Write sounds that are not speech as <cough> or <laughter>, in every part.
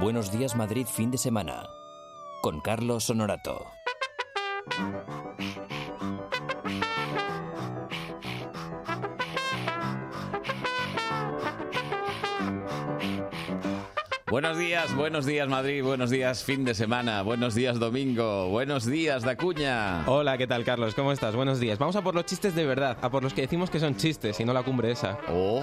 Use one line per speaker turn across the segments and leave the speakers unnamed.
Buenos días Madrid fin de semana con Carlos Honorato.
Buenos días, buenos días Madrid, buenos días fin de semana, buenos días domingo, buenos días Dacuña.
Hola, ¿qué tal, Carlos? ¿Cómo estás? Buenos días. Vamos a por los chistes de verdad, a por los que decimos que son chistes y no la cumbre esa.
Oh.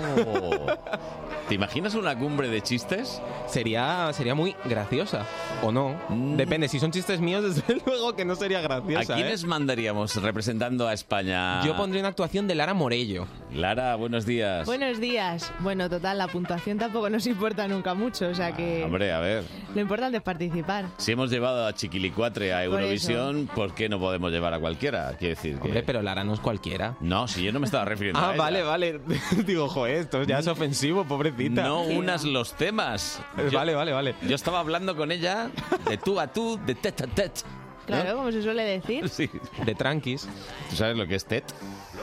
¿Te imaginas una cumbre de chistes?
Sería, sería muy graciosa, ¿o no?
Mm.
Depende, si son chistes míos, <laughs> desde luego que no sería
¿A
graciosa.
quiénes mandaríamos representando a España?
¿eh? Yo pondría una actuación de Lara Morello.
Lara, buenos días.
Buenos días. Bueno, total, la puntuación tampoco nos importa nunca mucho, o sea que
Hombre, a ver.
lo importante es participar.
Si hemos llevado a Chiquilicuatre a
Por
Eurovisión, ¿por, qué no podemos llevar a cualquiera? Quiero decir que...
Hombre, pero Lara no es cualquiera.
No, si yo no me estaba refiriendo a
<laughs> Ah,
ella.
vale, vale. Digo, joder, esto ya es ofensivo, pobrecita. <laughs>
No unas los temas.
Eh,
Yo-
Vale, vale, vale.
Yo estaba hablando con ella de tú a tú, de tet a tet.
Claro,
¿Eh?
como se suele decir.
Sí.
De tranquis.
¿Tú sabes lo que es TED?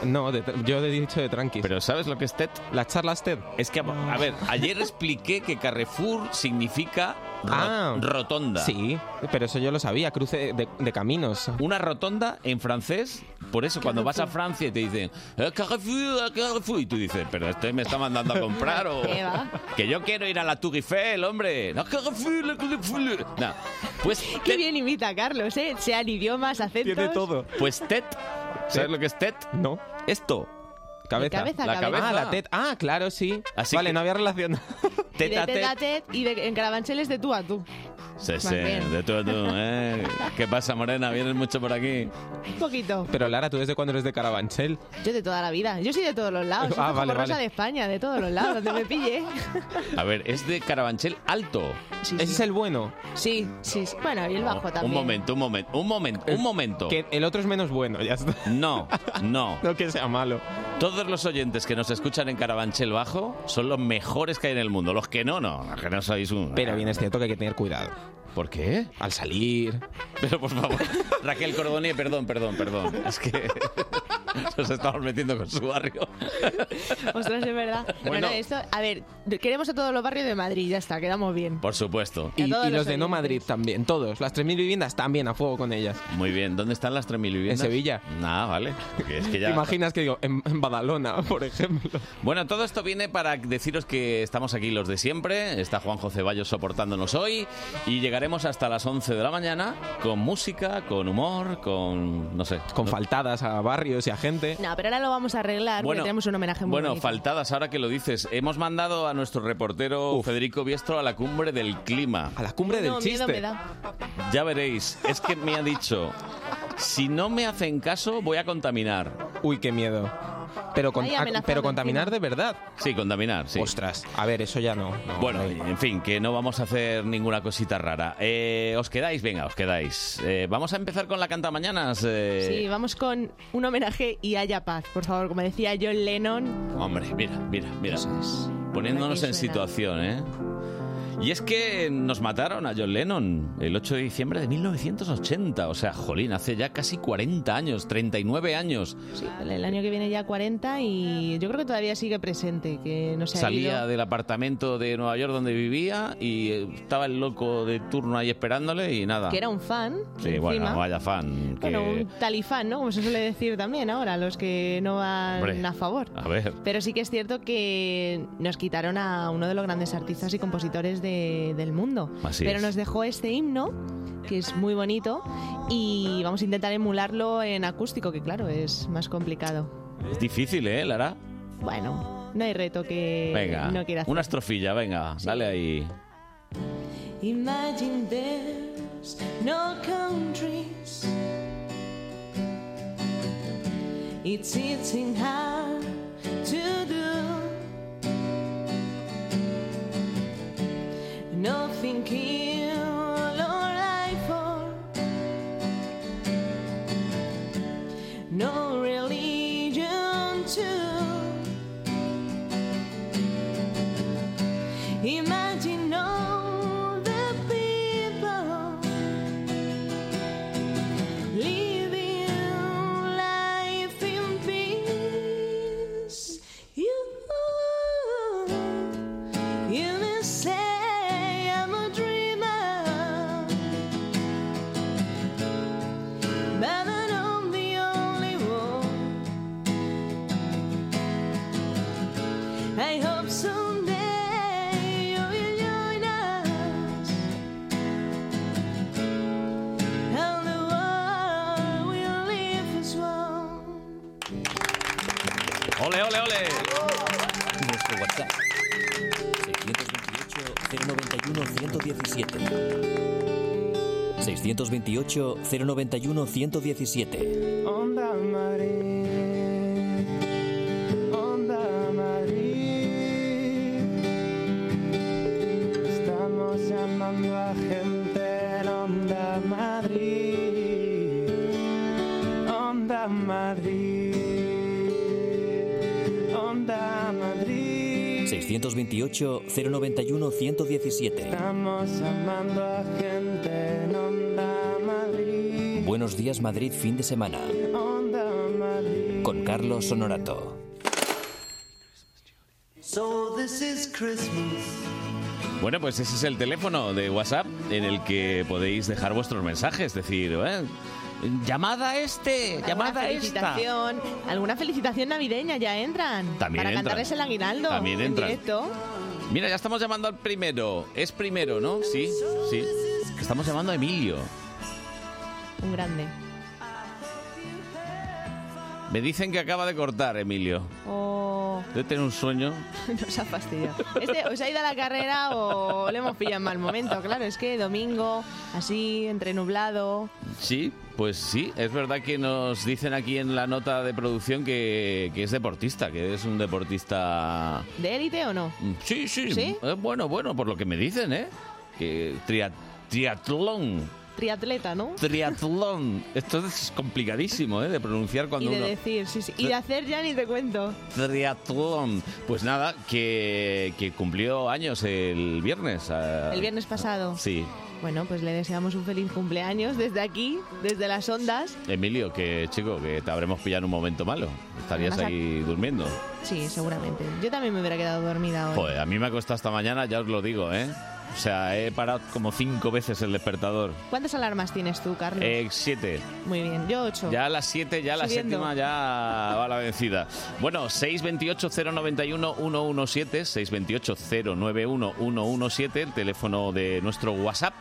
No, de- yo he dicho de tranquis.
¿Pero sabes lo que es TED?
¿Las charlas TED?
Es que, a ver, ayer expliqué que Carrefour significa ro-
Ah.
rotonda.
Sí, pero eso yo lo sabía, cruce de, de caminos.
Una rotonda en francés, por eso cuando vas a Francia y te dicen "Eh, Carrefour, eh, Carrefour, y tú dices, pero este me está mandando a comprar o
<laughs> ¿Qué va?
que yo quiero ir a la Tour Eiffel, hombre. No, Carrefour, la Carrefour. No. Pues
Qué
Ted-
bien imita a Carlos, ¿eh? Sean idiomas, acentos.
Tiene todo.
pues TED, ¿sabes lo que es TED?
No,
Esto,
cabeza.
cabeza,
la cabeza.
cabeza.
Ah, la TED. Ah, claro, sí.
Así
vale,
que-
no había relación.
Y de
<laughs> teta,
tet a tet y de, en carabancheles de tú a tú.
Sí,
Más
sí,
bien.
de tú a tú, ¿eh? ¿Qué pasa, Morena? ¿Vienes mucho por aquí?
Un poquito.
Pero Lara, ¿tú desde cuándo eres de Carabanchel?
Yo de toda la vida. Yo soy de todos los lados. Soy
Ah,
ah,
vale,
rosa
vale.
de España, de todos los lados, donde me pille.
A ver, es de Carabanchel Alto.
Sí,
Ese
sí.
es el bueno.
sí, sí, sí. Bueno, y el bajo
No,
también.
Un momento, un momento, un momento, un momento.
Eh, Que el otro es menos bueno, ya está.
No, no.
<laughs> No que sea malo.
Todos los oyentes que nos escuchan en Carabanchel Bajo son los mejores que hay en el mundo. Los que no, no, los que no sois un...
Pero bien es cierto que hay que tener cuidado.
¿Por qué?
Al salir.
Pero por favor, Raquel Cordonier, perdón, perdón, perdón. Es que <laughs> nos estamos metiendo con su barrio.
Ostras, es verdad. Bueno,
Bueno.
esto. A ver, queremos a todos los barrios de Madrid, ya está, quedamos bien.
Por supuesto.
Y,
a todos
y los
los
de no
oyentes.
Madrid también, todos. Las 3.000 viviendas también a fuego con ellas.
Muy bien, ¿dónde están las 3.000 viviendas?
En Sevilla.
Ah, vale. Porque es que ya...
¿Te imaginas que digo, em, en, en Badalona, por ejemplo?
Bueno, todo esto viene para deciros que estamos aquí los de siempre. Está Juanjo Ceballos soportándonos hoy y llegaremos hasta las 11 de la mañana con música, con humor, con no sé.
Con
¿no?
faltadas a barrios y a gente.
No, pero ahora lo vamos a arreglar porque tenemos un homenaje muy
bueno,
bonito.
faltadas ahora que lo dices. Hemos mandado a nuestro reportero Federico Biestro a la cumbre del clima.
A la cumbre
no,
del
miedo
chiste.
me da.
Ya veréis, es que me ha dicho, si no me hacen caso voy a contaminar.
Uy, qué miedo. Pero, con-
Ahí
a-
amenazando
pero contaminar de
encima.
verdad.
Sí, contaminar, sí.
Ostras, a ver, eso ya no. no,
Bueno,
no.
en fin, que no vamos a hacer ninguna cosita rara. Eh, ¿Os quedáis? Venga, os quedáis. Eh, vamos a empezar con la eh, canta mañanas.
Sí, vamos con un homenaje y haya paz, por favor, como decía John Lennon.
Hombre, mira, mira, mira.
Ahora
Poniéndonos
que suena.
en situación, ¿eh? Y es que nos mataron a John Lennon el 8 de diciembre de 1980. O sea, jolín, hace ya casi 40 años, 39 años.
Sí, el año que viene ya 40 y yo creo que todavía sigue presente, que no se ha
Salía
ido.
del apartamento de Nueva York donde vivía y eh, estaba el loco de turno ahí esperándole y nada.
que era un fan.
Sí,
encima.
bueno, vaya fan. Que...
Bueno, un talifán, ¿no? Como se suele decir también ahora, los que no van
Hombre, Ah.
a favor.
A ver.
Pero sí que es cierto que nos quitaron a uno de los grandes artistas y compositores de- del mundo.
Así
Pero
es.
nos dejó este himno, que es muy bonito, y vamos a intentar emularlo en acústico, que claro, es más complicado.
Es difícil, ¿eh, Lara?
Bueno, no hay reto que
Venga,
no quiera hacer.
una estrofilla, venga, dale ahí.
Imagine there's no countries. It's hitting hard to do. Nothing kill or life for. No religion too. Imagine all the people living life in peace. You, you may say I'm a dream.
Ole, ole, ole.
Nuestro WhatsApp. 628-091-117. 628-091-117.
Onda Marín, Onda Marín. Estamos llamando a gente en Onda Madrid. Onda Madrid. Onda Madrid.
628-091-117.
Estamos llamando a gente en Onda Madrid.
Buenos días Madrid fin de semana.
Onda Madrid.
Con Carlos Sonorato.
So this is Christmas.
Bueno, pues ese es el teléfono de WhatsApp en el que podéis dejar vuestros mensajes. Decir, eh, llamada a este, llamada a esta.
felicitación, alguna felicitación navideña ya entran.
También
para
entran.
cantarles el aguinaldo.
También entran.
En directo.
Mira, ya estamos llamando al primero. Es primero, ¿no? Sí, sí. Estamos llamando a Emilio.
Un grande.
Me dicen que acaba de cortar, Emilio.
Oh. O
Debe tener un sueño.
<laughs> nos ha fastidiado. Este, ¿Os ha ido a la carrera o le hemos pillado en mal momento? Claro, es que domingo, así, entre nublado.
Sí, pues sí. Es verdad que nos dicen aquí en la nota de producción que, que es deportista, que es un deportista...
¿De élite o no?
Mm. Sí, sí,
¿Sí?
eh, bueno, bueno, por lo que me dicen, ¿eh? Que tria- triatlón,
Triatleta, ¿no?
triatlón. Esto es complicadísimo, ¿eh? De pronunciar
Y
cuando
de
uno...
decir, sí, sí. Y de hacer ya ni te cuento.
Triatlón. Pues nada, que, que cumplió años el viernes. eh.
El viernes pasado.
Sí.
Bueno, pues le deseamos un feliz cumpleaños desde aquí, desde las ondas.
Emilio, que chico, que te habremos pillado en un momento malo. Estarías
Además,
ahí durmiendo.
Sí, seguramente. Yo también me hubiera quedado dormida hoy.
Joder, a mí me ha costado esta mañana, ya os lo digo, ¿eh? O sea, he parado como cinco veces el despertador.
¿Cuántas alarmas tienes tú, Carlos?
Eh, siete.
Muy bien, yo ocho.
Ya a las 7, ya a la
Subiendo.
séptima, ya va la vencida. Bueno, 628-091-117, 628-091-117, el teléfono de nuestro WhatsApp.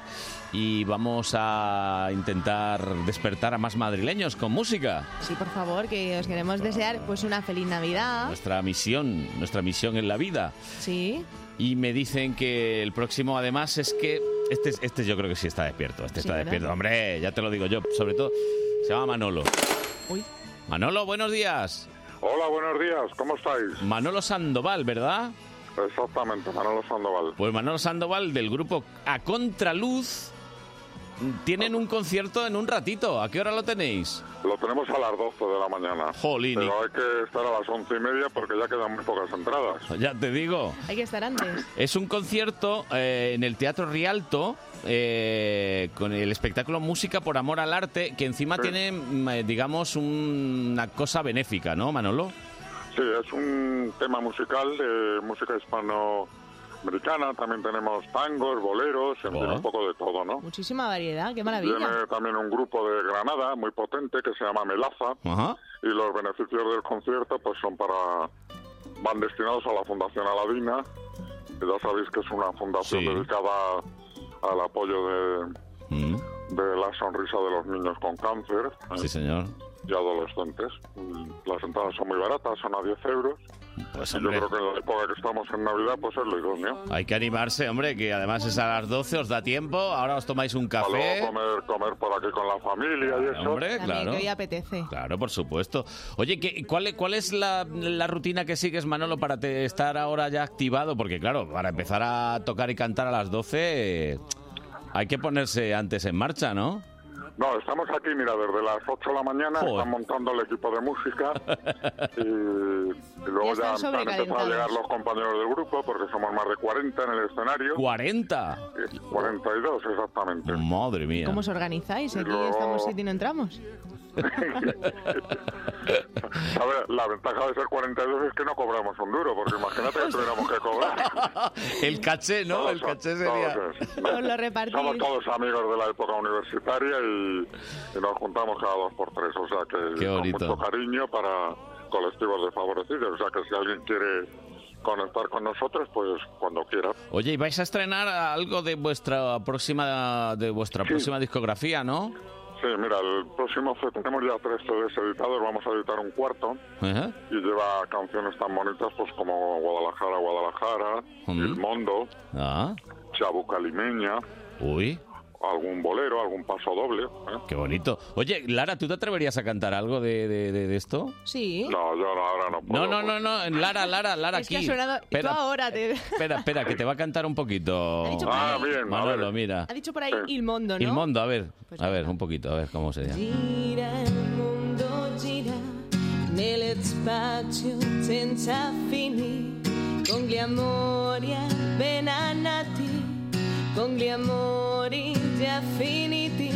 Y vamos a intentar despertar a más madrileños con música.
Sí, por favor, que os queremos desear pues una feliz Navidad.
Nuestra misión, nuestra misión en la vida.
Sí.
Y me dicen que el próximo, además, es que. Este, este yo creo que sí está despierto.
Sí,
Este está
¿verdad?
despierto. Hombre, ya te lo digo yo. Sobre todo, se llama Manolo.
Uy.
Manolo, buenos días.
Hola, buenos días, ¿cómo estáis?
Manolo Sandoval, ¿verdad?
Exactamente, Manolo Sandoval.
Pues Manolo Sandoval del grupo A Contraluz
Ah.
tienen un concierto en un ratito. ¿A qué hora lo tenéis?
Lo tenemos a las 12 de la mañana.
Jolini.
Pero hay que estar a las once y media porque ya quedan muy pocas entradas.
Ya te digo.
Hay que estar antes.
Es un concierto eh, en el Teatro Rialto eh, con el espectáculo Música por Amor al Arte, que encima
Sí.
tiene, mm, eh, digamos, un- una cosa benéfica, ¿no, Manolo?
Sí, es un tema musical de música hispanoamericana. También tenemos tangos, boleros, en fin,
Oh.
un poco de todo, ¿no?
Muchísima variedad, qué maravilla.
Viene también un grupo de Granada muy potente que se llama Melaza
Ajá.
y los beneficios del concierto pues son para van destinados a la Fundación Aladina que ya sabéis que es una fundación
Sí.
dedicada al apoyo de,
Mm,
de la sonrisa de los niños con cáncer eh,
sí, señor.
y adolescentes Mm, las entradas son muy baratas son a 10 euros
Pues
y yo
hombre,
creo que en la época que estamos en Navidad pues es lo idóneo
hay que animarse, hombre, que además es a las 12, os da tiempo, ahora os tomáis un
Para
café.
luego comer, comer por aquí con la familia y eso
Hombre,
También
claro.
que hoy apetece.
Claro, por supuesto. Oye, ¿qué, cuál, cuál es la, la rutina que sigues, Manolo, para te- estar ahora ya activado? Porque, claro, para empezar a tocar y cantar a las 12 eh, hay que ponerse antes en marcha, ¿no?
No, estamos aquí, mira, desde las 8 de la mañana
Joder.
están montando el equipo
<laughs>
de música y, y
Ya
luego
están
ya, han- han empezado a
sobrecalentados.
llegar los compañeros del grupo porque somos más de 40 en el escenario.
¡40!
Eh, 42 exactamente.
Madre mía.
¿Cómo os organizáis? Aquí
Luego-
estamos y no entramos.
¿Sabes? La ventaja de ser 42 es que no cobramos un duro, porque imagínate que tuviéramos que cobrar.
<laughs> El caché, ¿no?
Todos
El
son-
caché sería...
todos es-
Os lo repartís.
Somos todos amigos de la época universitaria y, y nos juntamos cada dos por tres, o sea que
Qué
con
bonito.
mucho cariño para colectivos desfavorecidos, o sea que si alguien quiere conectar con nosotros, pues cuando quiera.
Oye, ¿y vais a estrenar algo de vuestra próxima de vuestra próxima discografía, ¿no?
Sí, mira, el próximo fe- tenemos ya tres CDs editados, vamos a editar un cuarto
Ajá.
y lleva canciones tan bonitas pues como Guadalajara, Guadalajara,
Mm.
El Mondo,
Ah,
Chabuca Limeña,
uy,
algún bolero, algún paso doble. ¿eh?
qué bonito. Oye, Lara, ¿tú te atreverías a cantar algo de, de- de- de esto?
Sí.
No, yo no, ahora no puedo.
No, no, no, no, Lara, Lara, Lara,
es que ha
aquí.
sonado. y Tú
Espera,
ahora te.
espera, espera, que te va a cantar un poquito.
Ha dicho por Ah, ahí. bien, a
Manolo, mira.
<laughs> Ha dicho por ahí Ilmondo, ¿no? Pues
El mundo, a ver, a ver, un poquito, a ver cómo se llama.
Gira il mondo, gira nel spazio senza fini, con gli amori appena nati, con gli amori già finiti,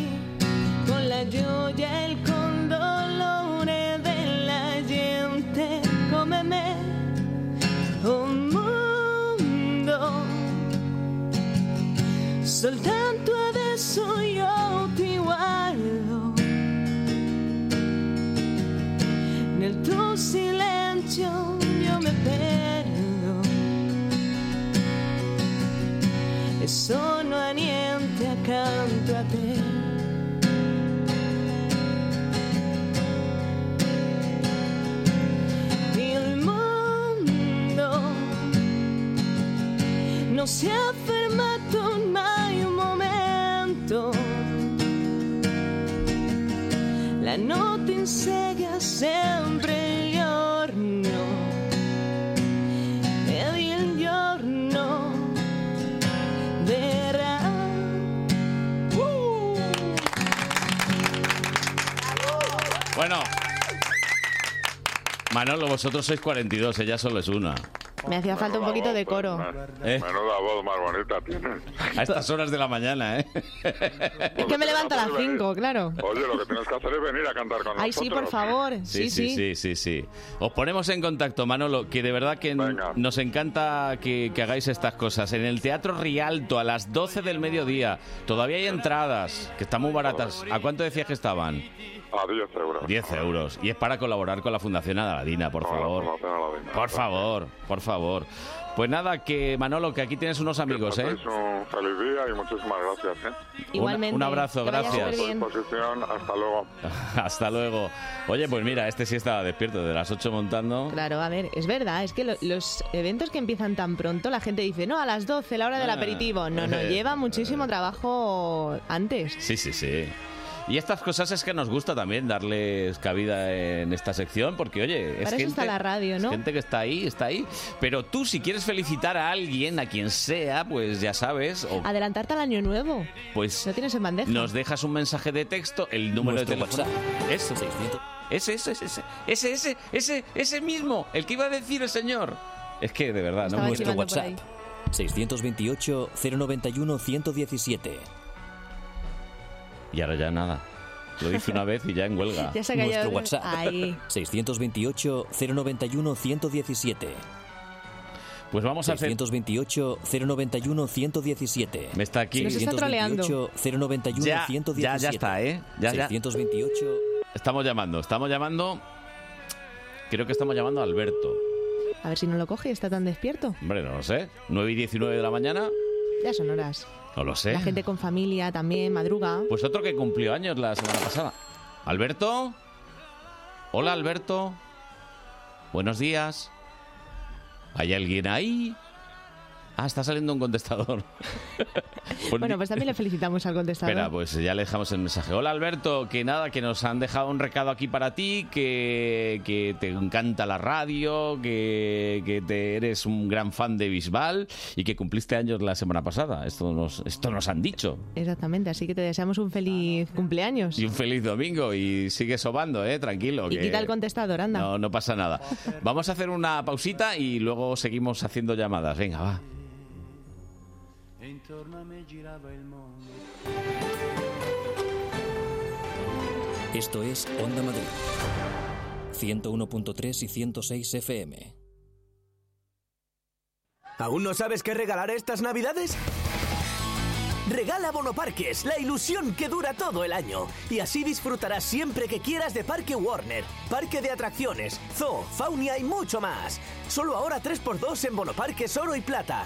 con la gioia e il condolore della gente come me. Un mondo Soltanto adesso io ti guardo Nel tuo silenzio io mi perdo E sono a niente accanto a te Il mondo non si è fermato mai un momento. La notte insegue sempre il giorno ed il giorno verrà. Uh!
Bueno. Manolo, vosotros sois 42, ella solo es una.
Me hacía falta un poquito de coro.
¿Eh?
Menuda voz más bonita tienes.
A estas horas de la mañana, ¿eh?
Es que me levanto a las 5, claro.
Oye, lo que tienes que hacer es venir a cantar con
Ay,
nosotros.
sí, por favor.
Sí, sí, sí, sí, sí. Os ponemos en contacto, Manolo, que de verdad que n- nos encanta que, que hagáis estas cosas. En el Teatro Rialto, a las 12 del mediodía, todavía hay entradas, que están muy baratas. ¿A cuánto decías que estaban?
A 10 euros.
10 euros. Y es para colaborar con la Fundación Adalina, por favor. Por favor, por favor. Pues nada, que Manolo, que aquí tienes unos amigos, ¿eh?
Paséis Pues, un feliz día y muchísimas gracias. ¿eh?
Un- Igualmente. un abrazo,
Que vaya
gracias.
súper bien. A tu disposición, hasta luego.
<laughs> Hasta luego. Oye, pues mira, este sí estaba despierto, de las 8 montando.
Claro, a ver, es verdad, es que lo- los eventos que empiezan tan pronto, la gente dice, no, a las 12, la hora del
Ah.
aperitivo. No,
<laughs>
no, lleva muchísimo trabajo antes.
Sí, sí, sí. Y estas cosas es que nos gusta también darles cabida en esta sección, porque oye, es
Para
gente,
eso está la radio,
es
¿no?
gente que está ahí, está ahí. Pero tú, si quieres felicitar a alguien, a quien sea, pues ya sabes, o
Adelantarte al año nuevo.
pues
Lo tienes en bandeja.
nos dejas un mensaje de texto, el número
Nuestro
de teléfono. Eso. Ese, ese, ese, ese, ese, ese, ese mismo, el que iba a decir el señor. Es que de verdad, ¿no?
Nuestro WhatsApp. 628-091-117.
Y ahora ya nada. Lo hice una vez y ya en huelga.
<laughs> Ya se ha callado.
Nuestro WhatsApp. <laughs>
Ahí.
628-091-117.
Pues vamos
a hacer... 628-091-117.
Me está aquí.
Nos
Nos
está
está
troleando.
troleando.
091
Ya,
117.
ya, ya está, ¿eh? Ya, ya.
628.
Estamos llamando, estamos llamando. Creo que estamos llamando a Alberto.
A ver si no lo coge, está tan despierto.
Hombre, no lo sé. 9 y 19 de la mañana,
Ya son horas.
no lo sé.
La gente con familia también madruga.
Pues otro que cumplió años la semana pasada. ¿Alberto? Hola, Alberto. Buenos días. ¿Hay alguien ahí? Ah, está saliendo un contestador. <laughs> Pues
Bueno,
di-
pues también le felicitamos al contestador.
Espera, pues ya le dejamos el mensaje. Hola Alberto, que nada, que nos han dejado un recado aquí para ti, que, que te encanta la radio, que, que te eres un gran fan de Bisbal y que cumpliste años la semana pasada. Esto nos, esto nos han dicho.
Exactamente, así que te deseamos un feliz cumpleaños.
Y un feliz domingo y sigue sobando, eh, tranquilo.
Y
que-
quita el contestador, anda.
No, no pasa nada. Vamos a hacer una pausita y luego seguimos haciendo llamadas. Venga, va.
E intorno a me girava il mondo.
Esto es Onda Madrid. 101.3 y 106 FM.
¿Aún no sabes qué regalar estas navidades? Regala Bonoparques, la ilusión que dura todo el año. Y así disfrutarás siempre que quieras de Parque Warner, Parque de Atracciones, Zoo, Faunia y mucho más. Solo ahora 3x2 en Bonoparques Oro y Plata.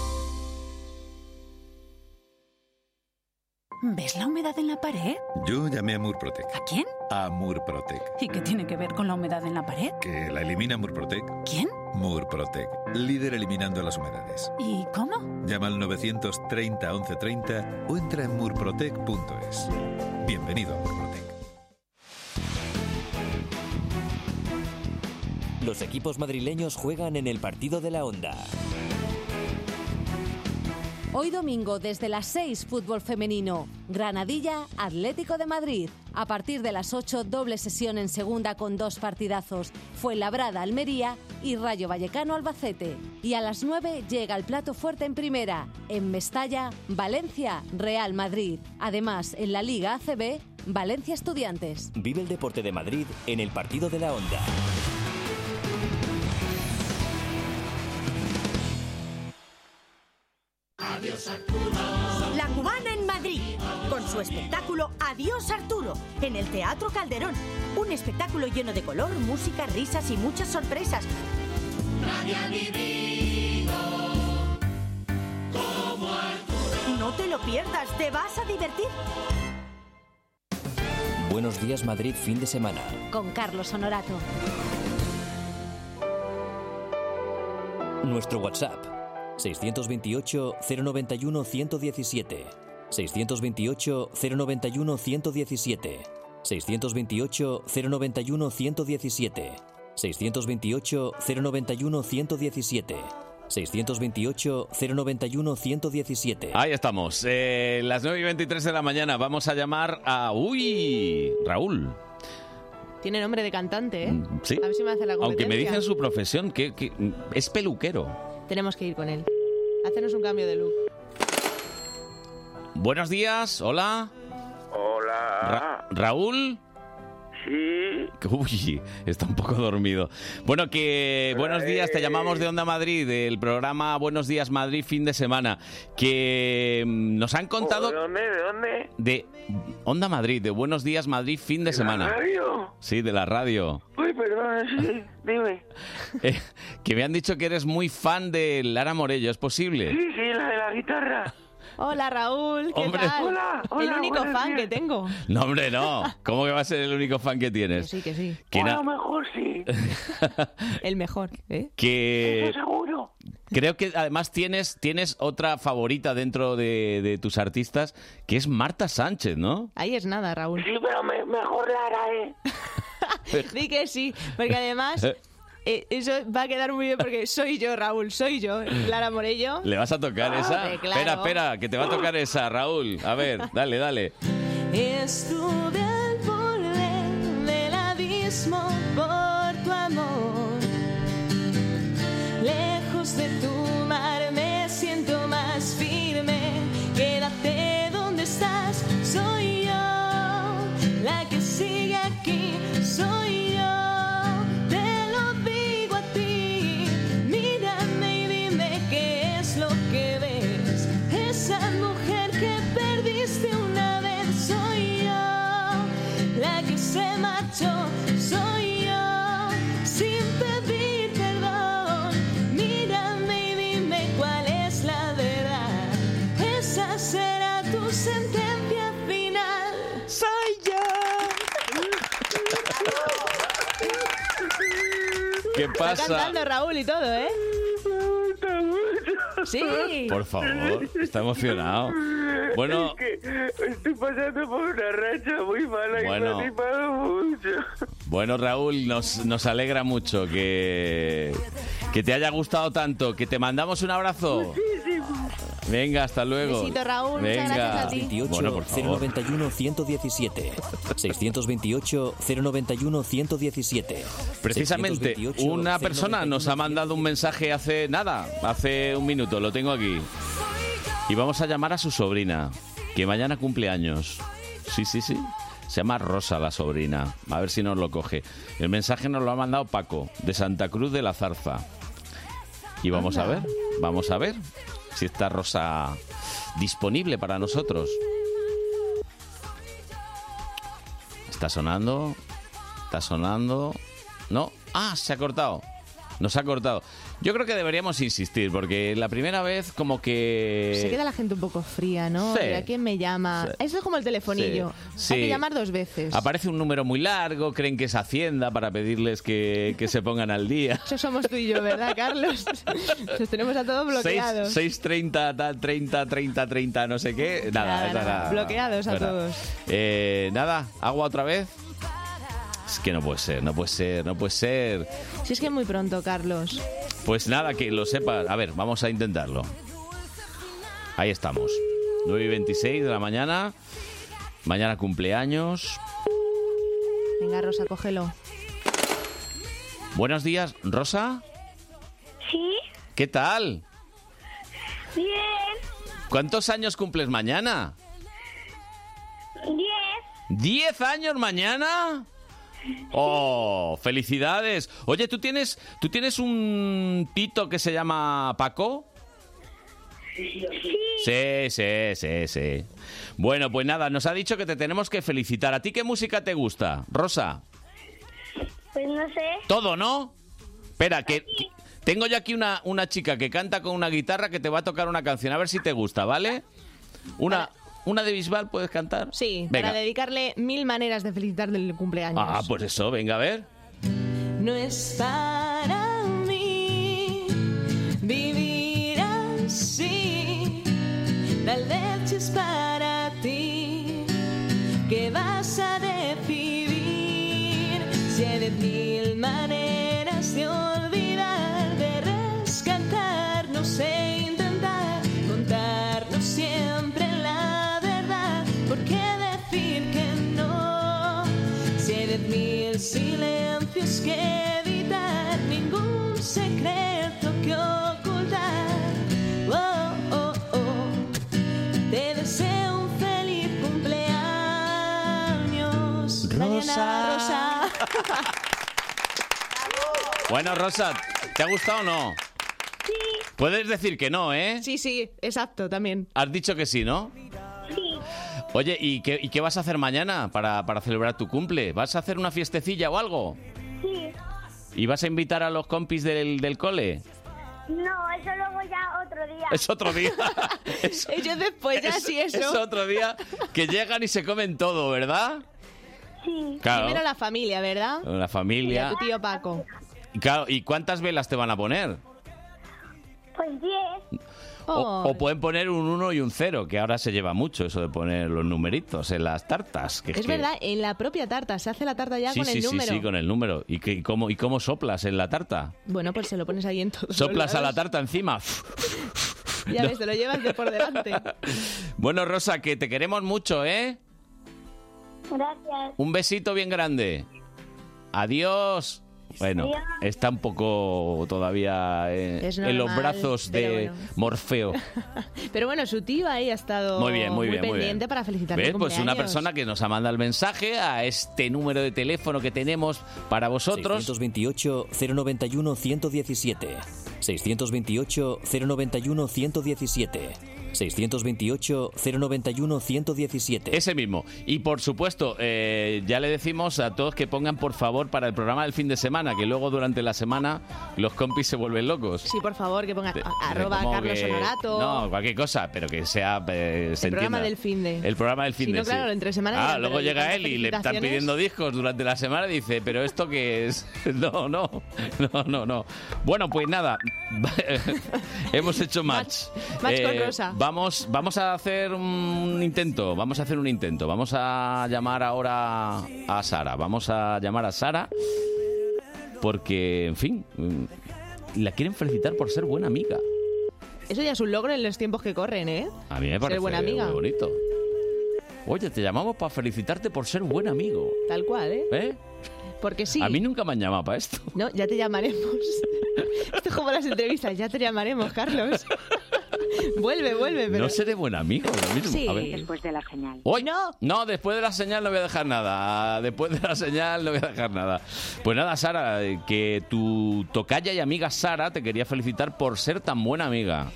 ¿Ves la humedad en la pared?
Yo llamé a Murprotec.
¿A quién?
A Murprotec.
¿Y qué tiene que ver con la humedad en la pared?
¿Que la elimina Murprotec?
¿Quién?
Murprotec. Líder eliminando las humedades.
¿Y cómo?
Llama al 930 1130 o entra en murprotec.es. Bienvenido a Murprotec.
Los equipos madrileños juegan en el partido de la onda.
Hoy domingo desde las 6 fútbol femenino, Granadilla, Atlético de Madrid. A partir de las 8 doble sesión en segunda con dos partidazos, Fuenlabrada, Almería y Rayo Vallecano, Albacete. Y a las 9 llega el plato fuerte en primera, en Mestalla, Valencia, Real Madrid. Además, en la Liga ACB, Valencia Estudiantes.
Vive el deporte de Madrid en el partido de la onda.
La cubana en Madrid, con su espectáculo Adiós Arturo, en el Teatro Calderón. Un espectáculo lleno de color, música, risas y muchas sorpresas. No te lo pierdas, te vas a divertir.
Buenos días Madrid fin de semana.
Con Carlos Honorato.
Nuestro WhatsApp 628 091 117 628 091 117 628 091 117 628 091 117 628 091 117
Ahí estamos. eh, las 9 y 23 de la mañana vamos a llamar a... ¡Uy! Raúl.
Tiene nombre de cantante, ¿eh?
Mm, Sí.
A ver si me hace la competencia.
Aunque me dicen su profesión que, que es peluquero.
Tenemos que ir con él. Hacernos un cambio de look.
Buenos días, hola. Hola. Raúl. Sí. Uy, está un poco dormido. Bueno, que buenos días, te llamamos de Onda Madrid, del programa Buenos Días Madrid fin de semana, que mm, nos han contado
¿De dónde? ¿De dónde?
de Onda Madrid, de Buenos Días Madrid fin de, semana.
radio?
Sí, de la radio. <laughs>
Uy, perdón, sí, <laughs> dime.
Eh, que me han dicho que eres muy fan de Lara Morello, ¿es posible?
Sí, sí, la de la guitarra.
<laughs> Hola Raúl, ¿qué
Hombre.
tal?
Hola,
el
hola,
único
buenos
fan que tengo.
No, hombre, no. ¿Cómo que va a ser el único fan que tienes?
Sí, que sí.
Que, na-
mejor
<laughs>
sí.
El mejor, ¿eh?
que
seguro.
creo que además tienes, tienes otra favorita dentro de, de tus artistas, que es Marta Sánchez, ¿no? <laughs>
Ahí es nada, Raúl.
Sí, pero mejor Lara, ¿eh?
<laughs> Di que sí, porque
<laughs>
además eh, eso va a quedar muy bien porque soy yo, Raúl, soy yo, Clara Morello.
¿Le vas a tocar esa?
Ah, Hombre, claro.
Espera, espera, que te va a tocar esa, Raúl. A ver, dale, dale.
Estuve al borde del abismo por tu amor. Lejos de tu mar me siento más firme. Quédate donde estás, soy yo. La que sigue aquí, soy yo. Te lo digo a ti. Mírame y dime qué es lo que ves. Esa mujer que perdiste una vez soy yo. La que se marchó soy yo. Sin pedir perdón, mírame y dime cuál es la verdad. Esa será tu sentencia final. Soy yo.
¿Qué
Está
pasa?
cantando Raúl y
<laughs>
todo, ¿eh? Sí.
Por favor, está emocionado. Bueno,
Es que estoy pasando por una racha muy mala
Bueno.
y me ha animado mucho.
Bueno, Raúl, nos, nos alegra mucho que, que te haya gustado tanto, que te mandamos
<laughs>
un abrazo. Venga, hasta luego.
Besito, Raúl, muchas gracias a ti.
28
Bueno, por favor.
091 117 628 091 117
Precisamente,
628
una persona
091.
nos ha mandado un mensaje hace nada, hace un minuto, lo tengo aquí. Y vamos a llamar a su sobrina, que mañana cumple años. Sí, sí, sí. Se llama Rosa la sobrina. A ver si nos lo coge. El mensaje nos lo ha mandado Paco, de Santa Cruz de la Zarza. Y vamos a ver, vamos a ver si está Rosa disponible para nosotros. Está sonando, está sonando. No, ah, se ha cortado. Nos ha cortado. Yo creo que deberíamos insistir, porque la primera vez como que...
Se queda la gente un poco fría, ¿no?
Eh, Sí.
Mira, ¿Quién me llama?
Sí.
Eso es como el telefonillo.
Sí.
Hay
Sí.
que llamar dos veces.
Aparece un número muy largo, creen que es Hacienda para pedirles que, que se pongan al día.
Eso somos tú y yo, ¿verdad,
<laughs>
Carlos? Nos tenemos a todos bloqueados.
630, 30, 30, 30, no sé qué. Nada,
Nada,
es
nada.
nada.
Bloqueados a
Nada.
todos.
Eh, nada, agua otra vez. Es que no puede ser, no puede ser, no puede ser.
Si es que muy pronto, Carlos.
Pues nada, que lo sepas. A ver, vamos a intentarlo. Ahí estamos. 9 y 26 de la mañana. Mañana cumpleaños.
Venga, Rosa, cógelo.
Buenos días, Rosa.
Sí,
¿Qué tal?
bien,
¿Cuántos años cumples mañana?
diez.
¿Diez años mañana? ¡Oh! ¡Felicidades! Oye, ¿tú tienes, ¿tú tienes un tito que se llama Paco? Sí, sí, sí, sí. Bueno, pues nada, nos ha dicho que te tenemos que felicitar. ¿A ti qué música te gusta, Rosa?
Pues no sé.
Todo, ¿no? Espera, que que- tengo yo aquí una, una chica que canta con una guitarra que te va a tocar una canción. A ver si te gusta, ¿vale? Una, una de Bisbal puedes cantar.
Sí,
Venga.
para dedicarle mil maneras de felicitarle el cumpleaños.
Ah, pues eso, venga a ver.
No es para mí vivir así. Tal vez si es para ti que vas a decidir. Si hay de mil maneras de olvidar, de rescatarnos e intentar contarnos siempre la verdad. ¿Por qué decir que no? Si hay de mil silencios que evitar, ningún secreto que ocultar. Oh, oh, oh. Te deseo un feliz cumpleaños. Mañana, Rosa. <laughs>
Bueno, Rosa, ¿te ha gustado o no? Sí. Puedes decir que no, ¿eh?
Sí, sí, exacto, también.
Has dicho que sí, ¿no?
Sí.
Oye, ¿y qué, y qué vas a hacer mañana para, para celebrar tu cumple? ¿Vas a hacer una fiestecilla o algo?
Sí.
¿Y vas a invitar a los compis del, del cole?
No, eso lo voy a otro día.
Es otro
<laughs>
día. Es-
Yo después ya
es-
sí eso.
Es otro día que llegan y se comen todo, ¿verdad?
Sí.
Claro.
Primero la familia, ¿verdad?
La
Y a
familia.
tu tío Paco.
Y Claro, ¿y cuántas velas te van a poner?
Pues diez.
Oh,
O, o pueden poner un 1 y un 0, que ahora se lleva mucho eso de poner los numeritos en las tartas. que
es
que-
verdad, en la propia tarta. Se hace la tarta ya
Sí,
con
sí,
el
sí,
número.
sí, con el número. ¿Y, qué- y cómo, ¿Y cómo soplas en la tarta?
Bueno, pues se lo pones ahí en todo.
Soplas a la tarta encima. <laughs>
Ya
No.
ves, te lo llevas de por delante.
Bueno, Rosa, que te queremos mucho, ¿eh?
Gracias.
Un besito bien grande. Adiós. Bueno,
Adiós.
está un poco todavía eh,
Es
en los
normal,
brazos
pero
de
bueno.
Morfeo.
Pero bueno, su tío ahí ha estado
Muy bien, muy bien, muy
pendiente
bien.
para felicitarle.
¿Ves?
el
Pues una
cumpleaños.
persona que nos ha mandado el mensaje a este número de teléfono que tenemos para vosotros.
628-091-117. 628-091-117. 628-091-117.
Ese mismo. Y por supuesto, eh, ya le decimos a todos que pongan por favor para el programa del fin de semana, que luego durante la semana los compis se vuelven locos.
Sí, por favor, que ponga
De-
a- arroba
como
Carlos
que-
Honorato.
No, cualquier cosa, pero que sea. eh, se
el programa
entienda.
del fin de.
El programa del fin
Si
de
no, claro, entre semana
Ah,
llegan,
luego
pero
llega
tantas
él y le están
felicitaciones.
pidiendo discos durante la semana y dice, pero esto qué es. <laughs> No, no, no, no, no. Bueno, pues nada, <laughs> hemos hecho match. Eh,
Match con Rosa.
Vamos, vamos a hacer un intento, vamos a hacer un intento. Vamos a llamar ahora a Sara, vamos a llamar a Sara porque, en fin, mm, la quieren felicitar por ser buena amiga.
Eso ya es un logro en los tiempos que corren, ¿eh?
A mí me
Ser
parece
buena amiga.
muy bonito. Oye, te llamamos para felicitarte por ser buen amigo.
Tal cual, ¿eh?
¿Eh?
Porque sí.
A mí nunca me han llamado para esto.
No, <laughs> ya te llamaremos. Esto es como las entrevistas, ya te llamaremos, Carlos. vuelve, vuelve. Pero...
No seré buen amigo lo mismo.
Sí.
A ver.
de la señal.
¡Uy! No. después de la señal no voy a dejar nada. Después de la señal no voy a dejar nada. Pues nada, Sara, eh, que tu tocaya y amiga Sara te quería felicitar por ser tan buena amiga.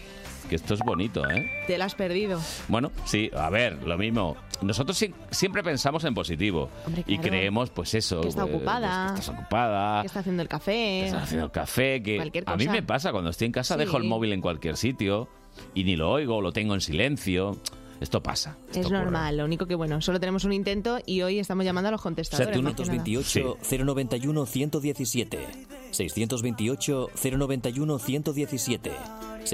Que esto es bonito, ¿eh?
Te la has perdido.
Bueno, sí, a ver, lo mismo. Nosotros sí- siempre pensamos en positivo.
Hombre,
Y
claro.
creemos, pues eso.
Que está
pues,
ocupada.
que estás ocupada.
Que está haciendo el café.
Estás haciendo café, que
Cualquier
a mí
cosa.
me pasa cuando estoy en casa,
Sí.
dejo el móvil en cualquier sitio y ni lo oigo, lo tengo en silencio. Esto pasa. esto
Es
ocurre.
normal, lo único que bueno, solo tenemos un intento y hoy estamos llamando a los contestadores. más que nada.
628 091 117 628 091 117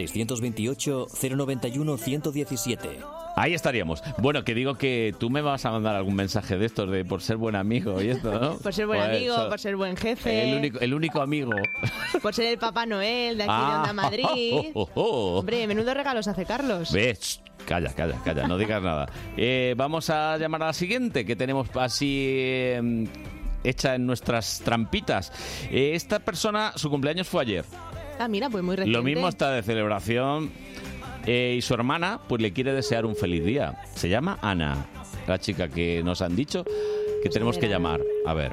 628 091 117
Ahí estaríamos. Bueno, que digo que tú me vas a mandar algún mensaje de estos de por ser buen amigo y esto, ¿no?
<laughs> Por ser buen
Joder,
amigo,
so-
por ser buen
el
jefe,
único, el único amigo. Ah.
por ser el Papá Noel de aquí de
<laughs>
Onda Madrid.
oh, oh, oh.
Hombre, menudo regalos hace Carlos.
Ves, calla, calla, calla, no digas nada. Eh, vamos a llamar a la siguiente, que tenemos así eh, hecha en nuestras trampitas. Eh, esta persona, su cumpleaños fue ayer.
Ah, mira, pues muy reciente.
Lo mismo está de celebración. eh, y su hermana, pues le quiere desear un feliz día. Se llama Ana, la chica que nos han dicho que tenemos que
verá.
llamar. A ver.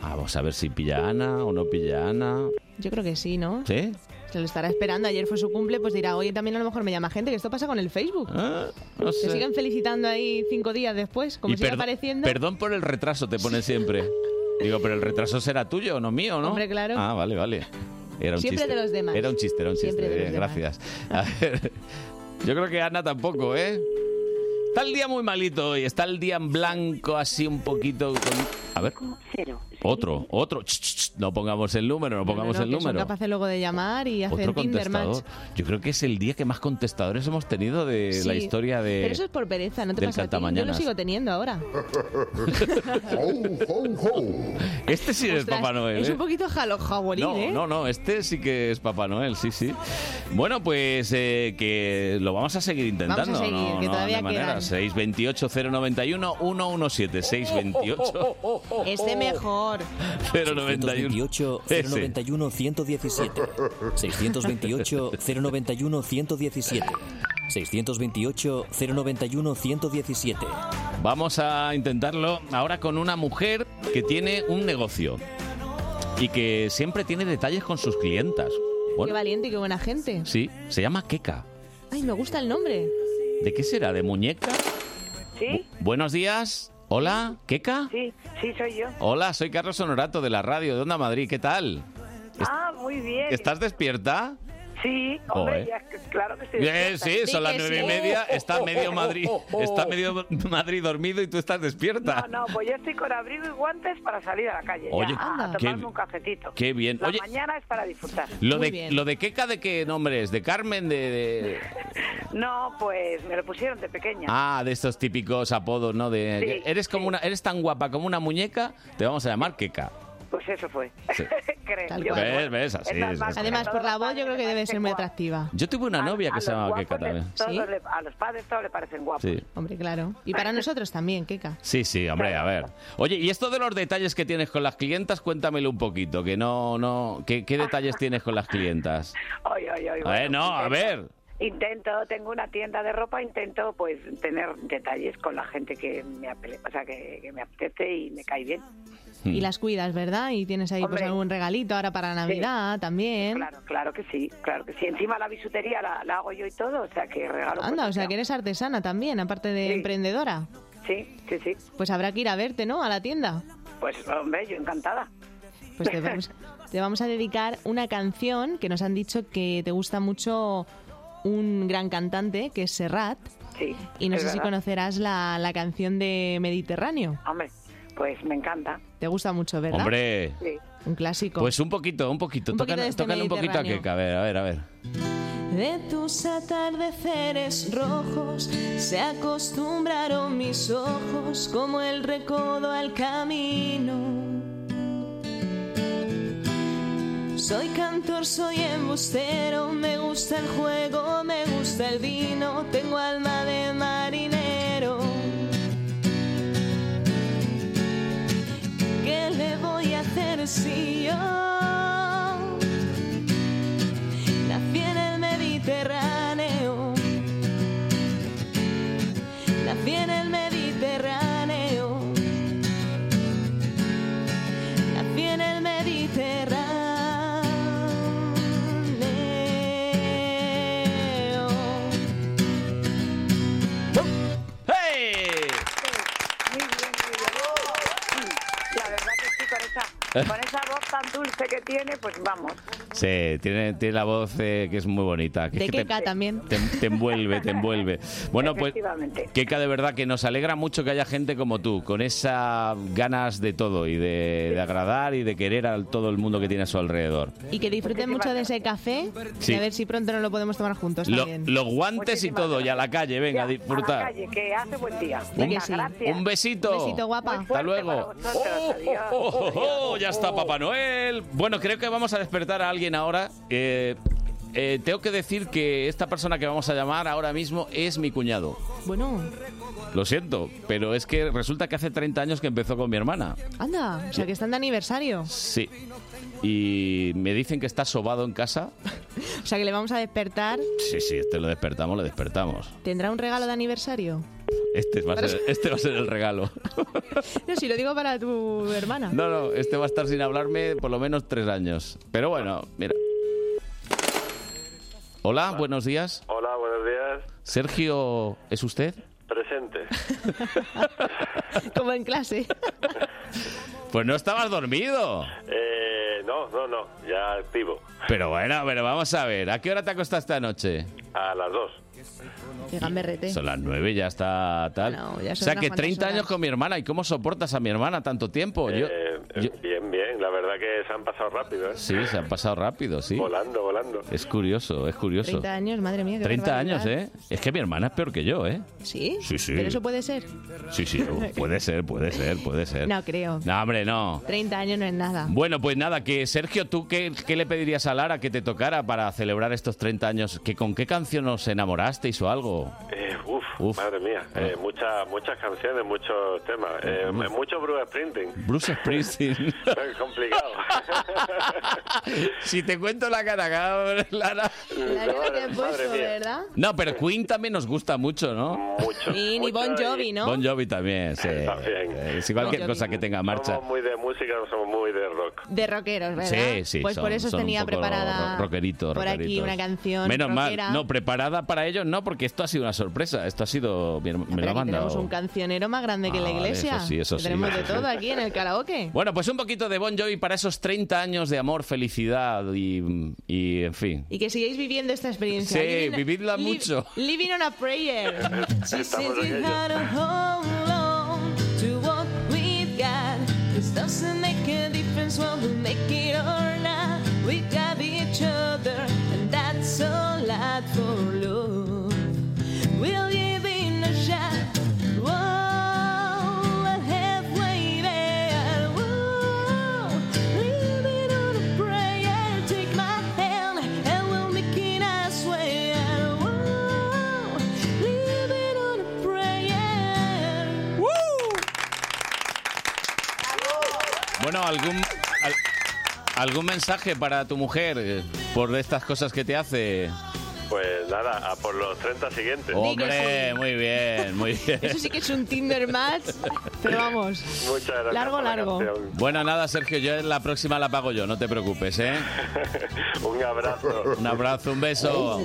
Vamos a ver si pilla a Ana o no pilla a Ana.
Yo creo que sí, ¿no?
¿Sí?
Se lo estará esperando, ayer fue su cumple, pues dirá, oye, también a lo mejor me llama gente, que esto pasa con el Facebook.
Ah, no
Se
sé.
siguen felicitando ahí cinco días después, como
Y
sigue
perdo-
apareciendo.
Perdón por el retraso, te pone siempre. Digo, pero el retraso será tuyo, no mío, ¿no?
Hombre, claro.
Ah, vale, vale. Era un
Siempre
chiste.
de los demás.
Era un chiste, era un chiste.
Siempre de los
eh,
demás.
Gracias. A ver, yo creo que Ana tampoco, ¿eh? Está el día muy malito hoy, está el día en blanco, así un poquito. con- A ver. Otro, otro. Ch, ch, ch, No pongamos el número, no
No, no,
pongamos
que
el
Son
número.
capaces luego de llamar y hacer
Otro
Tinder match.
contestador. Yo creo que es el día que más contestadores hemos tenido de eh, la
Sí,
historia de.
Pero eso es por pereza, no te
del
pasa a ti. Yo lo
Cantamañanas.
sigo teniendo ahora.
<laughs> Este <laughs> sí es
Ostras,
Papá Noel.
Es
¿eh?
un poquito jalo jaguarín,
No,
¿eh?
no, no, este sí que es Papá Noel, sí, sí. Bueno, pues eh, que lo vamos a seguir intentando.
Vamos a seguir,
no,
que
no,
todavía
de manera.
quedan.
628 091 117 628
Este mejor.
<laughs>
091 Ese.
091 117 628 091 117 628 091 117
Vamos a intentarlo ahora con una mujer que tiene un negocio y que siempre tiene detalles con sus clientas.
Qué
Bueno,
valiente y qué buena gente.
sí, se llama Keka.
Ay, me gusta el nombre.
¿De qué será? ¿De muñeca?
¿Sí?
Buenos días. Hola,
Ah.
Keka.
Sí, sí, soy yo.
Hola, soy Carlos Honorato de la radio de Onda Madrid. ¿Qué tal?
Ah, muy bien.
¿Estás despierta?
Sí, hombre,
Joder.
ya, que- claro que sí.
Eh, sí, Oh, son las nueve
<laughs>
y media. Está medio Madrid, está medio Madrid dormido y tú estás despierta.
No, pues yo estoy con abrigo y guantes para salir a la calle. ya,
Oye,
a
Anda.
tomarme
qué-
un cafetito.
Qué bien.
La
Oye,
mañana es para disfrutar.
lo de, lo de Keka, ¿de qué nombre es? ¿De Carmen? De, de-
No, pues me lo pusieron de pequeña.
Ah, de estos típicos apodos, ¿no? De,
Sí,
eres, como una, eres tan guapa como una muñeca, te vamos a llamar Keka.
Pues eso fue. <laughs>
Sí.
Creo.
Tal
yo.
cual.
¿Ves? ¿Ves? Así es. así es.
Además, por la voz yo creo que debe ser muy atractiva.
Yo tuve una novia que
Ah, a
se
los
llamaba
guapos
Keka
le-
también.
todos le- a los padres todos le parecen guapos.
Sí.
Hombre, claro. Y para nosotros también, Keka.
Sí, sí, hombre, a ver. Oye, y esto de los detalles que tienes con las clientas, cuéntamelo un poquito, que no, no, ¿qué, qué detalles tienes con las clientas?
Oy, oy, oy,
Eh,
bueno,
no, a ver.
Intento, tengo una tienda de ropa, intento pues tener detalles con la gente que me, ape- o sea, que, que me apetece y me cae bien.
Y
Hmm.
las cuidas, ¿verdad? Y tienes ahí pues
Hombre.
algún regalito ahora para Navidad también.
Claro, claro que sí, claro que sí. Encima la bisutería la, la hago yo y todo, o sea que regalo.
Anda, o sea que eres artesana también, aparte de emprendedora.
Sí, sí, sí.
Pues habrá que ir a verte, ¿no? A la tienda.
Pues hombre, yo encantada.
Pues
<laughs>
te vamos, te vamos a dedicar una canción que nos han dicho que te gusta mucho un gran cantante, que es Serrat.
Sí.
Y no
es
sé si
verdad.
conocerás la, la canción de Mediterráneo.
Hombre, pues me encanta.
Te gusta mucho, ¿verdad?
Hombre.
Un clásico.
Pues un poquito, un poquito.
Un poquito
Tócale
de este
tócale un poquito a
Mediterráneo.
Keka, a ver, a ver, a ver.
De tus atardeceres rojos se acostumbraron mis ojos como el recodo al camino. Soy cantor, soy embustero, me gusta el juego, me gusta el vino, tengo alma de marinero. ¿Qué le voy a hacer si yo nací en el Mediterráneo?
Con esa voz tan dulce que tiene, pues vamos.
Sí, tiene, tiene la voz eh, que es muy bonita. que es
De
que te-
Keka también.
Te, te envuelve, te envuelve. Bueno, pues
Efectivamente.
Keka, de verdad que nos alegra mucho que haya gente como tú, con esas ganas de todo y de, de agradar y de querer a todo el mundo que tiene a su alrededor.
Y que disfruten mucho de ese café.
Sí.
Y a ver si pronto nos lo podemos tomar juntos
Lo-
también.
los guantes y todo, y a la calle, venga, a
A la
disfrutar.
calle, que hace buen día.
Un,
Venga, gracias.
un besito.
Un besito, guapa. Muy
Hasta luego.
Vosotros, adiós.
Oh, oh, oh, ya está Papá Noel. Bueno, creo que vamos a despertar a alguien ahora. Eh, eh, tengo que decir que esta persona que vamos a llamar ahora mismo es mi cuñado.
Bueno,
Lo siento, pero es que resulta que hace 30 años que empezó con mi hermana.
anda, o sea que están de aniversario.
Sí. Y me dicen que está sobado en casa. <laughs>
O sea que le vamos a despertar.
Sí, sí, este lo despertamos, lo despertamos.
¿Tendrá un regalo de aniversario?
Este va a ser, este va a ser el regalo.
No, si lo digo para tu hermana.
No, no, este va a estar sin hablarme por lo menos tres años. Pero bueno, mira. Hola, buenos días.
Hola, buenos días.
Sergio, ¿es usted?
Presente.
<laughs> Como en clase.
Pues no estabas dormido.
Eh, no, no, no, ya activo.
Pero bueno, pero vamos a ver. ¿A qué hora te acostaste anoche?
A las dos.
Qué gamberrete.
Son las nueve, ya está tal.
ya
o
son
sea
unas
que
cuantas
30 años
horas.
con mi hermana. ¿Y cómo soportas a mi hermana tanto tiempo? Yo-
Eh, eh, Bien, bien. La verdad que se han pasado rápido, ¿eh?
sí, se han pasado rápido, sí.
Volando, volando.
Es curioso, es curioso.
30 años, madre mía. Qué
30 años,
barbaridad.
¿eh? Es que mi hermana es peor que yo, ¿eh?
¿Sí?
Sí, sí.
¿Pero eso puede ser?
Sí, sí, oh,
<laughs>
puede ser, puede ser, puede ser.
No creo.
Eh, No, hombre, no.
30 años no es nada.
Bueno, pues nada, que Sergio, ¿tú qué, qué le pedirías a Lara que te tocara para celebrar estos 30 años? ¿Que ¿Con qué canción os enamorasteis o algo?
Eh, uf, madre mía.
Ah.
Eh, muchas, muchas canciones, muchos temas. Eh, mucho Bruce
<laughs>
Sprinting.
Bruce
<laughs>
Springsteen.
Es complicado.
si te cuento la cara, cabrón, Lara.
La cara que he puesto, ¿verdad?
No, pero Queen también nos gusta mucho, ¿no? Mucho.
Y ni Bon Jovi, ¿no?
Bon Jovi también, sí. Eh, sí, cualquier
Bon Jovi.
cosa que tenga marcha.
<laughs> Somos muy de música, no somos muy de rock.
De rockeros, ¿verdad?
Sí, sí.
Pues por
son-
eso os
son un
tenía
poco
preparada
ro- rockerito,
por aquí
rockeritos.
una canción
Menos
rockera.
mal. No, preparada para ellos no, porque esto ha sido una sorpresa. Esto ha sido... Me,
Pero
me lo ha
aquí tenemos
mandado.
un cancionero más grande que
Ah,
la
vale,
iglesia.
eso sí, eso
Que
sí,
Tenemos
eso
de
sí.
todo aquí en el karaoke.
Bueno, pues un poquito de Bon Jovi para esos 30 años de amor, felicidad y, y, en fin.
Y que sigáis viviendo esta
Sí,
experiencia. Living-
vividla
liv-
mucho.
Living on a prayer.
She
Estamos
says
en
it's
ello.
not a home alone to what we've got. This doesn't make a difference when we make it or not. We got each other, and that's a lot for love. We'll give it a shot. Whoa, we're halfway there. Whoa, leave it on a prayer. Take my hand, and we'll make it, I swear. Whoa, leave it on a prayer.
Bueno, algún... al- ¿Algún mensaje para tu mujer eh, por estas cosas que te hace?
Pues nada, a por los 30 siguientes.
Hombre, muy bien, muy bien.
Eso sí que es un Tinder match, pero vamos.
Muchas gracias
Largo,
por la
largo.
canción.
Bueno, nada, Sergio, yo la próxima la pago yo, no te preocupes, ¿eh?
Un abrazo.
Un abrazo, un beso.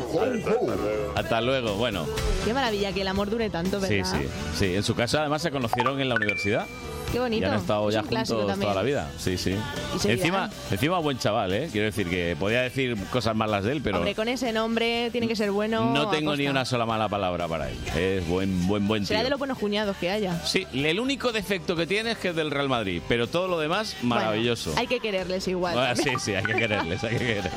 Hasta luego, bueno.
Qué maravilla que el amor dure tanto,
Sí,
¿verdad?
sí, sí. En su casa además se conocieron en la universidad.
Qué bonito.
Y han estado
Es
ya
un clásico
juntos
también.
toda la vida. Sí, sí.
Y se
Encima,
dirán.
encima buen chaval, ¿eh? Quiero decir que podía decir cosas malas de él, pero
Hombre, con ese nombre tiene que ser bueno.
no tengo ni
aposta.
una sola mala palabra para él. Es buen, buen, buen tío.
Será de los buenos cuñados que haya.
Sí, el único defecto que tiene es que es del Real Madrid, pero todo lo demás, maravilloso.
Hay que quererles igual.
Ah, sí, sí, hay que quererles, hay que quererles.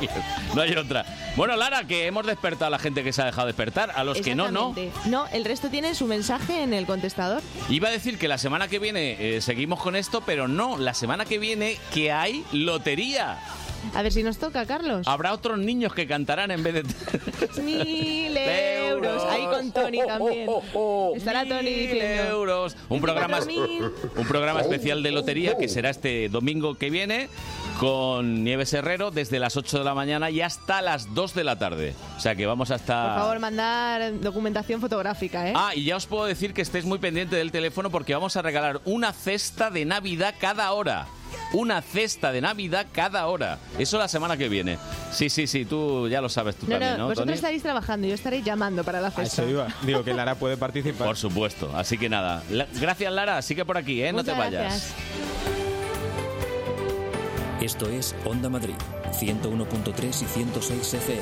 No hay otra. Bueno, Lara, que hemos despertado a la gente que se ha dejado despertar, a los que no, no.
Exactamente. No, el resto tiene su mensaje en el contestador.
Iba a decir que la semana que viene eh, seguimos con esto, pero no, la semana que viene que hay lotería.
A ver si nos toca, Carlos.
Habrá otros niños que cantarán en vez de...
Mil euros. Ahí con Tony
<laughs>
también. Estará Tony diciendo.
euros. <laughs> Un programa, un programa especial de lotería que será este domingo que viene con Nieves Herrero desde las 8 de la mañana y hasta las 2 de la tarde. O sea que vamos hasta...
Por favor, mandar documentación fotográfica, ¿eh?
Ah, y ya os puedo decir que estéis muy pendiente del teléfono porque vamos a regalar una cesta de Navidad cada hora. Una cesta de Navidad cada hora. Eso la semana que viene. Sí, sí, sí, tú ya lo sabes tú
no,
también,
no,
¿no,
vosotros
Tony?
estaréis trabajando, yo estaré llamando para
Ah,
la fiesta.
Digo que Lara puede participar. Por supuesto, así que nada. La- gracias, Lara. Sigue por aquí, ¿eh? no te
Muchas
vayas.
gracias.
Esto es Onda Madrid, 101.3 y 106 FM.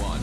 One,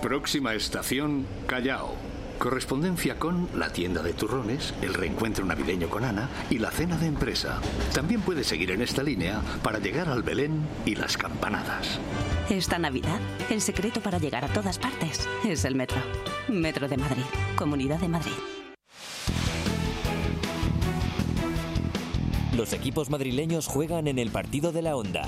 Próxima estación, Callao. Correspondencia con la tienda de turrones, el reencuentro navideño con Ana y la cena de empresa. También puedes seguir en esta línea para llegar al Belén y las campanadas.
Esta Navidad, el secreto para llegar a todas partes es el metro. Metro de Madrid, Comunidad de Madrid.
Los equipos madrileños juegan en el partido de la Onda.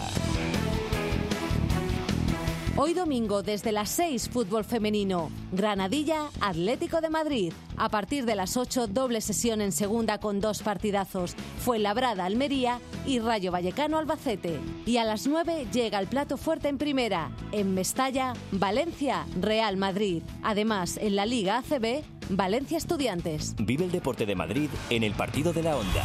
Hoy domingo desde las 6 fútbol femenino, Granadilla, Atlético de Madrid. A partir de las 8 doble sesión en segunda con dos partidazos, Fuenlabrada, Almería y Rayo Vallecano, Albacete. Y a las 9 llega el plato fuerte en primera, en Mestalla, Valencia, Real Madrid. Además, en la Liga ACB, Valencia Estudiantes.
Vive el deporte de Madrid en el partido de la Onda.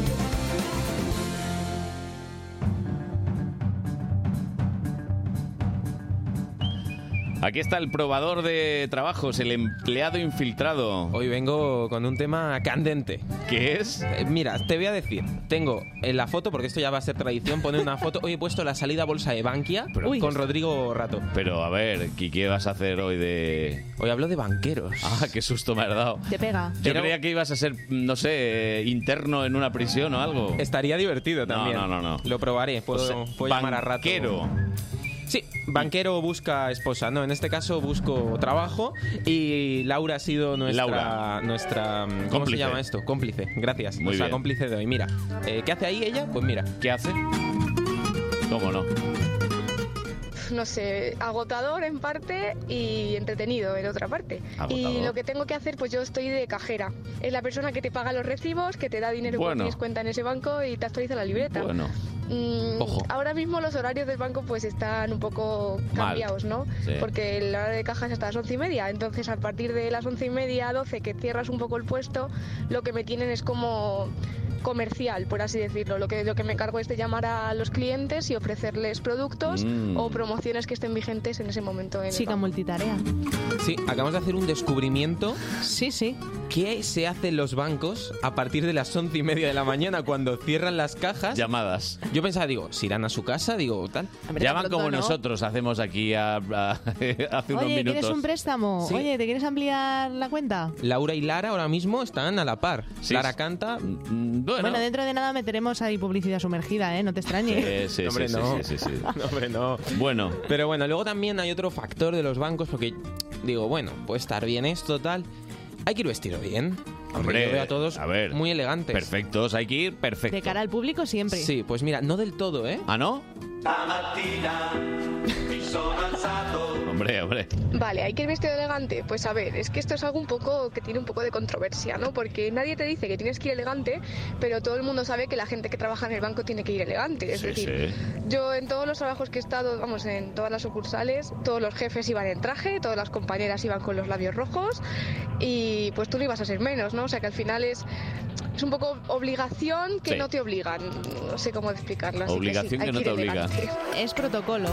Aquí está el probador de trabajos, el empleado infiltrado.
Hoy vengo con un tema candente. Eh,
¿Qué es?
mira, te voy a decir. Tengo en la foto, porque esto ya va a ser tradición, poner una foto. Hoy he puesto la salida a bolsa de Bankia
Pero-
con Rodrigo Rato.
Pero a ver, ¿qué, qué vas a hacer hoy de...?
Hoy hablo de banqueros.
Ah, qué susto me has dado.
Te pega.
Yo creía que ibas a ser, no sé, eh, interno en una prisión o algo.
Estaría divertido también.
No, no, no. no.
Lo probaré, puedo,
O sea,
puedo llamar a Rato.
banquero.
Sí, banquero busca esposa. No, en este caso busco trabajo y Laura ha sido nuestra.
Laura.
nuestra ¿Cómo
Cómplice.
se llama esto? Cómplice, gracias.
Muy
nuestra
bien.
cómplice de hoy. Mira, eh, ¿qué hace ahí ella? Pues mira.
¿Qué hace? ¿Cómo no?
<laughs> no sé, agotador en parte y entretenido en otra parte.
Agotador.
Y lo que tengo que hacer, pues yo estoy de cajera. Es la persona que te paga los recibos, que te da dinero
Bueno.
cuando tienes cuenta en ese banco y te actualiza la libreta.
Bueno.
Mm,
Ojo.
Ahora mismo los horarios del banco pues están un poco
Mal.
cambiados, ¿no?
Sí.
Porque el hora de caja es hasta las once y media, entonces a partir de las once y media, doce, que cierras un poco el puesto, lo que me tienen es como comercial, por así decirlo. Lo que, lo que me encargo es de llamar a los clientes y ofrecerles productos
Mm.
o promociones que estén vigentes en ese momento. En
Chica multitarea.
Sí, acabamos de hacer un descubrimiento.
Sí, sí.
¿Qué se hace en los bancos a partir de las once y media de la mañana cuando cierran las cajas?
Llamadas.
Yo pensaba, digo, ¿se irán a su casa? Digo, tal.
Hombre,
Llaman
pronto
como
no.
nosotros hacemos aquí a- a- <laughs> hace unos
Oye, ¿quieres
minutos.
un préstamo?
Sí.
Oye, ¿te quieres ampliar la cuenta?
Laura y Lara ahora mismo están a la par. Lara canta.
Mm,
Bueno. dentro de nada meteremos ahí publicidad sumergida, ¿eh? No te
<laughs>
extrañes.
sí,
hombre,
sí,
no. <laughs>
sí, sí, sí, sí.
No, hombre, no.
Bueno.
Pero bueno, luego también hay otro factor de los bancos, porque digo, bueno, puede estar bien esto, tal. Hay que ir vestido bien. Porque
Hombre,
yo veo a todos
ver,
muy elegantes.
Perfectos, hay que ir perfecto.
De cara al público siempre.
Sí, pues mira, no del todo, ¿eh?
¿Ah, no? Hombre, hombre.
Vale, hay que ir vestido elegante. Pues a ver, es que esto es algo un poco que tiene un poco de controversia, ¿no? Porque nadie te dice que tienes que ir elegante, pero todo el mundo sabe que la gente que trabaja en el banco tiene que ir elegante. Es
Sí,
decir,
sí.
yo en todos los trabajos que he estado, vamos, en todas las sucursales, todos los jefes iban en traje, todas las compañeras iban con los labios rojos y pues tú no ibas a ser menos, ¿no? O sea que al final es... es un poco obligación que
Sí.
no te obligan. No sé cómo explicarlo. así que sí,
Obligación
hay
que no
ir
te obliga.
elegante.
Es protocolo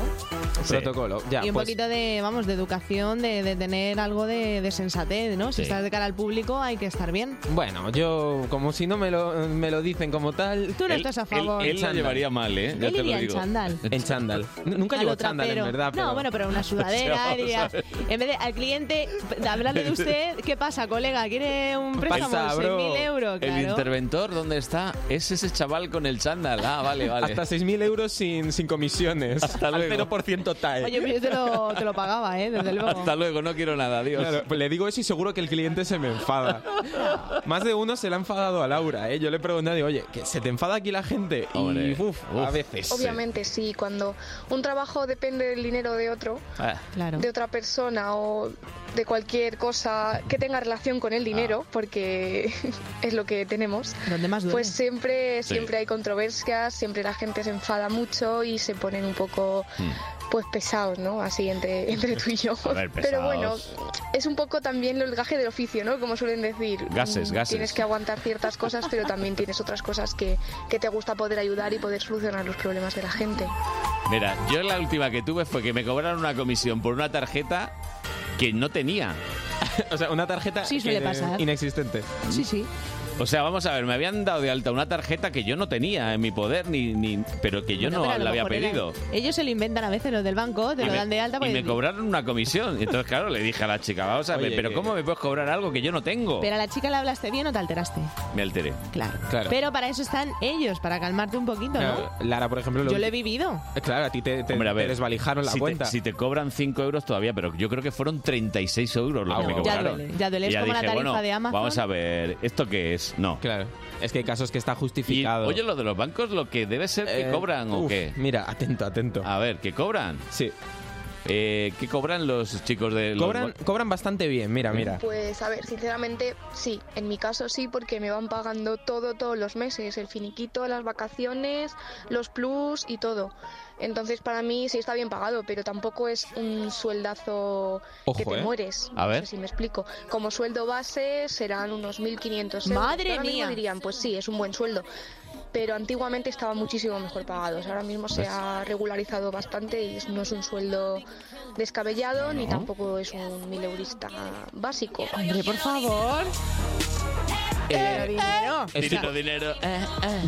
Protocolo, ya.
y un
pues,
poquito de, vamos, de educación, de, de tener algo de, de sensatez, ¿no?
Sí.
Si estás de cara al público hay que estar bien.
Bueno, yo, como si no me lo, me lo dicen como tal.
Tú no Él- estás a él- favor. él lo
Chándal.
llevaría mal, ¿eh? Ya
Él te lo iría en digo. chándal.
En chándal. N- Nunca
A
llevo
lo
chándal, en
trapero.
verdad.
No, bueno, pero
<laughs>
una
<laughs>
sudadera.
O sea,
y dirías, en vez de al cliente, hablarle
<laughs>
de usted, ¿qué pasa, colega? ¿Quiere un préstamo
Pasa,
de
bro.
6.000 euros?
El
Claro.
interventor, ¿dónde está? Es ese chaval con el chándal. Ah, vale, vale.
Hasta 6.000 euros sin, sin comisiones. Hasta Al 0% TAE.
Oye, pero yo te lo, te lo pagaba, ¿eh? Desde luego.
Hasta luego, no quiero nada, adiós.
Claro, pues le digo eso y seguro que el cliente se me enfada. Más de uno se le ha enfadado a Laura, ¿eh? Yo le he preguntado, digo, oye, ¿que ¿se te enfada aquí la gente?
Hombre,
y uf, a
uf.
veces.
Obviamente sí, cuando un trabajo depende del dinero de otro,
Ah.
de otra persona o de cualquier cosa que tenga relación con el dinero, porque <laughs> es lo que tenemos.
Ah. Donde más duele.
Pues siempre,
Sí.
siempre hay controversias, siempre la gente se enfada mucho y se ponen un poco pues pesados, ¿no? Así
<laughs>
entre, entre tú y yo.
Hmm. A ver,
Pero bueno,
pesados.
es un poco también el gaje del oficio, ¿no? Como suelen decir.
Gases,
Mm,
gases.
Tienes que aguantar ciertas cosas, pero también tienes otras cosas que, que te gusta poder ayudar y poder solucionar los problemas de la gente.
Mira, yo la última que tuve fue que me cobraron una comisión por una tarjeta que no tenía.
<laughs> o sea, una tarjeta
Sí, suele que- pasar.
inexistente.
Sí, sí.
O sea, vamos a ver, me habían dado de alta una tarjeta que yo no tenía en mi poder, ni, ni pero que yo
Bueno, pero
no
a lo
la había
mejor era-
pedido.
Ellos se lo inventan a veces los del banco, te
Y
lo
me-
dan de alta.
y
porque-
me cobraron una comisión. Entonces, claro, le dije a la chica, vamos a ver,
Oye,
pero
que-
¿cómo me puedes cobrar algo que yo no tengo?
Pero a la chica le hablaste bien o te alteraste.
Me alteré.
Claro. Pero para eso están ellos, para calmarte un poquito, ¿no?
Lara, por ejemplo, lo
Yo
que-
lo he vivido.
Eh, Claro, a ti te, te-
Hombre, a
te
ver,
desvalijaron la
si te-
cuenta.
si te cobran 5 euros todavía, pero yo creo que fueron 36 euros los
Ah,
que me
bueno.
Ya
cobraron.
duele, ya duele.
Y
Es como la
dije,
tarifa
bueno,
de Amazon.
Vamos a ver, ¿esto qué es? No.
Claro. Es que hay casos que está justificado.
Oye, lo de los bancos, lo que debe ser
Eh,
que cobran o
uf,
qué.
Mira, atento, atento.
A ver, ¿qué cobran? Eh,
Sí.
¿Qué cobran los chicos de los
Cobran, cobran bastante bien, mira, mira.
Pues a ver, sinceramente sí, en mi caso sí, porque me van pagando todo todos los meses, el finiquito, las vacaciones, los plus y todo. Entonces para mí sí está bien pagado, pero tampoco es un sueldazo que
Ojo,
te
¿eh?
mueres.
A
No
ver.
sé si me explico. Como sueldo base serán unos 1.500 euros.
¡Madre
Ahora mismo
mía!
dirían, pues sí, es un buen sueldo. Pero antiguamente estaba muchísimo mejor pagados. Ahora mismo se
¿Ves?
ha regularizado bastante y es- no es un sueldo descabellado ni tampoco es un mileurista básico.
Hombre, por favor. Eh,
Dinero, dinero.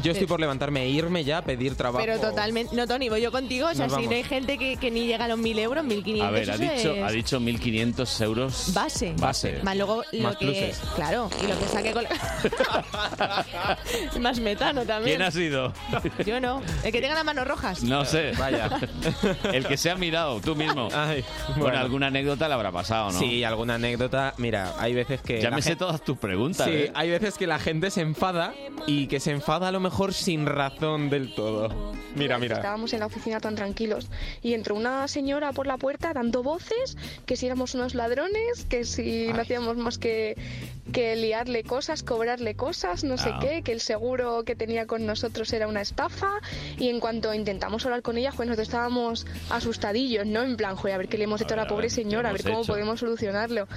Yo estoy por levantarme e irme ya a pedir trabajo.
Pero totalmente. No, Tony, voy yo contigo. O sea,
Nos
si
vamos.
no hay gente que, que ni llega a los 1.000 euros, 1.500.
A ver, ha
eso
dicho,
es
ha dicho 1.500 euros.
Base.
Base.
Más luego lo
Más
que.
pluses.
Claro, y lo que saque con.
<laughs>
Más metano también.
¿Quién ha sido?
Yo no. El que tenga las manos rojas.
No sé. <laughs> El que se ha mirado, tú mismo. bueno,
bueno.
alguna anécdota le habrá pasado, ¿no?
Sí, alguna anécdota. Mira, hay veces que.
Ya
la
me sé
gen-
todas tus preguntas.
Sí,
¿eh?
hay veces que la gente se enfada y que se enfada a lo mejor sin razón del todo. Mira, mira.
Estábamos en la oficina tan tranquilos y entró una señora por la puerta dando voces que si éramos unos ladrones, que si no hacíamos más que, que liarle cosas, cobrarle cosas, no sé
Ah.
qué, que el seguro que tenía con nosotros era una estafa y en cuanto intentamos hablar con ella, pues nosotros estábamos asustadillos, ¿no? En plan, joder, a ver qué le hemos hecho a la
ver,
pobre
¿qué
señora, a ver
hemos
cómo
hecho?
podemos solucionarlo.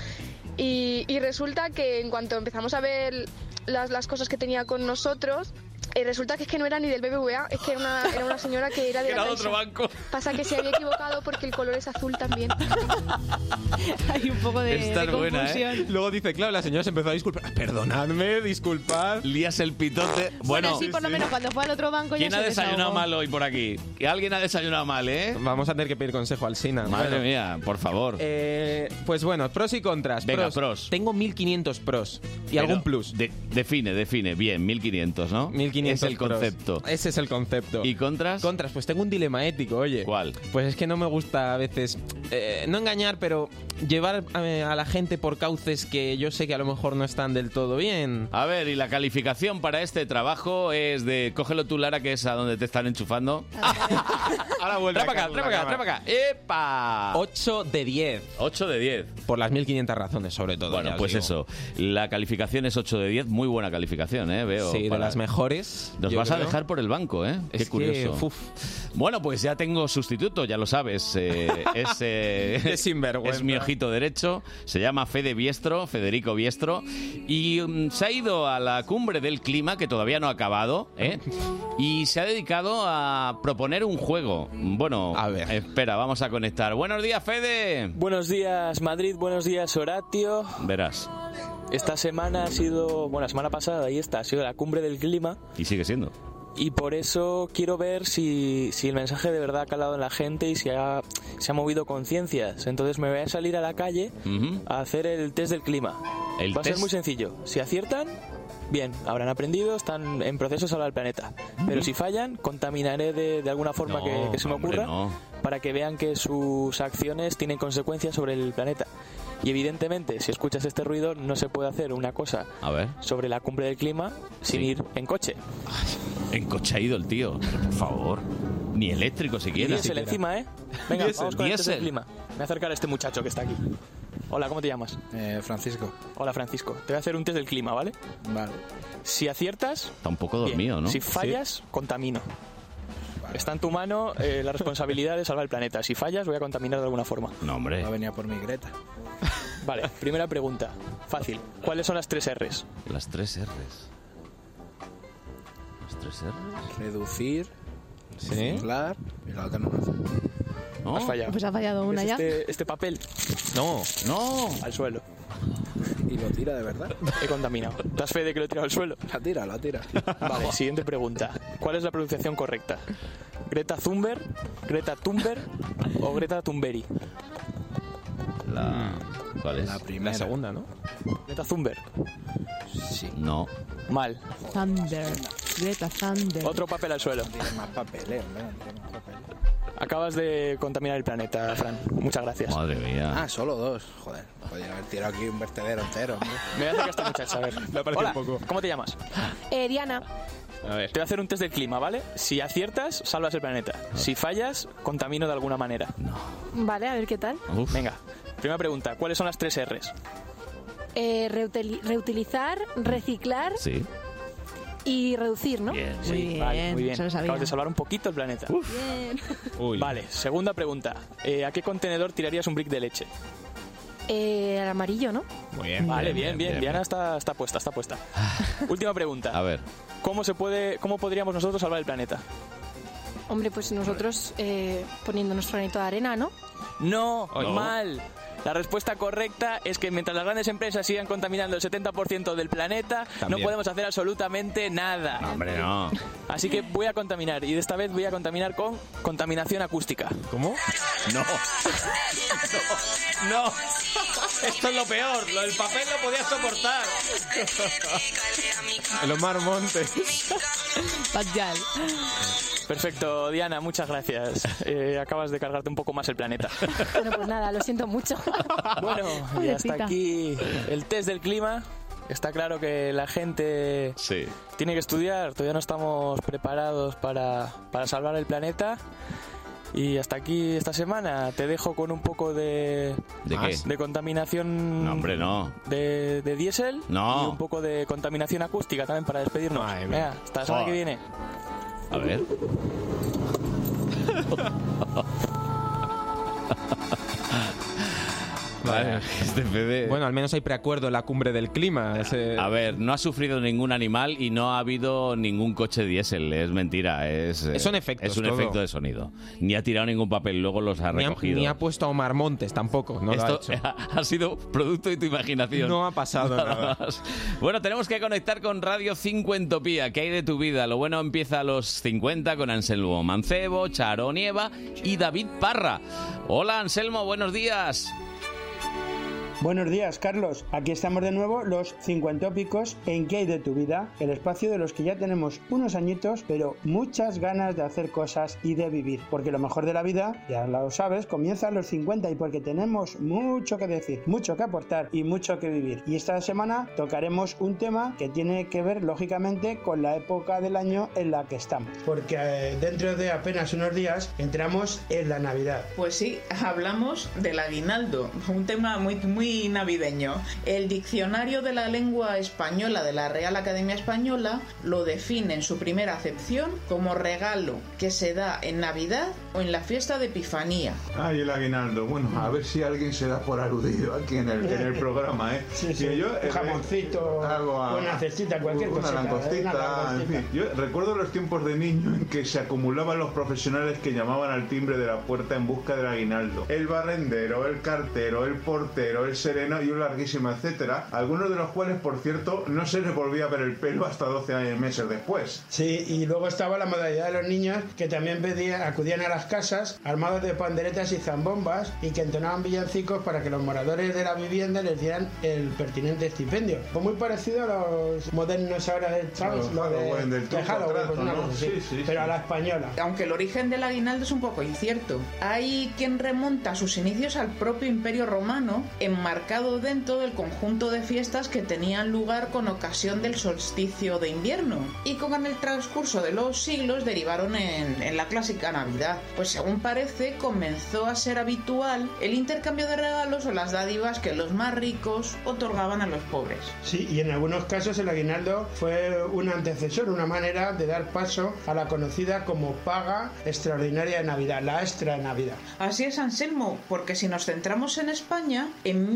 Y, y resulta que en cuanto empezamos a ver las, las cosas que tenía con nosotros, eh, resulta que es que no era ni del BBVA, es que era una, era una señora que era
<laughs>
de
Que
la
era de otro
Caixa.
banco.
Pasa que se había equivocado porque el color es azul también.
<laughs> Hay un poco de,
Esta
de
es buena,
confusión.
¿eh? Luego dice, claro, la señora se empezó a disculpar. Ah, Perdonadme, disculpad.
Lías el pitote.
Bueno,
Bueno,
sí, por lo menos cuando fue al otro banco
¿quién
ya
ha
se
desayunado
desahogó.
mal hoy por aquí? Que alguien ha desayunado mal, ¿eh?
Vamos a tener que pedir consejo al Sina.
Madre
Bueno,
mía, por favor.
eh, pues bueno, pros y contras.
Venga,
pros. Tengo 1500 pros. Y
Pero
algún plus.
de- define, define. Bien, 1500, ¿no?
1500
Es el
pros.
concepto.
Ese es el concepto.
¿Y contras?
Contras, pues tengo un dilema ético, oye.
¿Cuál?
Pues es que no me gusta a veces, eh, no engañar, pero llevar eh, a la gente por cauces que yo sé que a lo mejor no están del todo bien.
A ver, y la calificación para este trabajo es de cógelo tú, Lara, que es a donde te están enchufando. Ahora vuelve. Trae para acá, trae para acá, trae para acá. ¡Epa!
8 de 10.
8 de 10.
Por las 1500 razones, sobre todo.
Bueno,
ya os
pues
digo.
eso. La calificación es 8 de 10, muy buena calificación, ¿eh? Veo.
Sí, de las mejores.
Nos
yo
vas a
creo. <laughs>
dejar por el banco, ¿eh? Qué
Es que,
curioso.
uf.
Bueno, pues ya tengo sustituto, ya lo
<laughs>
sabes. eh, es, eh,
Qué sinvergüenza.
es mi ojito derecho. Se llama Fede Biestro, Federico Biestro. Y mm, se ha ido a la cumbre del clima, que todavía no ha acabado, ¿eh? Y se ha dedicado a proponer un juego. Bueno, a ver. espera, vamos a conectar. Buenos días, Fede.
Buenos días Madrid, buenos días Horatio.
Verás.
Esta semana ha sido, bueno, la semana pasada y esta ha sido la cumbre del clima
Y sigue siendo.
y por eso quiero ver si, si el mensaje de verdad ha calado en la gente y si ha, se ha movido conciencias. Entonces me voy a salir a la calle a hacer el test del clima.
El
Va a ser
test.
muy sencillo. Si aciertan, bien, habrán aprendido, están en proceso de salvar el planeta. Pero si fallan, contaminaré de, de alguna forma
No,
que, que se me
hombre,
ocurra
no.
para que vean que sus acciones tienen consecuencias sobre el planeta. Y evidentemente, si escuchas este ruido, no se puede hacer una cosa
A ver.
sobre la cumbre del clima sin
Sí.
ir en coche.
En coche ha ido el tío, pero por favor. Ni eléctrico
Y
siquiera.
diésel encima,
<laughs>
¿eh? Venga,
Diésel,
vamos con el test del
diésel.
clima. Me voy a acercar a este muchacho que está aquí. Hola, ¿cómo te llamas? Eh, Francisco. Hola, Francisco. Te voy a hacer un test del clima, ¿vale? Vale. Si aciertas,
Está un poco
bien.
dormido, ¿no?
Si fallas, contamino. Está en tu mano eh, la responsabilidad de salvar el planeta. Si fallas, voy a contaminar de alguna forma.
No, hombre.
venía por mi Greta. Vale, primera pregunta. Fácil. ¿Cuáles son las tres R's?
Las tres R's. Las tres R's.
Reducir,
Sí.
reciclar y la otra no lo hace.
Has fallado.
Pues ha fallado una
¿Ves
ya.
Este, este papel. No, no. Al suelo. ¿Y lo tira de verdad? He contaminado. ¿Te has fe de que lo he tirado al suelo? La tira, la tira. Vale, siguiente pregunta. ¿Cuál es la pronunciación correcta? ¿Greta Thunberg, Greta Thunberg o Greta Thunberry?
La...
Mm.
¿Cuál es?
La primera. La segunda,
¿no?
Greta Thunberg.
Sí. No.
Mal.
Thunder. Greta Thunder.
Otro papel al suelo.
Más papeleo, ¿verdad?
Acabas de contaminar el planeta, Fran. Muchas gracias.
Madre mía.
Ah, solo dos. Joder, podría haber tirado aquí un vertedero entero.
Me voy a acercar a esta muchacha, a
<laughs>
ver. Hola, ¿cómo te llamas?
<laughs> Eh, Diana,
A ver. Te voy a hacer un test del clima, ¿vale? Si aciertas, salvas el planeta. Si fallas, contamino de alguna manera.
vale, a ver qué tal.
Venga, primera pregunta. ¿Cuáles son las tres R's?
Eh, reutili- reutilizar, reciclar
Sí.
y reducir, ¿no?
Vale, muy bien. Acabas de salvar un poquito el planeta.
Bien.
Vale, segunda pregunta. Eh, ¿A qué contenedor tirarías un brick de leche?
Eh, al amarillo, ¿no?
Muy
bien. Vale,
bien,
bien, bien.
bien, bien,
Diana está, está puesta, está
<sighs>
puesta. Última pregunta.
A ver.
¿Cómo, se puede, ¿Cómo podríamos nosotros salvar el planeta?
Hombre, pues nosotros eh, poniendo nuestro granito de arena, ¿no?
No,
Ay, no.
mal. La respuesta correcta es que mientras las grandes empresas sigan contaminando el 70% del planeta,
También.
no podemos hacer absolutamente nada.
Hombre, no.
Así que voy a contaminar y de esta vez voy a contaminar con contaminación acústica. ¿Cómo?
No. No.
<laughs>
Esto es lo peor. Lo del papel lo podía soportar.
Los marmontes.
Perfecto, Diana, muchas gracias. Eh, acabas de cargarte un poco más el planeta.
Bueno, pues nada, lo siento mucho.
<laughs> Bueno, y hasta
Pobrecita.
aquí el test del clima. Está claro que la gente tiene que estudiar. Todavía no estamos preparados para, para salvar el planeta. Y hasta aquí esta semana. Te dejo con un poco de.
¿De qué?
De contaminación.
No, hombre, no.
De, de diésel.
No.
Y un poco de contaminación acústica también para despedirnos. Venga, hasta la semana que
Joder.
viene.
A ver. Vale, este Ah. PD.
Bueno, al menos hay preacuerdo en la cumbre del clima. ese-
A ver, no ha sufrido ningún animal y no ha habido ningún coche diésel. Es mentira. Es, eh,
Son efectos,
Es un
todo.
efecto de sonido. Ni ha tirado ningún papel, luego los ha
ni, ha,
recogido.
ni ha puesto a Omar Montes tampoco. Pues No lo ha
Esto
hecho.
<laughs> ha, ha sido producto de tu imaginación.
No ha pasado nada.
más. Bueno, tenemos que conectar con Radio 5 Entopía. ¿Qué hay de tu vida? Lo bueno empieza a los 50 con Anselmo Mancebo, Charo Nieva y David Parra. Hola Anselmo, buenos días.
Buenos días, Carlos. Aquí estamos de nuevo los cincuentópicos en ¿Qué hay de tu vida? El espacio de los que ya tenemos unos añitos, pero muchas ganas de hacer cosas y de vivir. Porque lo mejor de la vida, ya lo sabes, comienza a los 50 y porque tenemos mucho que decir, mucho que aportar y mucho que vivir. Y esta semana tocaremos un tema que tiene que ver, lógicamente, con la época del año en la que estamos. Porque eh,
<laughs>
dentro de apenas unos días entramos en la Navidad.
Pues sí, hablamos del aguinaldo, un tema muy, muy
y navideño. El diccionario de la lengua española de la Real Academia Española lo define en su primera acepción como regalo que se da en Navidad o en la fiesta de Epifanía.
Ay, el aguinaldo. Bueno, a ver si alguien se da por aludido aquí en el, en el programa, ¿eh?
<laughs> Sí,
Si
sí.
yo, eh,
Un jamoncito,
hago a-
una cestita, cualquier
una
cosita,
Langostita,
una
en
langostita.
fin. Yo recuerdo los tiempos de niño en que se acumulaban los profesionales que llamaban al timbre de la puerta en busca del aguinaldo. El barrendero, el cartero, el portero, el sereno y un larguísimo etcétera, algunos de los cuales, por cierto, no se les volvía a ver el pelo hasta 12 años- meses después.
Sí, y luego estaba la modalidad de los niños que también pedía- acudían a las casas armados de panderetas y zambombas y que entonaban villancicos para que los moradores de la vivienda les dieran el pertinente estipendio. Pues muy parecido a los modernos ahora de Charles,
Los
lo de,
Halloween del
de
truco
Halloween,
trato,
pues una
¿no?
cosa así,
Sí, sí,
pero a la española.
Aunque el origen del aguinaldo es un poco incierto, hay quien remonta sus inicios al propio imperio romano, enmarcado dentro del conjunto de fiestas que tenían lugar con ocasión del solsticio de invierno, y con el transcurso de los siglos derivaron en, en la clásica Navidad. Pues según parece, comenzó a ser habitual el intercambio de regalos o las dádivas que los más ricos otorgaban a los pobres.
Sí, y en algunos casos el aguinaldo fue un antecesor, una manera de dar paso a la conocida como paga extraordinaria de Navidad, la extra de Navidad.
Así es, Anselmo, porque si nos centramos en España, en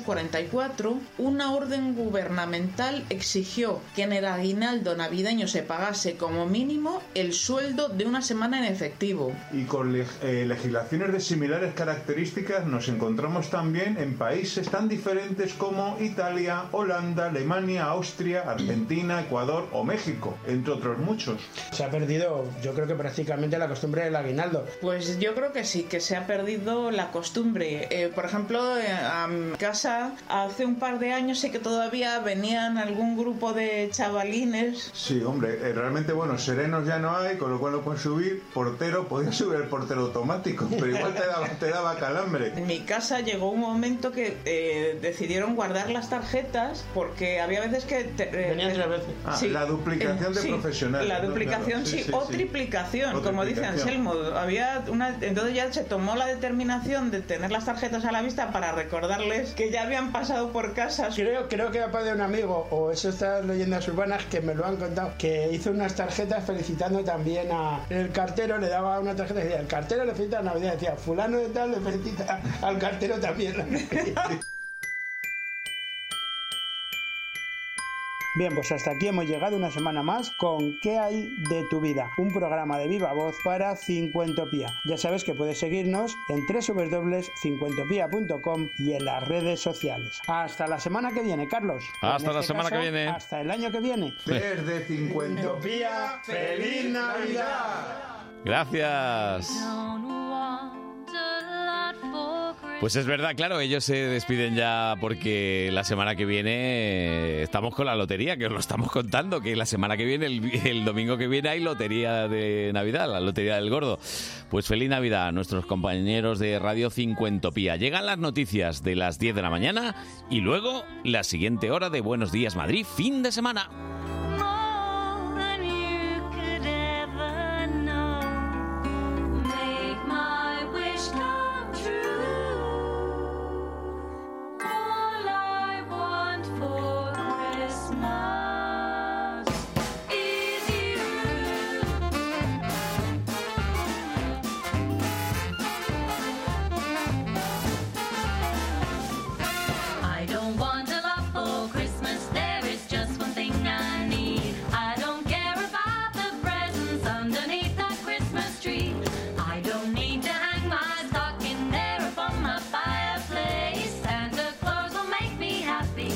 1944 una orden gubernamental exigió que en el aguinaldo navideño se pagase como mínimo el sueldo de una semana en efectivo.
Y con leg- eh, legislaciones de similares características nos encontramos también en países tan diferentes como Italia, Holanda, Alemania, Austria, Argentina, Ecuador o México, entre otros muchos.
Se ha perdido, yo creo que prácticamente la costumbre del aguinaldo.
Pues yo creo que sí, que se ha perdido la costumbre. Eh, por ejemplo, eh, a mi casa hace un par de años sé que todavía venían algún grupo de chavalines
Sí, hombre, eh, realmente, bueno, serenos ya no hay, con lo cual no pueden subir. Portero, podía subir el portero automático, pero igual te daba, <laughs> te daba calambre.
En mi casa llegó un momento que eh, decidieron guardar las tarjetas porque había veces que... Venían tres veces.
Ah, la duplicación de profesionales,
La
¿no?
duplicación,
Claro, sí,
sí,
sí,
o
sí.
triplicación,
O
como dice
triplicación.
Anselmo. Había una, entonces ya se tomó la determinación de tener las tarjetas a la vista para recordarles que ya habían pasado por casas.
Creo, creo que era padre de un amigo, o eso estas leyendas urbanas que me lo han contado, que hizo unas tarjetas felicitando también a el cartero, le daba una tarjeta y decía, el cartero le felicita a Navidad, decía, fulano de tal le felicita al cartero
<laughs>
también. Bien, pues hasta aquí hemos llegado una semana más con ¿Qué hay de tu vida? Un programa de viva voz para Cincuentopía. Ya sabes que puedes seguirnos en www.cincuentopía.com y en las redes sociales. Hasta la semana que viene, Carlos. O en este
Hasta la semana que viene.
Hasta el año que viene.
Desde
<laughs>
Cincuentopía,
¡Feliz Navidad!
Gracias. Pues es verdad, claro, ellos se despiden ya porque la semana que viene eh, estamos con la lotería, que os lo estamos contando, que la semana que viene, el, el domingo que viene hay lotería de Navidad, la lotería del gordo. Pues feliz Navidad a nuestros compañeros de Radio Cincuentopía. Llegan las noticias de las 10 de la mañana y luego la siguiente hora de Buenos Días Madrid, fin de semana.
than you could ever know. Make my wish come true. All I want for Christmas is you. I don't want a lot for Christmas. There is just one thing I need. I don't care about the presents underneath that Christmas tree. I don't need to hang my stocking there upon my fireplace. Santa Claus will make me happy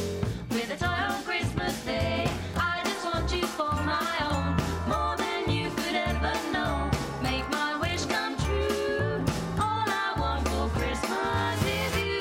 with a toy on Christmas Day. I just want you for my own, more than you could ever know. Make my wish come true. All I want for Christmas is you.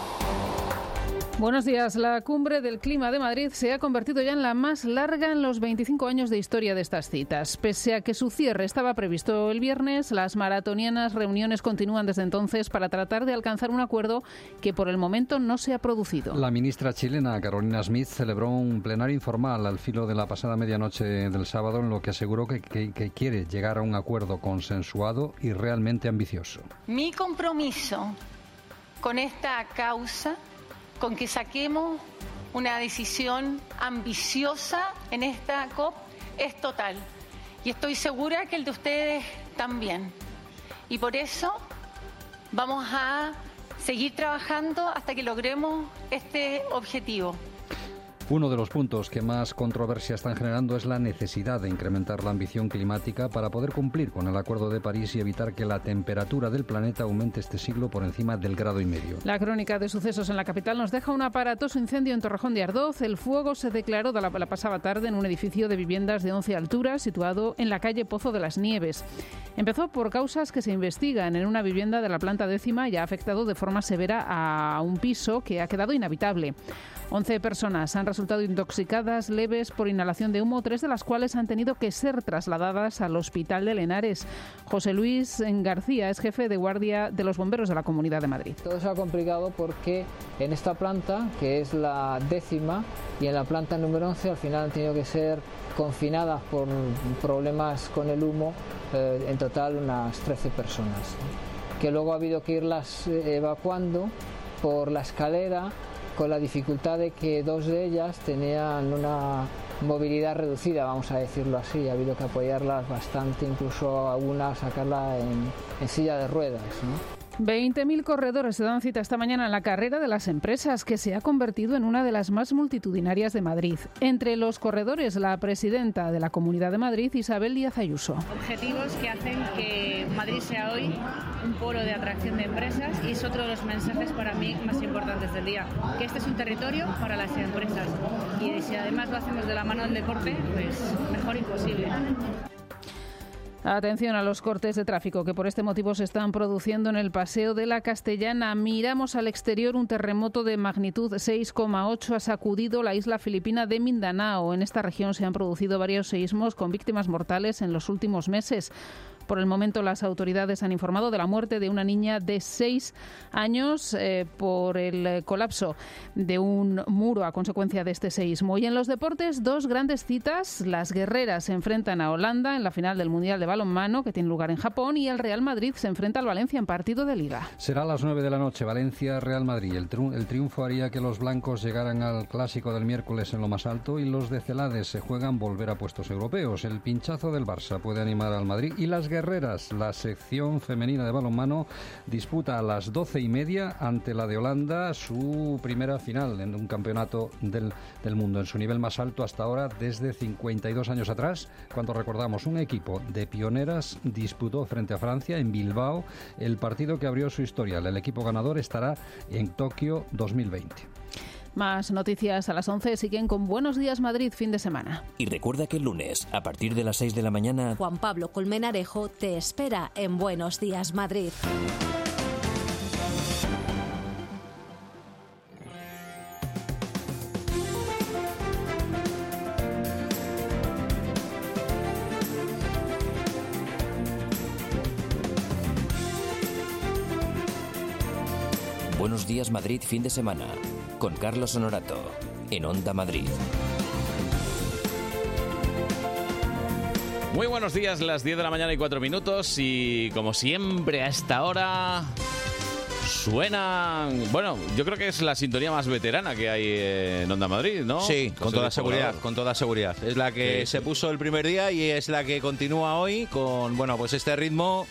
Buenos días. La cumbre del clima de Madrid se ha convertido ya en la más larga en los 25 años de historia de estas citas. Pese a que su cierre estaba previsto el viernes, las maratonianas reuniones continúan desde entonces para tratar de alcanzar un acuerdo que por el momento no se ha producido.
La ministra chilena Carolina Smith celebró un plenario informal al filo de la pasada medianoche del sábado en lo que aseguró que, que- que quiere llegar a un acuerdo consensuado y realmente ambicioso.
Mi compromiso con esta causa, con que saquemos una decisión ambiciosa en esta COP, es total. Y estoy segura que el de ustedes también. Y por eso vamos a seguir trabajando hasta que logremos este objetivo.
Uno de los puntos que más controversia están generando es la necesidad de incrementar la ambición climática para poder cumplir con el Acuerdo de París y evitar que la temperatura del planeta aumente este siglo por encima del grado y medio.
La crónica de sucesos en la capital nos deja un aparatoso incendio en Torrejón de Ardoz. El fuego se declaró de la, la pasada tarde en un edificio de viviendas de 11 alturas situado en la calle Pozo de las Nieves. Empezó por causas que se investigan en una vivienda de la planta décima y ha afectado de forma severa a un piso que ha quedado inhabitable. 11 personas han resultado intoxicadas leves por inhalación de humo, tres de las cuales han tenido que ser trasladadas al hospital de Lenares. José Luis García es jefe de guardia de los bomberos de la Comunidad de Madrid.
Todo eso ha complicado porque en esta planta, que es la décima, y en la planta número 11 al final han tenido que ser confinadas por problemas con el humo, eh, en total unas 13 personas, ¿no? que luego ha habido que irlas eh, evacuando por la escalera con la dificultad de que dos de ellas tenían una movilidad reducida, vamos a decirlo así, ha habido que apoyarlas bastante, incluso a una sacarla en, en silla de ruedas. ¿no?
20.000 corredores se dan cita esta mañana en la carrera de las empresas, que se ha convertido en una de las más multitudinarias de Madrid. Entre los corredores, la presidenta de la Comunidad de Madrid, Isabel Díaz Ayuso.
objetivos que hacen que Madrid sea hoy un polo de atracción de empresas y es otro de los mensajes para mí más importantes del día, que este es un territorio para las empresas y si además lo hacemos de la mano del deporte, pues mejor imposible.
Atención a los cortes de tráfico que por este motivo se están produciendo en el Paseo de la Castellana. Miramos al exterior un terremoto de magnitud 6,8 ha sacudido la isla filipina de Mindanao. En esta región se han producido varios seísmos con víctimas mortales en los últimos meses. Por el momento las autoridades han informado de la muerte de una niña de 6 años eh, por el eh, colapso de un muro a consecuencia de este seísmo. Y en los deportes, dos grandes citas. Las guerreras se enfrentan a Holanda en la final del Mundial de Balonmano que tiene lugar en Japón y el Real Madrid se enfrenta al Valencia en partido de liga.
Será a las 9 de la noche, Valencia-Real Madrid. El, tru- el triunfo haría que los blancos llegaran al clásico del miércoles en lo más alto y los de Celades se juegan volver a puestos europeos. El pinchazo del Barça puede animar al Madrid y las guerreras. La sección femenina de balonmano disputa a las 12 y media ante la de Holanda su primera final en un campeonato del, del mundo, en su nivel más alto hasta ahora desde 52 años atrás, cuando recordamos un equipo de pioneras disputó frente a Francia en Bilbao el partido que abrió su historial. El equipo ganador estará en Tokio 2020.
Más noticias a las 11 siguen con Buenos Días Madrid fin de semana.
Y recuerda que el lunes, a partir de las 6 de la mañana,
Juan Pablo Colmenarejo te espera en Buenos Días Madrid.
Buenos días Madrid fin de semana, con Carlos Honorato, en Onda Madrid.
Muy buenos días, las 10 de la mañana y 4 minutos y como siempre a esta hora suenan... Bueno, yo creo que es la sintonía más veterana que hay eh, en Onda Madrid, ¿no?
Sí, con
José
toda
Luis
seguridad,
Poblador.
con toda seguridad. Es la que
Sí,
se puso el primer día y es la que continúa hoy con, bueno, pues este ritmo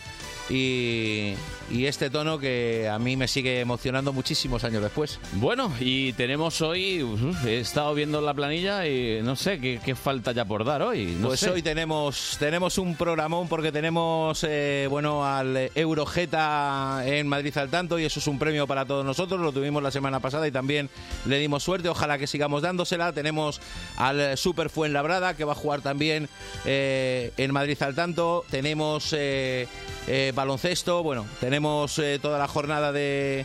y, y este tono que a mí me sigue emocionando muchísimos años después.
Bueno, y tenemos hoy, uf, he estado viendo la planilla y no sé qué, qué falta ya por dar hoy. No
pues
sé.
hoy tenemos tenemos un programón porque tenemos eh, bueno al Eurojeta en Madrid al tanto y eso es un premio para todos nosotros. Lo tuvimos la semana pasada y también le dimos suerte. Ojalá que sigamos dándosela. Tenemos al eh, Super Fuenlabrada que va a jugar también eh, en Madrid al tanto. Tenemos eh, eh, baloncesto. Bueno, tenemos eh, toda la jornada de,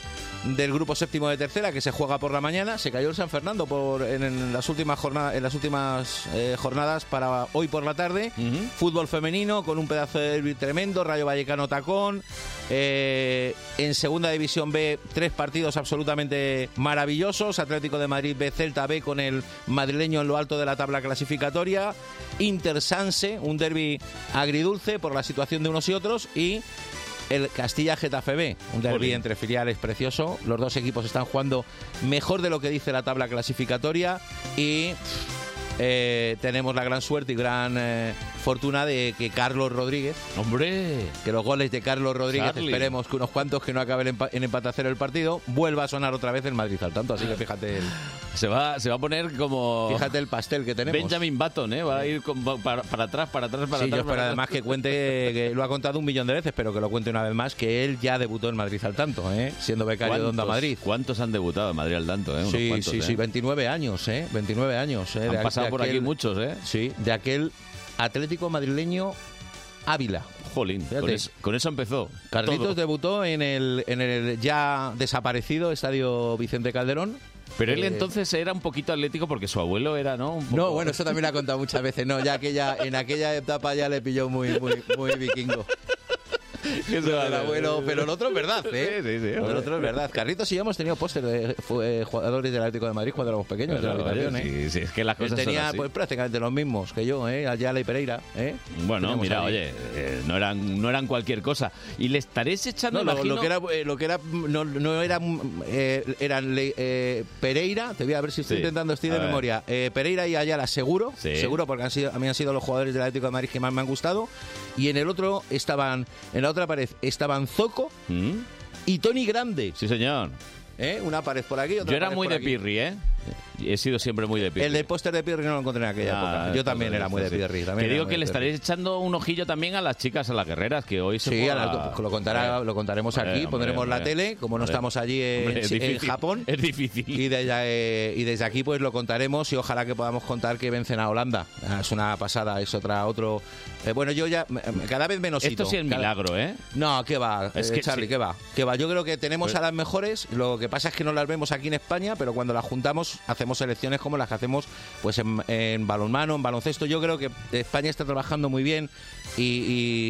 del grupo séptimo de tercera que se juega por la mañana. Se cayó el San Fernando por, en, en las últimas, jornadas en las últimas eh, jornadas para hoy por la tarde. Fútbol femenino con un pedazo de derbi tremendo. Rayo Vallecano Tacón. Eh, en segunda división B, tres partidos absolutamente maravillosos. Atlético de Madrid B, Celta B con el madrileño en lo alto de la tabla clasificatoria. Inter Sanse, un derby agridulce por la situación de unos y otros. Y el Castilla Getafe B, un derby
Jolín.
entre filiales precioso. Los dos equipos están jugando mejor de lo que dice la tabla clasificatoria y eh, tenemos la gran suerte y gran eh, fortuna de que Carlos Rodríguez,
hombre,
que los goles de Carlos Rodríguez,
Charlie.
esperemos que unos cuantos que no acabe el empa- en empate a cero el partido, vuelva a sonar otra vez el Madrid al tanto. Así que fíjate, el-
Se va, se va a poner como.
fíjate el pastel que tenemos.
Oh. Benjamin Button, ¿eh? Va a ir con- va- para, para atrás, para atrás, para
Sí, yo
atrás.
espero
para
además que cuente, que lo ha contado un millón de veces, pero que lo cuente una vez más, que él ya debutó en Madrid al tanto, ¿eh? siendo becario de Onda
¿Cuántos-
Madrid.
¿Cuántos han debutado en Madrid al tanto, eh? Unos
Sí,
cuantos,
sí,
eh.
sí, 29 años, ¿eh? 29 años. ¿eh?
Han
aqu-
pasado por aquí muchos, ¿eh?
Sí, de aquel Atlético madrileño Ávila.
Jolín,
Fíjate.
con, es- con eso empezó.
Carlitos
todo.
debutó en el, en el ya desaparecido Estadio Vicente Calderón.
Pero él
Eh,
entonces era un poquito atlético porque su abuelo era, ¿no? Un poco-
No, bueno, eso también lo ha contado muchas veces. No, ya aquella, en aquella etapa ya le pilló muy, muy, muy
<laughs>
vikingo.
Que se
Lo
va a
del
hacer.
abuelo, pero el otro es verdad, ¿eh?
Sí, sí, sí,
Lo del
hombre.
otro es verdad. Carlitos y yo hemos tenido póster de fu- eh, jugadores del Atlético de Madrid cuando éramos pequeños en
Claro,
la habitación,
oye,
¿eh?
sí, sí, es que las
Él
cosas son
tenía
así.
pues prácticamente los mismos que yo, ¿eh? Ayala y Pereira, ¿eh?
Bueno,
Teníamos
mira,
ahí.
oye, eh, no, eran, no eran cualquier cosa. Y le estaréis echando
No, lo,
imagino-
lo que era, eh, lo que era no, no era mm, eh, eran le- eh, Pereira, te voy a ver si estoy
Sí,
intentando estoy de
a ver.
memoria. Eh, Pereira y Ayala seguro,
Sí.
seguro porque han sido a mí han sido los jugadores del Atlético de Madrid que más me han gustado y en el otro estaban en la otra pared estaban Zoco
¿Mm?
y Tony Grande.
Sí, señor.
¿Eh? Una pared por aquí, otra
Yo era
pared
muy
por
de
aquí.
pirri, ¿eh? He sido siempre muy de pirri.
El de póster de Pirri no lo encontré en aquella
Ah,
época. Yo también era muy de
sí.
Pirri. también
Que
era
digo
muy
que
de Pirri.
le estaréis echando un ojillo también a las chicas, a las guerreras, que hoy se
Sí,
juega-
a la- lo, contará- lo contaremos
Hombre,
aquí,
Eh, hombre,
pondremos la
hombre.
tele, como no
Hombre.
estamos allí en,
Hombre, es
en
difícil.
Japón.
Es difícil.
Y desde, eh, y desde aquí pues lo contaremos y ojalá que podamos contar que vencen a Holanda. Ah, Es una pasada, es otra, otro... eh, bueno, yo ya eh, cada vez menos
Esto
hito.
sí es
Cada-
milagro, ¿eh?
No, qué va,
Es
eh,
que
Charlie,
sí.
qué va. Qué va, yo creo que tenemos
Pues-
a las mejores, lo que pasa es que no las vemos aquí en España, pero cuando las juntamos hacemos selecciones como las que hacemos pues en, en balonmano, en baloncesto. Yo creo que España está trabajando muy bien y,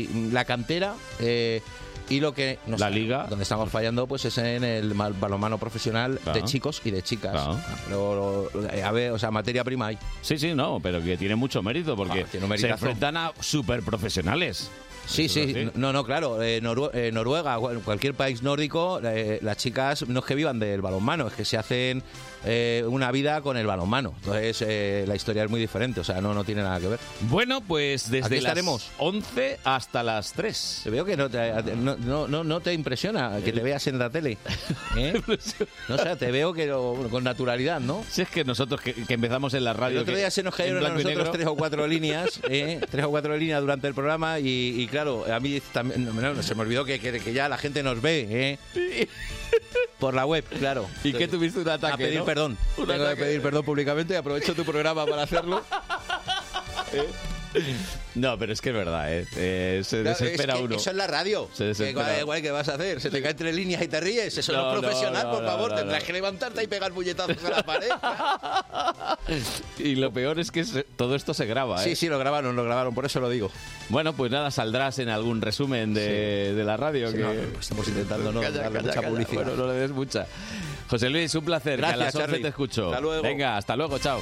y la cantera... eh, y lo que nos la liga donde estamos fallando pues es en el mal- balonmano profesional
Claro.
de chicos y de chicas
Claro.
Pero, eh, a ver o sea materia prima hay
Sí, sí, no, pero que tiene mucho mérito porque
Ah, tiene un
se
meritazo.
enfrentan a superprofesionales.
Sí, sí, no, no, claro. eh, Norue- eh, Noruega, bueno, cualquier país nórdico, eh, las chicas no es que vivan del balonmano, es que se hacen eh, una vida con el balonmano. Entonces, eh, la historia es muy diferente, o sea, no, no tiene nada que ver.
Bueno, pues desde
Aquí
las
estaremos.
11 hasta las 3.
Te veo que no te, no, no- no- no te impresiona que te veas en la tele. ¿eh?
<laughs>
No, o sea, te veo que lo- con naturalidad, ¿no?
Si es que nosotros que, que empezamos en la radio...
El otro
que-
día se nos
en
cayeron a
blanco y
nosotros
negro.
tres o
<laughs>
cuatro líneas, ¿eh? tres o cuatro líneas durante el programa y, y claro, a mí también no, no, se me olvidó que, que- que ya la gente nos ve, ¿eh? Por la web, claro.
Y que tuviste un ataque,
A pedir
¿no?
perdón.
Un
Tengo
ataque.
que pedir perdón públicamente y aprovecho tu programa para
<laughs>
hacerlo.
¿Eh?
No, pero es que es verdad, ¿eh? Eh, se
Claro,
desespera
es que
uno.
Eso es la radio.
Se
que
desespera.
igual, igual que vas a hacer. Se te caen tres líneas y te ríes. Eso
No,
no,
no,
es profesional,
no,
por
no,
favor.
no,
Tendrás
no.
que levantarte y pegar puñetazos a la pared.
Y lo peor es que se- todo esto se graba, ¿eh?
Sí, sí, lo grabaron, lo grabaron, por eso lo digo.
Bueno, pues nada, saldrás en algún resumen de, de la radio.
Sí,
que...
no, no, estamos intentando no
Calla,
darle
calla,
mucha
calla.
publicidad.
Bueno, no le des mucha. José Luis, un placer. que
Gracias,
a las 11
Charlie.
te escucho.
Hasta luego.
Venga, hasta luego, chao.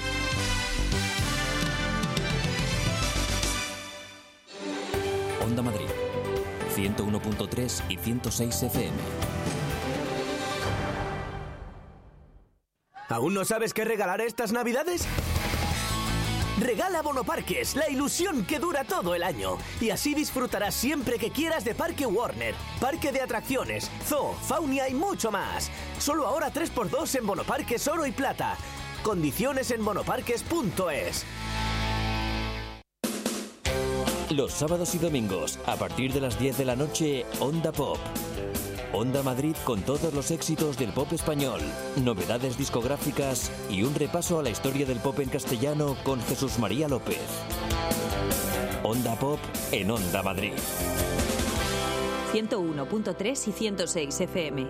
Onda Madrid, 101.3 y 106 FM.
¿Aún no sabes qué regalar estas navidades? Regala Bonoparques, la ilusión que dura todo el año. Y así disfrutarás siempre que quieras de Parque Warner, Parque de Atracciones, Zoo, Faunia y mucho más. Solo ahora 3x2 en Bonoparques Oro y Plata. Condiciones en bonoparques.es.
Los sábados y domingos, a partir de las 10 de la noche, Onda Pop. Onda Madrid con todos los éxitos del pop español, novedades discográficas y un repaso a la historia del pop en castellano con Jesús María López. Onda Pop en Onda Madrid.
101.3 y 106 FM.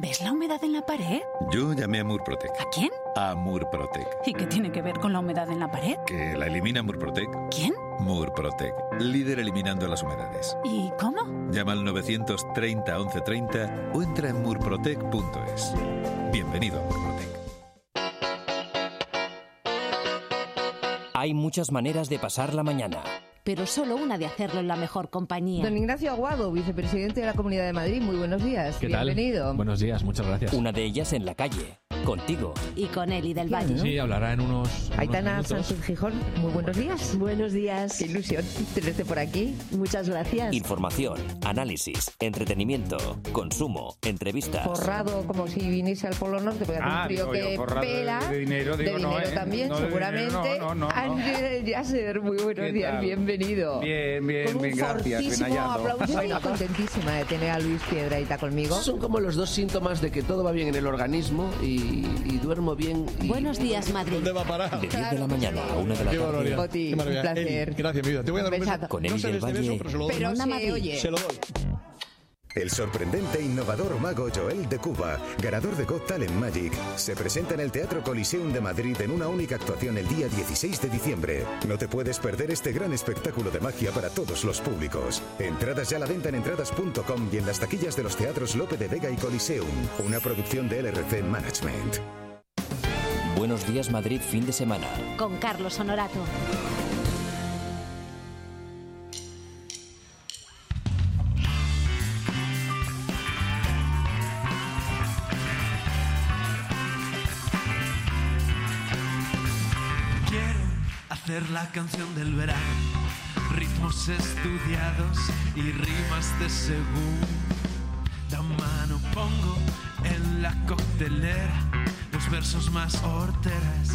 ¿Ves la humedad en la pared?
Yo llamé a Murprotec.
¿A quién?
A Murprotec.
¿Y qué tiene que ver con la humedad en la pared?
¿Que la elimina Murprotec?
¿Quién?
Murprotec. Líder eliminando las humedades.
¿Y cómo?
Llama al 930 1130 o entra en murprotec.es. Bienvenido a Murprotec.
Hay muchas maneras de pasar la mañana.
pero solo una de hacerlo en la mejor compañía.
Don Ignacio Aguado, vicepresidente de la Comunidad de Madrid, muy buenos días. Bienvenido.
Buenos días, muchas gracias. Una de ellas en la calle, contigo.
Y con Eli del
Valle.
¿no?
Sí, hablará en unos.
Aitana Sánchez Gijón, muy buenos días. Buenos días. Qué ilusión tenerte por aquí. Muchas gracias.
Información, análisis, entretenimiento, consumo, entrevistas.
Forrado como si viniese al Polo Norte, porque hace
Ah,
un frío
digo yo,
que
forrado de-
pela.
de dinero,
de
digo, no,
dinero
¿eh?
también,
No, de dinero,
seguramente.
no, no, no.
Ángel Yasser, muy buenos
¿Qué
días,
tal?
bienvenido.
Bien, bien,
Con un
bien, gracias, bien
fortísimo
hallado.
aplauso. Yo estoy contentísima de tener a Luis Piedraita conmigo.
Son como los dos síntomas de que todo va bien en el organismo y, y duermo bien. Y...
Buenos días, Madrid.
¿Dónde va a parar?
De 10 de la mañana a una de la
Qué
tarde.
barbaridad.
Poti,
Qué maravilla.
un placer.
Eli, gracias, mi vida. Te voy a dar un beso.
Besado.
Con
No
Eli
sé
del
de beso,
Valle.
pero se lo doy.
Pero se oye.
Se lo doy.
El sorprendente e innovador mago Joel de Cuba, ganador de Got Talent Magic, se presenta en el Teatro Coliseum de Madrid en una única actuación el día 16 de diciembre. No te puedes perder este gran espectáculo de magia para todos los públicos. Entradas ya a la venta en entradas.com y en las taquillas de los teatros Lope de Vega y Coliseum, una producción de LRC Management.
Buenos días, Madrid, fin de semana.
Con Carlos Honorato.
Quiero hacer la canción del verano, ritmos estudiados y rimas de segunda mano. Pongo en la coctelera los versos más horteras.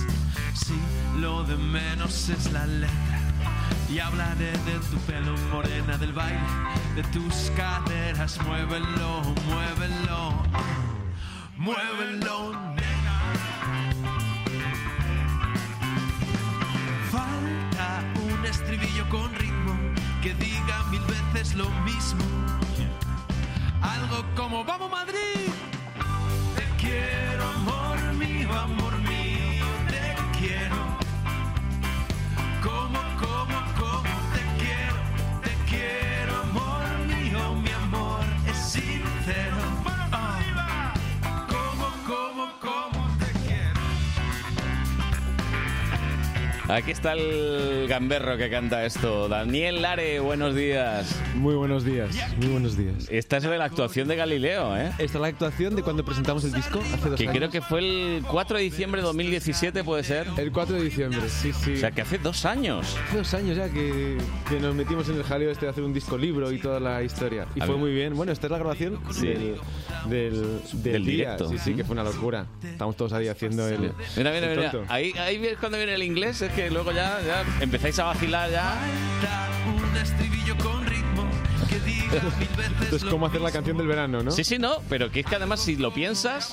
Si lo de menos es la letra, y hablaré de tu pelo morena, del baile, de tus caderas. Muévelo, muévelo, muévelo, Falta un estribillo con ritmo que diga mil veces lo mismo. Algo como Vamos Madrid. Te quiero, amor mío, amor mío, te quiero. Como, como, como te quiero, te quiero, amor mío, mi amor es sincero. Ah. Como, como, como te
Aquí está el gamberro que canta esto. Daniel Lare, buenos días.
Muy buenos días, muy buenos días.
Esta es de la actuación de Galileo, ¿eh?
Esta es la actuación de cuando presentamos el disco hace dos
Que
años.
creo que fue el 4 de diciembre de 2017, ¿puede ser?
El 4 de diciembre, sí, sí.
O sea, que hace dos años.
Hace dos años ya que, que nos metimos en el jaleo este de hacer un disco libro y toda la historia. Y
A
fue
ver.
muy bien. Bueno, esta es la grabación
Sí.
del, del, del
Del
día.
directo.
Sí, sí, que fue una locura. Estamos todos ahí haciendo el.
Mira, mira,
el
mira. Ah,
tonto.
Ahí, ahí ves cuando viene el inglés, es que luego ya, ya empezáis a vacilar ya.
da un estribillo con ritmo que diga mil veces
Es
lo
como hacer la canción del verano, ¿no?
Sí, sí, no, pero que es que además si lo piensas,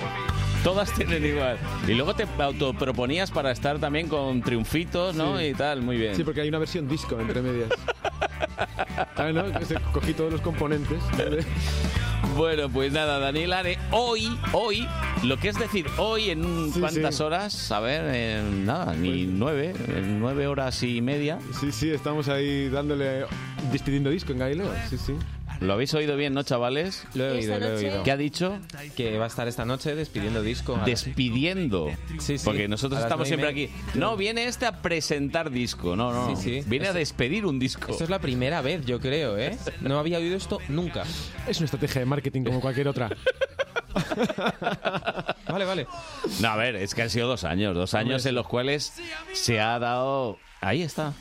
<laughs> todas tienen igual. Y luego te autoproponías para estar también con triunfitos, ¿no?
Sí.
Y tal, muy bien.
Sí, porque hay una versión disco entre
<laughs>
medias. ah, ¿no? Ese- Cogí todos los componentes.
Bueno, pues nada, Daniel Are, hoy, hoy, lo que es decir, hoy en
Sí,
cuántas
sí.
horas, a ver, en eh, nada, ni nueve, en nueve horas y media.
Pues Sí, sí, estamos ahí dándole, despidiendo disco en Galileo. Sí, sí.
¿Lo habéis oído bien, no, chavales?
Lo he oído, lo he oído.
¿Qué ha dicho?
Que va a estar esta noche despidiendo disco. a las-
Despidiendo.
Sí, sí.
Porque nosotros
A las
estamos
nueve
siempre
y
aquí.
media.
No, viene este a presentar disco. No, no, no.
Sí, sí.
Viene a
Eso-
despedir un disco.
Esto es la primera vez, yo creo, ¿eh? No había oído esto nunca.
Es una estrategia de marketing como cualquier otra.
Vale, vale.
No, a ver, es que han sido dos años, dos años en los cuales se ha dado... Ahí está,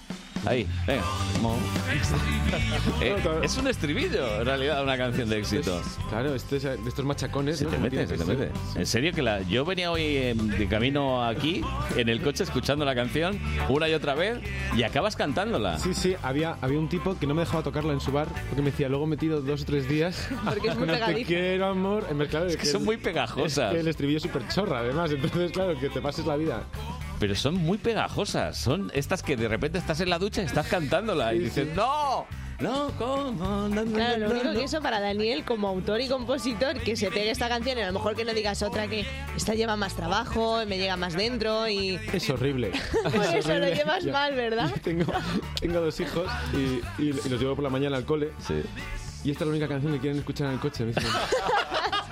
ahí, venga. Mo-
Este
Eh, es un estribillo, en realidad, una canción de éxito.
Claro, esto Este es- de estos machacones.
Se
¿no?
te
Como
mete,
tiene
se
que
te
ser.
mete. En serio que la, yo venía hoy eh, de camino aquí, en el coche, escuchando la canción una y otra vez, y acabas cantándola.
Sí, sí, había, había un tipo que no me dejaba tocarla en su bar porque me decía, luego he metido dos o tres
<laughs>
días.
Porque es muy
No te
pegadiza.
quiero, amor. En vez- claro,
Es que son muy pegajosas.
es que el estribillo es súper chorra, además. Entonces, claro, que te pases la vida
Pero son muy pegajosas. Son estas que de repente estás en la ducha y estás cantándola y dices, ¡No! ¡No! ¿Cómo? No, no,
Claro,
no,
lo único
no".
que eso para Daniel, como autor y compositor, que se pegue esta canción y a lo mejor que no digas otra que esta lleva más trabajo, me llega más dentro y.
Es horrible.
<laughs> Por
Es
eso lo
horrible.
llevas
Ya.
mal, ¿verdad?
Tengo, tengo dos hijos y, y- y los llevo por la mañana al cole. Y esta es la única canción que quieren escuchar en el coche. Me dicen, o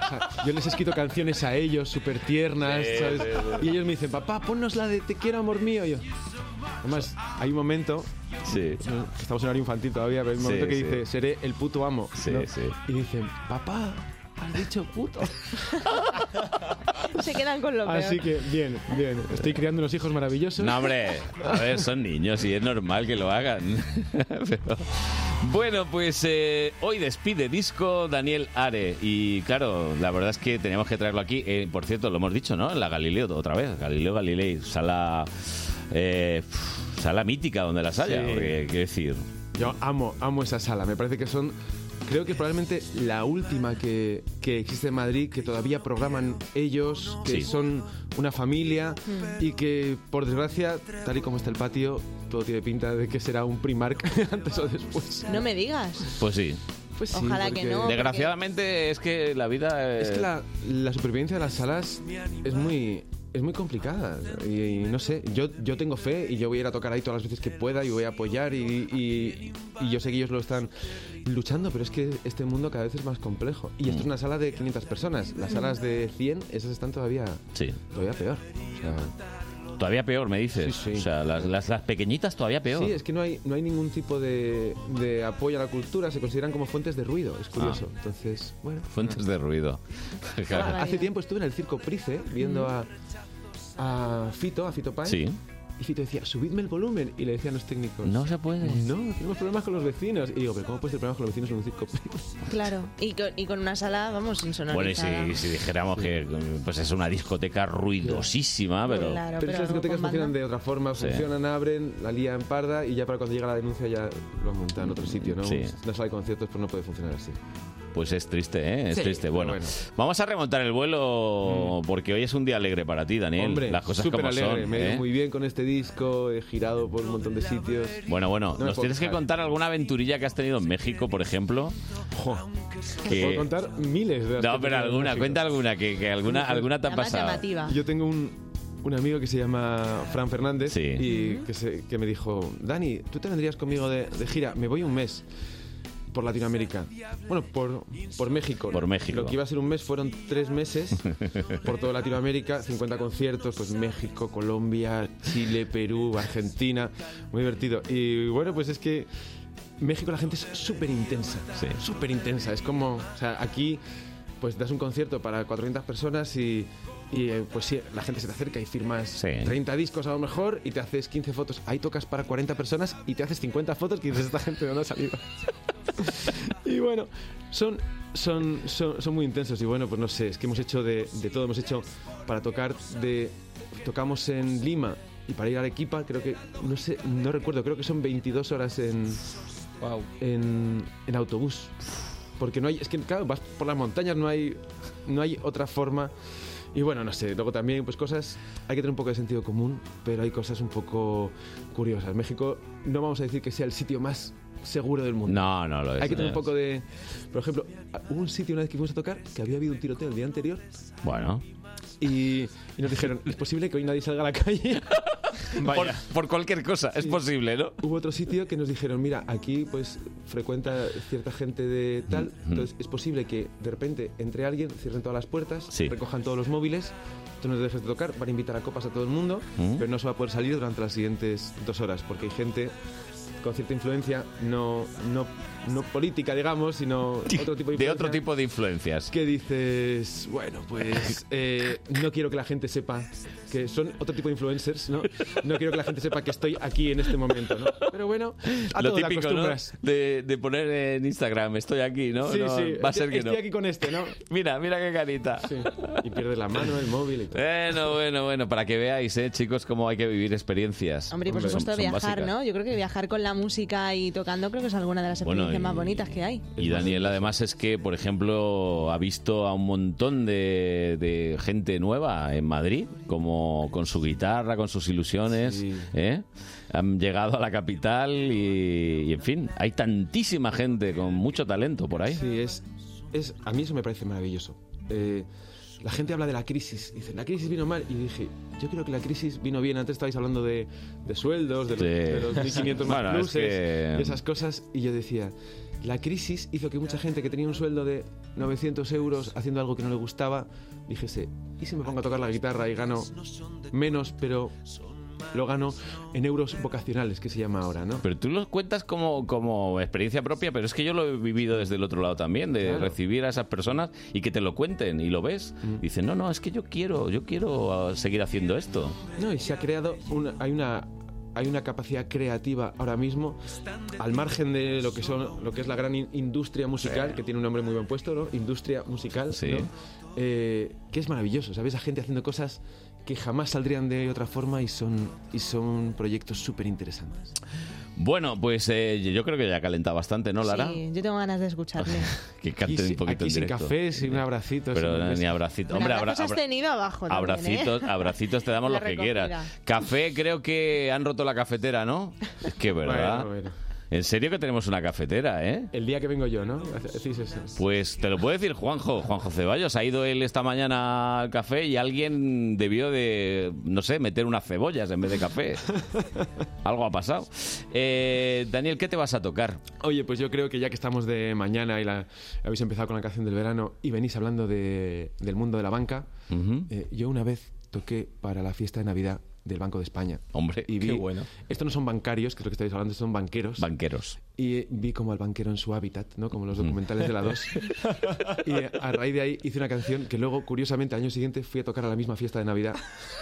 sea, yo les he escrito canciones a ellos, súper tiernas,
Sí,
¿sabes?
sí, sí.
Y ellos me dicen, papá, ponnos la de Te quiero, amor mío. Y yo, además, hay un momento... Estamos en horario infantil todavía, pero hay un
Sí,
momento que
sí.
dice, seré el puto amo. ¿no? Y dicen, papá, has dicho puto.
<laughs> Se quedan con lo peor.
Así que, bien, bien. Estoy criando unos hijos maravillosos.
No, hombre, a ver, son niños y es normal que lo hagan. <laughs> Pero- Bueno, pues eh, hoy despide disco Daniel Are. Y claro, la verdad es que tenemos que traerlo aquí. Eh, por cierto, lo hemos dicho, ¿no? En la Galileo, otra vez. Galileo Galilei, sala. eh, pf, sala mítica donde las haya.
Sí.
porque, quiero decir.
Yo amo, amo esa sala. Me parece que son. Creo que probablemente la última que, que existe en Madrid, que todavía programan ellos, que
Sí.
son una familia
Mm.
y que, por desgracia, tal y como está el patio, todo tiene pinta de que será un Primark <laughs> antes o después.
No me digas.
Pues sí.
Pues sí,
Ojalá que no, porque-
Desgraciadamente es que la vida. eh,
Es que la, la supervivencia de las salas es muy, es muy complicada. Y, y no sé, yo, yo tengo fe y yo voy a ir a tocar ahí todas las veces que pueda y voy a apoyar. Y, y- y yo sé que ellos lo están luchando, pero es que este mundo cada vez es más complejo. Y esto es una sala de 500 personas. Las salas de 100, esas están todavía,
Sí.
todavía peor.
Todavía peor, me dices. O sea, las, las- las pequeñitas todavía peor.
Sí, es que no hay, no hay ningún tipo de, de apoyo a la cultura. Se consideran como fuentes de ruido. Es curioso.
Ah.
Entonces, bueno.
Fuentes de ruido. Claro. <laughs>
Hace tiempo estuve en el circo Price viendo a, a Fito, a Fito Páez.
Sí.
Y Fito decía, subidme el volumen. Y le decían los técnicos.
No se puede.
No, tenemos problemas con los vecinos. Y digo, pero ¿cómo puedes tener problemas con los vecinos en un circo Price?
Claro. Y con, y con una sala, vamos,
Bueno, y
insonorizada.
si, si dijéramos que pues es una discoteca ruidosísima, pero...
pero,
Claro, pero
esas discotecas
con banda.
funcionan de otra forma.
Sí.
Funcionan, abren, la lían parda y ya para cuando llega la denuncia ya lo montan en otro sitio, ¿no?
Sí.
Una sala de conciertos pues no puede funcionar así.
Pues es triste, ¿eh? Es
Sí,
triste.
pero
Bueno,
bueno. Mm.
vamos a remontar el vuelo porque hoy es un día alegre para ti, Daniel.
Hombre,
Las cosas
súper
como
alegre.
son.
Me he ido
¿eh?
muy bien con este disco, he girado por un montón de sitios.
Bueno, bueno,
No me
nos
puedo
tienes que
quejar.
contar alguna aventurilla que has tenido en México, por ejemplo.
Te
Que-
puedo contar miles de las
No,
que
pero
tengo en
alguna,
México.
cuenta alguna, que, que alguna, alguna te ha pasado.
Yo tengo un, un amigo que se llama Fran Fernández y que, se- que me dijo, Dani, tú te vendrías conmigo de, de gira, me voy un mes por Latinoamérica. Bueno, por, por México.
Por México.
Lo que iba a ser un mes fueron tres meses por toda Latinoamérica, 50 conciertos, pues México, Colombia, Chile, Perú, Argentina. Muy divertido. Y bueno, pues es que México la gente es súper intensa. Súper intensa. Es como, o sea, aquí pues das un concierto para 400 personas y, y, eh, pues sí, la gente se te acerca y firmas 30 discos a lo mejor y te haces 15 fotos. Ahí tocas para 40 personas y te haces 50 fotos que dices, esta gente de dónde ha salido. <laughs> y bueno, son, son, son, son muy intensos y bueno, pues no sé, es que hemos hecho de, de todo, hemos hecho para tocar de... Tocamos en Lima y para ir a Arequipa creo que, no sé, no recuerdo, creo que son 22 horas en, en, en autobús. Porque no hay, es que claro, vas por las montañas, no hay, no hay otra forma. Y bueno, no sé, luego también pues cosas, hay que tener un poco de sentido común, pero hay cosas un poco curiosas. México no vamos a decir que sea el sitio más seguro del mundo.
No, no lo es.
Hay que tener un
no es.
poco de... Por ejemplo, hubo un sitio una vez que fuimos a tocar que había habido un tiroteo el día anterior
Bueno.
y, y nos dijeron, es posible que hoy nadie salga a
<laughs>
la calle.
Por, por cualquier cosa, es posible, ¿no?
Hubo otro sitio que nos dijeron, mira, aquí pues frecuenta cierta gente de tal, entonces es posible que de repente entre alguien, cierren todas las puertas,
Sí.
recojan todos los móviles, tú no te dejes de tocar, van a invitar a copas a todo el mundo,
Mm.
pero no se va a poder salir durante las siguientes dos horas, porque hay gente con cierta influencia, no, no, no política, digamos, sino
<laughs>
otro tipo de
De otro
influencia
tipo de influencias.
que dices, bueno, pues eh, no quiero que la gente sepa que son otro tipo de influencers, ¿no? No quiero que la gente sepa que estoy aquí en este momento, ¿no? Pero bueno, <laughs> a
lo
todo te
típico, ¿no?
acostumbras.
De, de poner en Instagram, estoy aquí, ¿no?
Sí,
No,
sí,
Va a ser que
estoy
no.
aquí con este, ¿no?
Mira, mira qué carita.
Y pierdes la mano, el móvil y todo.
Bueno, bueno, bueno, para que veáis, eh, chicos, cómo hay que vivir experiencias.
Hombre, y por
Son-
supuesto
son
viajar,
básicas.
¿no? Yo creo que viajar con la la música y tocando creo que es alguna de las
Bueno,
experiencias
y-
más bonitas que hay.
Y Daniel además es que, por ejemplo, ha visto a un montón de, de gente nueva en Madrid, como con su guitarra, con sus ilusiones, ¿eh? han llegado a la capital y, y, en fin, hay tantísima gente con mucho talento por ahí.
Sí, es, es, a mí eso me parece maravilloso. Eh, la gente habla de la crisis. Dicen, la crisis vino mal. Y dije, yo creo que la crisis vino bien. Antes estabais hablando de, de sueldos, de los,
Sí.
de los 1.500 más
Bueno, es
pluses,
que-
de esas cosas. Y yo decía, la crisis hizo que mucha gente que tenía un sueldo de 900 euros haciendo algo que no le gustaba, dijese, ¿y si me pongo a tocar la guitarra y gano menos, pero lo gano en euros vocacionales, que se llama ahora, ¿no?
Pero tú lo cuentas como, como experiencia propia, pero es que yo lo he vivido desde el otro lado también, de
Claro. Mm.
recibir a esas personas y que te lo cuenten y lo ves. Dicen, no, no, es que yo quiero, yo quiero ah, seguir haciendo esto.
No, y se ha creado una, hay una hay una capacidad creativa ahora mismo al margen de lo que son lo que es la gran in- industria musical que tiene un nombre muy bien puesto, ¿no? Industria musical,
Sí.
¿no? Eh, que es maravilloso, ¿sabes? La gente haciendo cosas que jamás saldrían de otra forma y son y son proyectos súper interesantes.
Bueno, pues eh, yo creo que ya calenta bastante, ¿no, Lara?
Sí, yo tengo ganas de
<laughs>
escucharle.
Que canten un poquito
Aquí
en
sin
directo.
café, sin abracitos.
Pero
sin-
ni abracito. Hombre,
Pero
abra-
abrazos has
abra-
tenido abajo también, ¿eh?
abracitos, abracitos te damos
La
los que
recogida.
quieras. Café, creo que han roto la cafetera, ¿no? Es que verdad.
<laughs> Bueno, bueno.
En serio que tenemos una cafetera, ¿eh?
El día que vengo yo, ¿no? Decís eso.
Pues te lo puede decir Juanjo, Juanjo Ceballos. Ha ido él esta mañana al café y alguien debió de, no sé, meter unas cebollas en vez de café. Algo ha pasado. Eh, Daniel, ¿qué te vas a tocar?
Oye, pues yo creo que ya que estamos de mañana y la, habéis empezado con la canción del verano y venís hablando de- del mundo de la banca, eh, yo una vez toqué para la fiesta de Navidad del Banco de España.
Hombre,
y vi,
qué bueno.
Estos no son bancarios, que es lo que estáis hablando, estos son banqueros.
Banqueros. Mm.
Y eh, vi como al banquero en su hábitat, ¿no? Como los documentales de
<laughs>
la 2. y eh, a raíz de ahí hice una canción que luego, curiosamente, al año siguiente fui a tocar a la misma fiesta de Navidad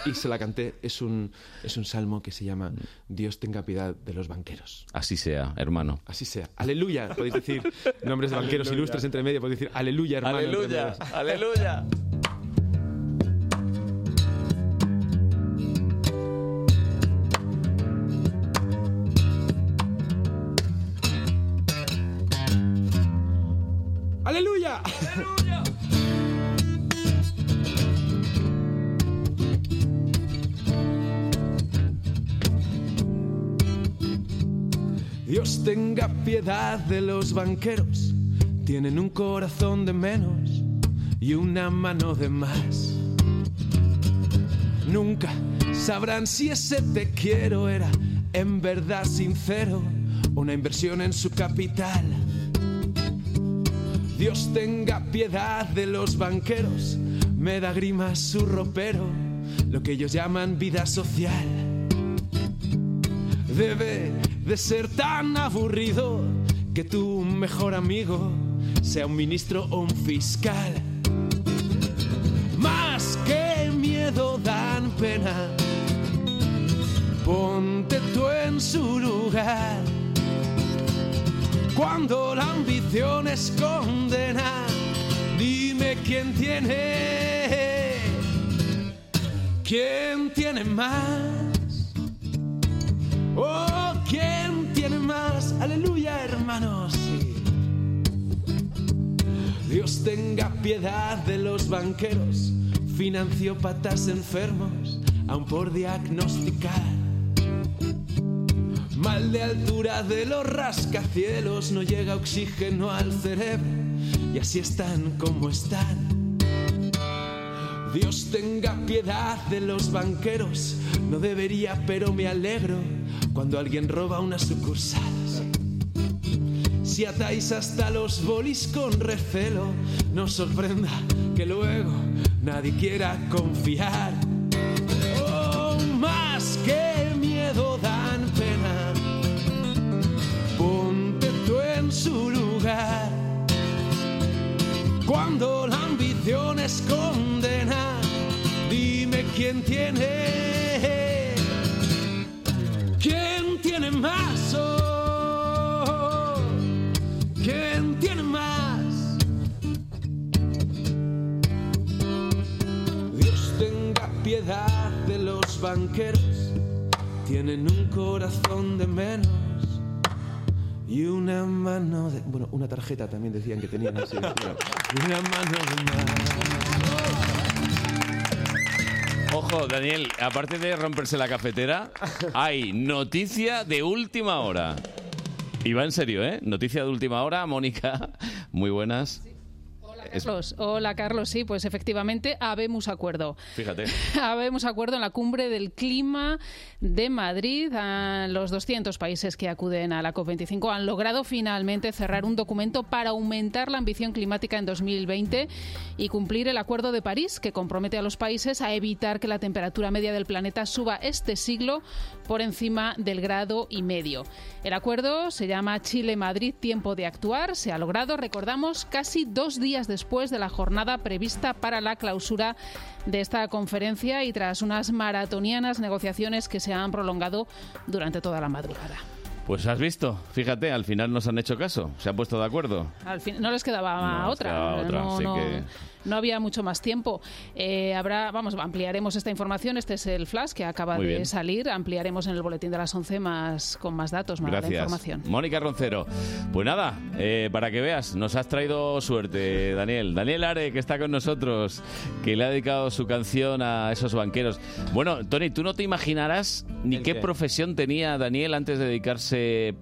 y se la canté. Es un, es un salmo que se
Mm.
llama Dios tenga piedad de los banqueros.
Así sea, hermano.
Así sea. Aleluya, podéis decir nombres de banqueros
Aleluya.
ilustres entre medio, podéis decir aleluya, hermano. entre
Aleluya,
medias.
aleluya.
¡Aleluya! Dios tenga piedad de los banqueros, tienen un corazón de menos y una mano de más. Nunca sabrán si ese te quiero era en verdad sincero, una inversión en su capital. Dios tenga piedad de los banqueros, me da grima su ropero, lo que ellos llaman vida social. Debe de ser tan aburrido que tu mejor amigo sea un ministro o un fiscal. Más que miedo dan pena, ponte tú en su lugar. Cuando la ambición es condena, dime quién tiene, quién tiene más. Oh, ¿quién tiene más? Aleluya, hermanos. Sí. Dios tenga piedad de los banqueros, financiópatas enfermos, aun por diagnosticar. Mal de altura de los rascacielos, no llega oxígeno al cerebro, y así están como están. Dios tenga piedad de los banqueros. No debería, pero me alegro cuando alguien roba una sucursal. Si atáis hasta los bolis con recelo, no os sorprenda que luego nadie quiera confiar. Oh, más que miedo dan pena. Ponte tú en su lugar. Cuando la ambición es condena, dime quién tiene. ¿Quién tiene más? Oh, ¿Quién tiene más? Dios tenga piedad de los banqueros, tienen un corazón de menos
Y una mano de... Bueno, una tarjeta también decían que tenían así. bueno, y una mano de
Ojo, Daniel, aparte de romperse la cafetera, hay noticia de última hora. Y va en serio, ¿eh? Noticia de última hora, Mónica. Muy buenas. Es-
Carlos, hola Carlos, sí, pues efectivamente habemos acuerdo.
fíjate.
<laughs> Habemos acuerdo en la cumbre del clima de Madrid. Ah, Los 200 países que acuden a la COP25 han logrado finalmente cerrar un documento para aumentar la ambición climática en 2020 y cumplir el Acuerdo de París, que compromete a los países a evitar que la temperatura media del planeta suba este siglo por encima del grado y medio. El acuerdo se llama Chile-Madrid Tiempo de Actuar. Se ha logrado, recordamos, casi dos días después de la jornada prevista para la clausura de esta conferencia y tras unas maratonianas negociaciones que se han prolongado durante toda la madrugada.
Pues has visto, fíjate, al final nos han hecho caso, se han puesto de acuerdo.
Al fin, no les quedaba
No,
otra.
quedaba otra,
no,
así
no-
que-
no había mucho más tiempo. Eh, habrá, vamos, ampliaremos esta información. Este es el flash que acaba
Muy
de
bien.
salir. Ampliaremos en el boletín de las 11 más, con más datos, más la
Gracias.
información.
Mónica Roncero. Pues nada, eh, para que veas, nos has traído suerte, Daniel. Daniel Are, que está con nosotros, que le ha dedicado su canción a esos banqueros. Bueno, Tony, tú no te imaginarás ni
¿El
qué,
qué?
profesión tenía Daniel antes de dedicarse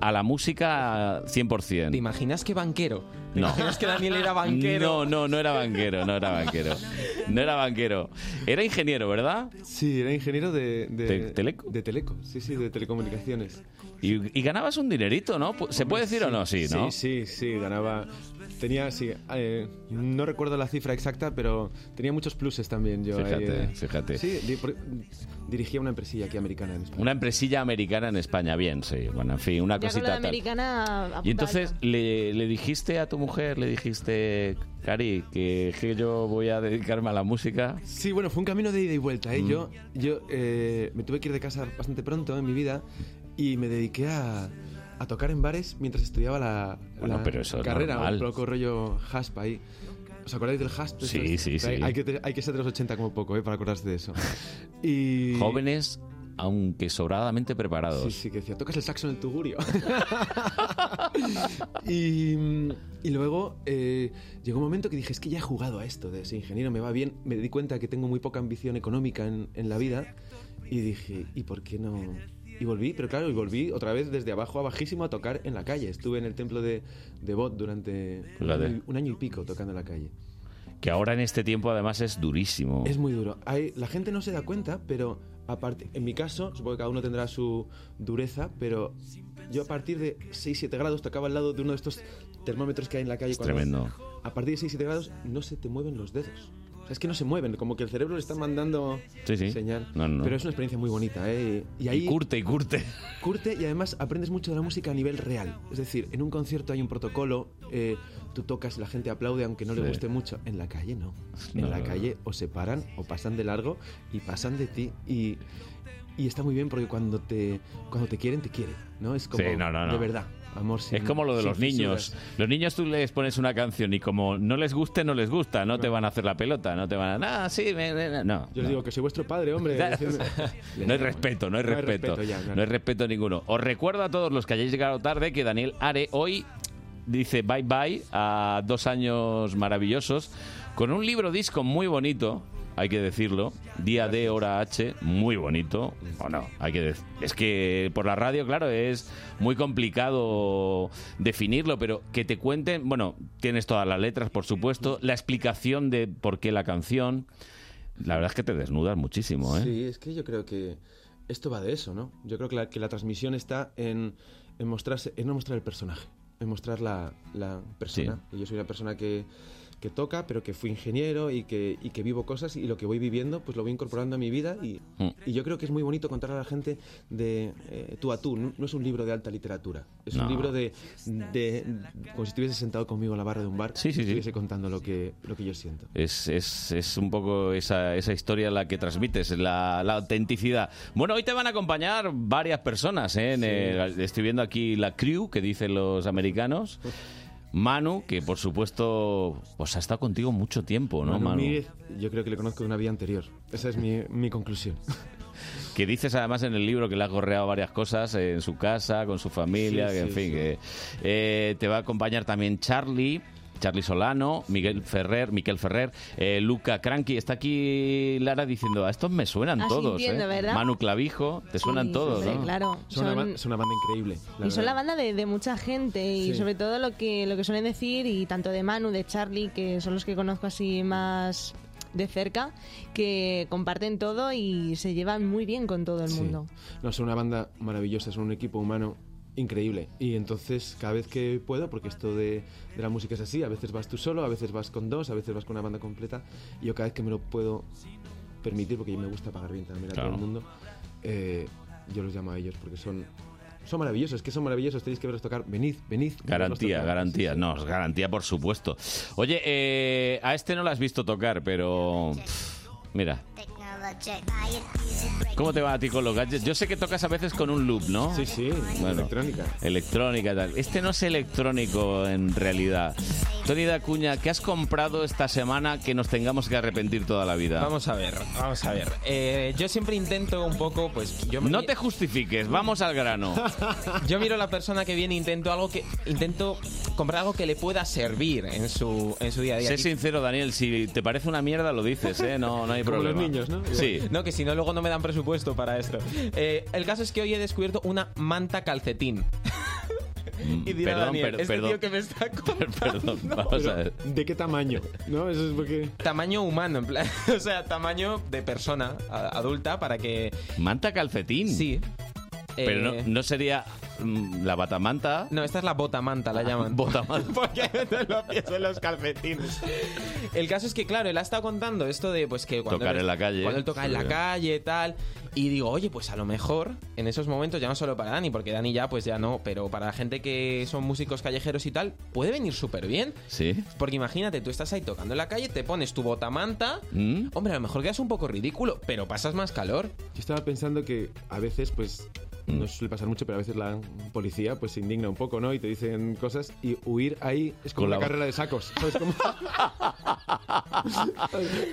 a la música 100%. ¿Te
imaginas que banquero?
No.
imaginas que Daniel era banquero?
No, no, no era banquero, no era banquero. No era banquero. Era ingeniero, ¿verdad?
Sí, era ingeniero de...
Eh,
¿Te- ¿Teleco?
De Teleco, sí, sí, de telecomunicaciones.
Y, y ganabas un dinerito, ¿no? ¿Se puede decir o no? Sí, ¿no?
Sí, sí, sí, ganaba. Tenía, sí, eh, no recuerdo la cifra exacta, pero tenía muchos pluses también yo. ahí,
Fíjate,
eh.
fíjate.
Sí, di- por- dirigía una empresilla aquí americana en España.
Una empresilla americana en España, bien, sí. Bueno, en fin,
<laughs>
una
Ya con la
cosita tal.
americana. apuntadlo.
Y entonces le, le dijiste a tu mujer, le dijiste, Cari, que, que yo voy a dedicarme a la música.
Sí, bueno, fue un camino de ida y vuelta.
Mm.
¿eh? Yo, yo eh, me tuve que ir de casa bastante pronto en mi vida y me dediqué a, a tocar en bares mientras estudiaba la,
Bueno,
la
pero eso es
carrera,
normal.
un poco rollo hasp ahí. ¿Os acordáis del hasp?
Sí,
Esto es-
sí, sí.
Hay, hay que, te- hay que ser de los 80 como poco, ¿eh? Para acordarse
<laughs>
de eso. Y...
Jóvenes, aunque sobradamente preparados.
Sí, sí, que decía, tocas el saxo en el tugurio. <laughs> y, mm, y luego eh, llegó un momento que dije, es que ya he jugado a esto de ser ingeniero, me va bien. Me di cuenta que tengo muy poca ambición económica en, en la vida. Y dije, ¿y por qué no...? Y volví, pero claro, y volví otra vez desde abajo a bajísimo a tocar en la calle. Estuve en el templo de, de Bot durante un
Fíjate.
año, un año y pico tocando en la calle.
Que ahora en este tiempo además es durísimo.
Es muy duro. Hay- la gente no se da cuenta, pero aparte, en mi caso, supongo que cada uno tendrá su dureza, pero yo a partir de 6-7 grados tocaba al lado de uno de estos termómetros que hay en la calle.
Es tremendo.
A partir de 6-7 grados no se te mueven los dedos. O sea, es que no se mueven, como que el cerebro le está mandando
Sí, sí.
señal.
No, no.
Pero es una experiencia muy bonita, ¿eh? Y ahí...
curte, y curte.
<laughs> Curte y además aprendes mucho de la música a nivel real. Es decir, en un concierto hay un protocolo, eh, tú tocas y la gente aplaude aunque no
Sí.
le guste mucho. En la calle no. En
No,
la
no, no.
calle o se paran o pasan de largo y pasan de ti. Y, y está muy bien porque cuando te, cuando te quieren, te quieren. ¿no? Es como
Sí, no, no, no.
de verdad. Amor sin,
Es como lo de
sin
los niños.
fisuras.
Los niños tú les pones una canción y como no les guste, no les gusta. No, te van a hacer la pelota, no te van a... Nada, sí, me- me- no.
Yo les digo que soy vuestro padre,
<laughs>
hombre. Decidme.
No hay respeto, no hay
No hay
respeto.
respeto ya, claro.
No hay respeto ninguno. Os recuerdo a todos los que hayáis llegado tarde que Daniel Are hoy dice bye bye a dos años maravillosos con un libro disco muy bonito. Hay que decirlo, día D, hora H, muy bonito. O no, hay que dec- Es que por la radio, claro, es muy complicado definirlo, pero que te cuenten. Bueno, tienes todas las letras, por supuesto, la explicación de por qué la canción. La verdad es que te desnudas muchísimo, ¿eh?
Sí, es que yo creo que esto va de eso, ¿no? Yo creo que la, que la transmisión está en, en mostrarse, en no mostrar el personaje, en mostrar la, la persona. Y yo soy una persona que, que toca, pero que fui ingeniero y que, y que vivo cosas y lo que voy viviendo, pues lo voy incorporando a mi vida y,
Mm.
y yo creo que es muy bonito contar a la gente de eh, tú a tú. No, no es un libro de alta literatura, es
No.
un libro de, de- como si estuviese sentado conmigo en la barra de un bar y estuviese contando lo que, lo que yo siento.
Es, es- es un poco esa, esa historia la que transmites, la, la autenticidad. Bueno, hoy te van a acompañar varias personas. ¿eh? En el- estoy viendo aquí la crew que dicen los americanos. Manu, que por supuesto pues ha estado contigo mucho tiempo, ¿no,
Manu
Manu?
Míguez, yo creo que le conozco de una vida anterior. Esa es mi, mi conclusión. <laughs>
que dices además en el libro que le has gorreado varias cosas eh, en su casa, con su familia,
Sí,
que en
sí,
fin,
sí.
que eh, te va a acompañar también Charlie. Charlie Solano, Miguel Ferrer, Miquel Ferrer, eh, Luca Cranky. Está aquí Lara diciendo, a estos me suenan todos. ¿eh?
Asintiendo, Ah, ¿verdad?
Manu Clavijo, te suenan
Sí,
todos,
hombre,
¿no?
claro. Son una Son- ban-
banda increíble.
Y son la banda de, de mucha gente y
Sí.
sobre todo lo que, lo que suelen decir, y tanto de Manu, de Charlie, que son los que conozco así más de cerca, que comparten todo y se llevan muy bien con todo el
Sí.
mundo.
No, son una banda maravillosa, son un equipo humano increíble. Y entonces, cada vez que puedo, porque esto de, de la música es así, a veces vas tú solo, a veces vas con dos, a veces vas con una banda completa, y yo cada vez que me lo puedo permitir, porque me gusta pagar bien también a
Claro.
todo el mundo, eh, yo los llamo a ellos porque son... Son maravillosos, es que son maravillosos, tenéis que verlos tocar. Venid, venid. verlos
Garantía,
tocar.
garantía, no, garantía por supuesto. Oye, eh, a este no lo has visto tocar, pero pff, mira, ¿cómo te va a ti con los gadgets? Yo sé que tocas a veces con un loop, ¿no? Sí,
sí, electrónica.
Electrónica, y tal. Este no es electrónico en realidad. Tony Dacuña, ¿qué has comprado esta semana que nos tengamos que arrepentir toda la vida?
Vamos a ver, vamos a ver. Eh, yo siempre intento un poco, pues yo
No te justifiques, vamos al grano.
Yo miro a la persona que viene e intento algo que intento comprar algo que le pueda servir <laughs> ¿eh? en su en su día a día.
Sé sincero, Daniel, si te parece una mierda lo dices, ¿eh? No, no hay
Como los
problema.
niños, ¿no?
Sí.
No, que si no, luego no me dan presupuesto para esto. Eh, el caso es que hoy he descubierto una manta calcetín. y dirá
perdón,
Daniel,
per-
este
perdón.
tío que me
<laughs>
está contando.
Perdón, vamos a ver.
¿De qué tamaño? ¿No? Eso es porque...
Tamaño humano, en plan, <laughs> o sea, tamaño de persona a- adulta para que...
¿Manta calcetín?
Sí.
Pero no,
Eh,
no sería mm, la batamanta. Ah,
No, esta es la botamanta, la llaman. <laughs>
Botamanta.
Porque meten los pies en los calcetines. El caso es que, claro, él ha estado contando esto de pues que cuando
Tocar
él-
en la calle.
Cuando él toca en la
Sí.
calle, tal. Y digo, oye, pues a lo mejor en esos momentos, ya no solo para Dani, porque Dani ya, pues ya no, pero para la gente que son músicos callejeros y tal, puede venir súper bien.
Sí.
Porque imagínate, tú estás ahí tocando en la calle, te pones tu botamanta.
¿Mm?
Hombre, a lo mejor quedas un poco ridículo, pero pasas más calor.
Yo estaba pensando que a veces, pues,
Mm.
no suele pasar mucho, pero a veces la policía pues se indigna un poco, ¿no? Y te dicen cosas y huir ahí es como
Con la
una
voz.
carrera de sacos.
<laughs>
¿sabes? Como-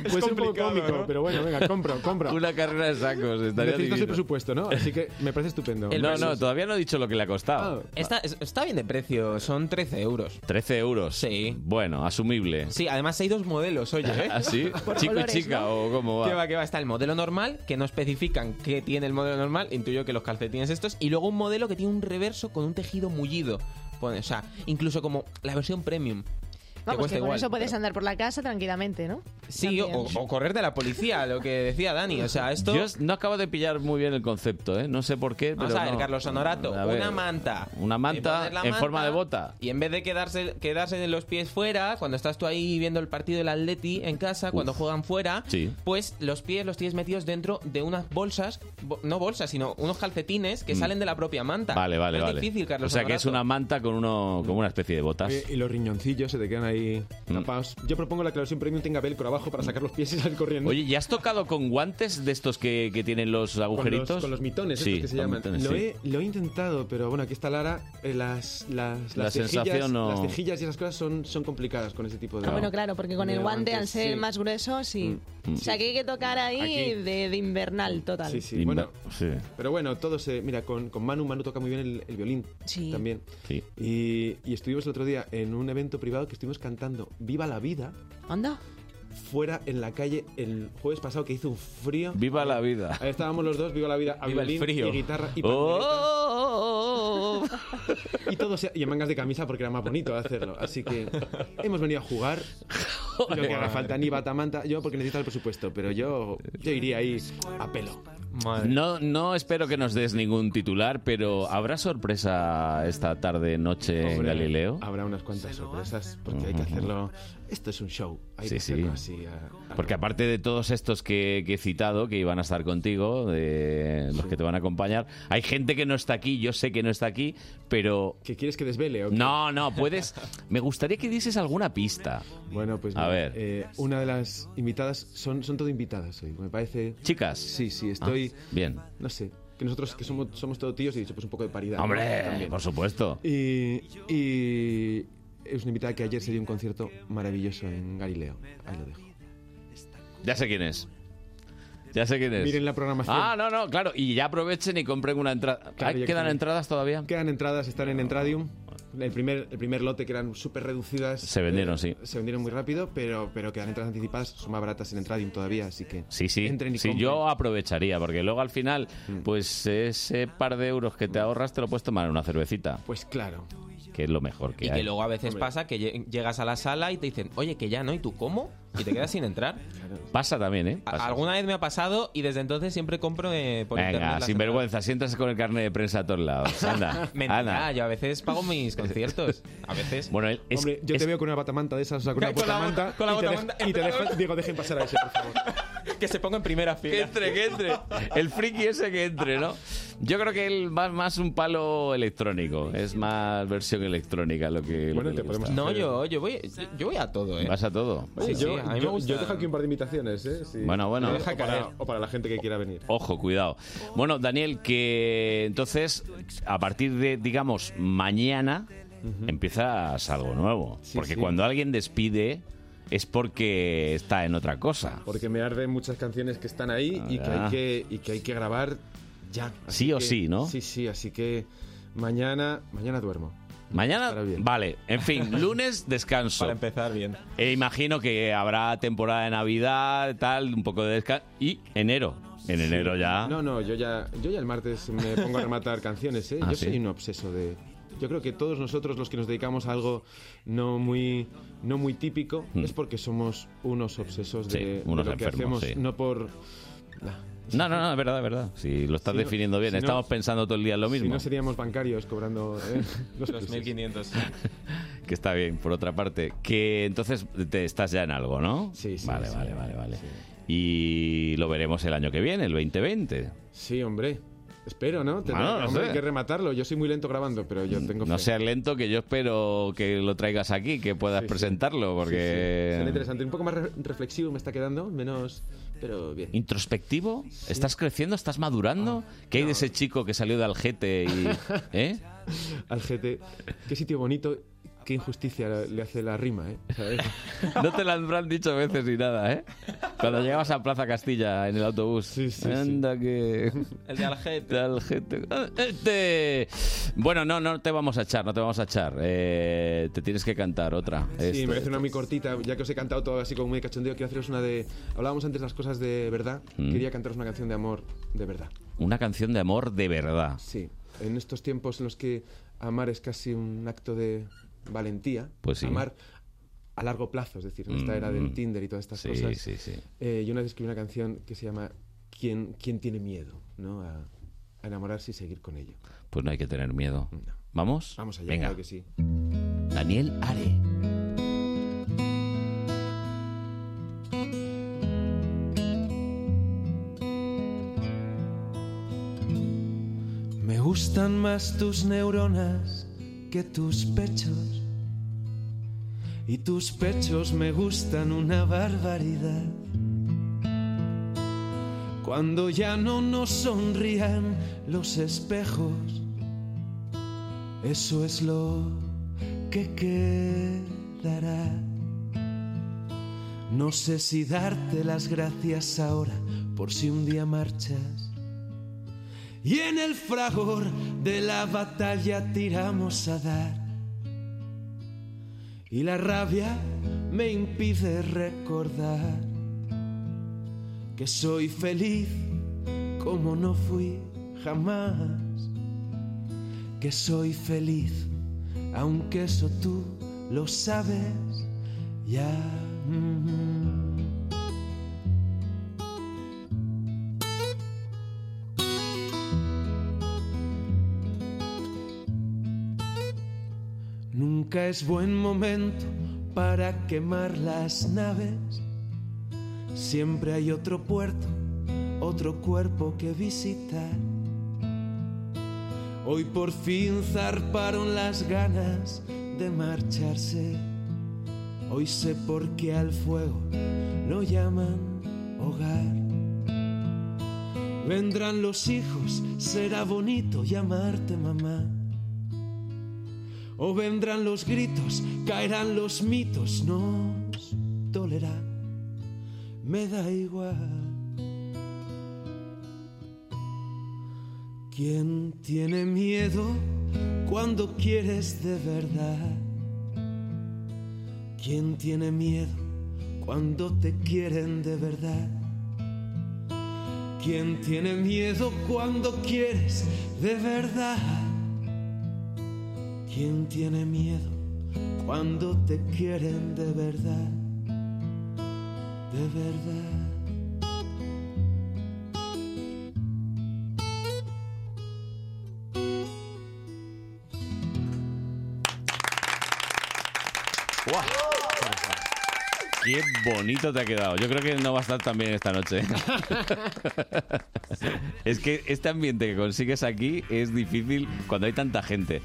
Puede ser un poco
complicado,
cómico,
¿no?
pero bueno, venga, compro, compro.
Una carrera de sacos, estaría
Necesito ese
divino.
presupuesto, ¿no? Así que me parece estupendo.
No, ah. no, todavía no he dicho lo que le ha costado.
Está, es- está bien de precio, son 13 euros.
13 euros. Sí. Bueno, asumible.
Sí, además hay dos modelos, oye. ¿eh?
¿Ah, <laughs> sí?
Por
¿Chico y
colores,
chica o cómo va?
¿Qué va, qué va? Está el modelo normal, que no especifican qué tiene el modelo normal, intuyo que los calcetines estos, y luego un modelo que tiene un reverso con un tejido mullido. Pone, o sea, incluso como la versión premium. que
Vamos,
cuesta
pues que con
igual,
eso puedes
pero-
andar por la casa tranquilamente, ¿no?
Sí, o, o correr de la policía, lo que decía Dani. O sea, esto...
Yo no acabo de pillar muy bien el concepto, ¿eh? No sé por qué,
Vamos
pero
a ver,
no.
Carlos Honorato,
A ver,
una manta.
Una manta
pones la
en
manta
forma de bota.
Y en vez de quedarse, quedarse de los pies fuera, cuando estás tú ahí viendo el partido del Atleti en casa, cuando juegan fuera,
Sí.
pues los pies los tienes metidos dentro de unas bolsas, bo- no bolsas, sino unos calcetines que
Mm.
salen de la propia manta.
Vale, vale,
No
vale.
Es difícil, Carlos
o sea que es
Honorato.
una manta con uno con una especie de botas.
Oye, Eh, Y los riñoncillos se te quedan ahí
Mm.
tapados. Yo propongo la aclaración premium tenga velcro abajo para sacar los pies y salir corriendo.
Oye, ¿ya has tocado con guantes de estos que, que tienen los
eh, Con los-
agujeritos?
Con los, mitones,
sí,
estos que se
los
llaman.
mitones,
lo,
sí.
he, lo he intentado, pero bueno, aquí está Lara. eh, las, las,
La
las, tejillas,
sensación no-
las tejillas y esas cosas son, son complicadas con ese tipo de.
Ah, bueno, claro, porque con
de
el guante al
guantes,
ser
sí.
más grueso, sí.
Mm, mm.
O sea, que hay que tocar ahí
Aquí.
de, de invernal total.
Sí, sí, bueno. Pero bueno, todo se. Mira, con, con Manu, Manu toca muy bien el, el violín también.
Sí.
Y, y estuvimos el otro día en un evento privado que estuvimos cantando Viva la vida
Anda.
fuera en la calle el jueves pasado que hizo un frío.
Viva la vida.
Ahí estábamos los dos, viva la vida, a
Viva el
violín
frío.
y guitarra y
Oh,
pandereta. y todo se- y en mangas de camisa porque era más bonito hacerlo. Así que hemos venido a jugar. Lo que haga falta ni batamanta, yo porque necesito el presupuesto, pero yo, yo iría ahí a pelo.
No, no espero que nos des ningún titular, pero ¿habrá sorpresa esta tarde, noche en
Hombre,
Galileo?
Habrá unas cuantas sorpresas porque hay que hacerlo. Esto es un show. Hay
Sí,
que hacerlo
sí.
así. a-
Porque aparte de todos estos que, que he citado, que iban a estar contigo, de los que te van a acompañar, hay gente que no está aquí, yo sé que no está aquí, pero...
¿Que quieres que desvele?
No, no, puedes... Me gustaría que dieses alguna pista.
Bueno, pues...
A
mira,
ver.
eh, una de las invitadas son, son todo invitadas hoy, me parece.
¿Chicas?
Sí, sí, estoy.
Ah, bien.
No sé. Que nosotros que somos, somos todo tíos y he dicho, pues un poco de paridad. ¿no?
Hombre,
También.
por supuesto.
Y, y es una invitada que ayer se dio un concierto maravilloso en Galileo. Ahí lo dejo.
Ya sé quién es. Ya sé quién es.
Miren la programación.
Ah, no, no, claro. Y ya aprovechen y compren una entrada.
Claro,
Ay,
ya
¿Quedan
están.
entradas todavía?
Quedan entradas, están en Entradium. El primer, el primer lote que eran súper reducidas.
Se vendieron, sí.
Se vendieron muy rápido, pero, pero quedan entradas anticipadas, son más baratas en Entradium todavía, así que.
Sí, sí.
Entren y
sí,
compren.
yo aprovecharía, porque luego al final,
Mm.
pues ese par de euros que te ahorras te lo puedes tomar en una cervecita.
Pues claro.
Que es lo mejor que
Y
hay.
que luego a veces pasa que lle- llegas a la sala y te dicen, oye, que ya no, ¿y tú cómo? Y te quedas sin
<laughs>
entrar.
Pasa también, ¿eh? Pasa.
Alguna vez me ha pasado y desde entonces siempre compro eh, por
Venga,
internet. las
sin vergüenza, siéntase con el carnet de prensa a
<laughs>
todos lados. Anda,
Mentira,
anda.
yo a veces pago
<laughs>
mis conciertos. A veces.
Bueno, es-
Hombre, yo te veo con una batamanta de esas, o sea, con
<laughs>
una
Con la bota-
botamanta.
con la
y te dejo-
botamanta.
Y te dejo, digo, dejen pasar a ese, por favor.
<laughs> que se ponga en primera fila.
Que entre, que entre.
<laughs>
El friki ese que entre, ¿no? Yo creo que él va más un palo electrónico. Es más versión electrónica lo que. lo
Bueno,
que
te
le
podemos
gusta.
No, yo, yo voy, yo voy a todo, eh.
Vas a todo.
Sí, sí,
yo,
a mí me
yo-
gusta.
yo dejo aquí un par de invitaciones, ¿eh? Sí.
Bueno, bueno.
O
Deja
para,
caer.
o para la gente que quiera venir.
Ojo, cuidado. Bueno, Daniel, que entonces, a partir de, digamos, mañana, empiezas algo nuevo. porque
sí.
cuando alguien despide es porque está en otra cosa.
Porque me arden muchas canciones que están ahí y, que
Ah.
hay que, y que hay que grabar ya.
Sí o
que-
sí, ¿no?
Sí, sí, así que mañana, mañana duermo.
Mañana, vale, en
<laughs>
fin, lunes descanso.
Para
empezar bien.
E imagino que habrá temporada de Navidad, tal, un poco de descanso. Y enero. En enero ya.
No, no, yo ya, yo ya el martes me pongo a rematar <laughs> canciones, ¿eh?
Ah,
yo
¿sí?
soy un obseso de... Yo creo que todos nosotros los que nos dedicamos a algo no muy, no muy típico
Hmm.
es porque somos unos obsesos
Sí,
de, de
unos
lo que
enfermos,
hacemos,
sí.
no por...
No, no, no, es verdad, es verdad. Si lo estás
Si no-
definiendo bien,
si no-
estamos pensando todo el día en lo
Si
mismo.
no seríamos bancarios cobrando
<laughs>
¿eh? los
Los
pisos.
1500.
Que está bien, por otra parte. Que entonces te estás ya en algo, ¿no? Sí, sí. Vale, vale, vale, vale. Y lo veremos el año que viene, el 2020.
Sí, hombre. Espero, ¿no? Tendré-
Bueno, no
hombre,
sé.
hay que rematarlo. Yo soy muy lento grabando, pero yo tengo
No
fe.
seas lento, que yo espero que lo traigas aquí, que puedas presentarlo, porque...
Será interesante. Un poco más re- reflexivo me está quedando, menos... Pero bien.
¿Introspectivo? ¿Estás creciendo? ¿Estás madurando? ¿Qué hay de ese chico que salió de Algete <laughs> y... ¿Eh?
Algete, qué sitio bonito, qué injusticia le hace la rima, ¿eh? <laughs> ¿Sabes?
No te lo habrán dicho veces ni nada, ¿eh? Cuando llegabas a Plaza Castilla en el autobús.
sí.
Anda que...
El de Algete.
de Algete. Ah, Este... Bueno, no, no te vamos a echar, no te vamos a echar. Eh, te tienes que cantar otra. Este,
Sí,
Esto-
merece una muy cortita, ya que os he cantado todo así como muy de cachondeo, quiero haceros una de... Hablábamos antes de las cosas de verdad,
Mm.
quería cantaros una canción de amor de verdad.
Una canción de amor de verdad.
Sí, en estos tiempos en los que amar es casi un acto de valentía,
Pues sí.
amar a largo plazo, es decir, en esta era
Mm.
del Tinder y todas estas
Sí,
cosas,
sí, sí.
eh, yo una vez escribí una canción que se llama ¿Quién, quién tiene miedo? ¿no? A, a enamorarse y seguir con ello.
Pues no hay que tener miedo. ¿Vamos?
Vamos allá,
Venga.
claro que sí.
Daniel Are.
Me gustan más tus neuronas que tus pechos. Y tus pechos me gustan una barbaridad. Cuando ya no nos sonrían los espejos, eso es lo que quedará. No sé si darte las gracias ahora por si un día marchas. Y en el fragor de la batalla tiramos a dar. Y la rabia me impide recordar que soy feliz como no fui jamás. Que soy feliz, aunque eso tú lo sabes ya. mm. Nunca es buen momento para quemar las naves. Siempre hay otro puerto, otro cuerpo que visitar. Hoy por fin zarparon las ganas de marcharse. Hoy sé por qué al fuego lo llaman hogar. Vendrán los hijos, será bonito llamarte mamá. O vendrán los gritos, caerán los mitos, nos dolerá, me da igual. ¿Quién tiene miedo cuando quieres de verdad? ¿Quién tiene miedo cuando te quieren de verdad? ¿Quién tiene miedo cuando quieres de verdad? ¿Quién tiene miedo cuando te quieren de verdad? De verdad.
¡Guau! Qué bonito te ha quedado. Yo creo que no va a estar tan bien esta noche. es que este ambiente que consigues aquí es difícil cuando hay tanta gente.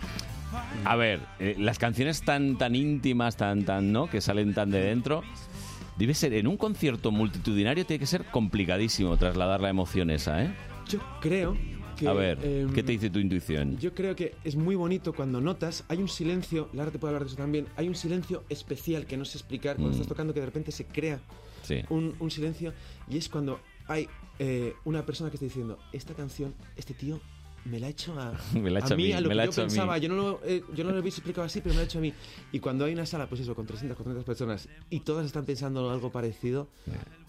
A ver, eh, las canciones tan tan íntimas, tan tan, ¿no? que salen tan de dentro, debe ser en un concierto multitudinario tiene que ser complicadísimo trasladar la emoción esa, ¿eh?
Yo creo que...
a ver,
em,
¿qué te dice tu intuición?
Yo creo que es muy bonito cuando notas, hay un silencio, Lara te puede hablar de eso también, hay un silencio especial que no sé explicar cuando
Mm.
estás tocando que de repente se crea
Sí.
un, un silencio y es cuando hay eh, una persona que está diciendo, esta canción, este tío me la ha hecho a,
<laughs> Me la ha hecho a mí,
lo
me
que
la ha
yo
hecho a mí".
pensaba, yo no, lo, eh, yo no lo hubiese explicado así, pero me la ha hecho a mí. Y cuando hay una sala, pues eso, con 300, 400 personas y todas están pensando algo parecido,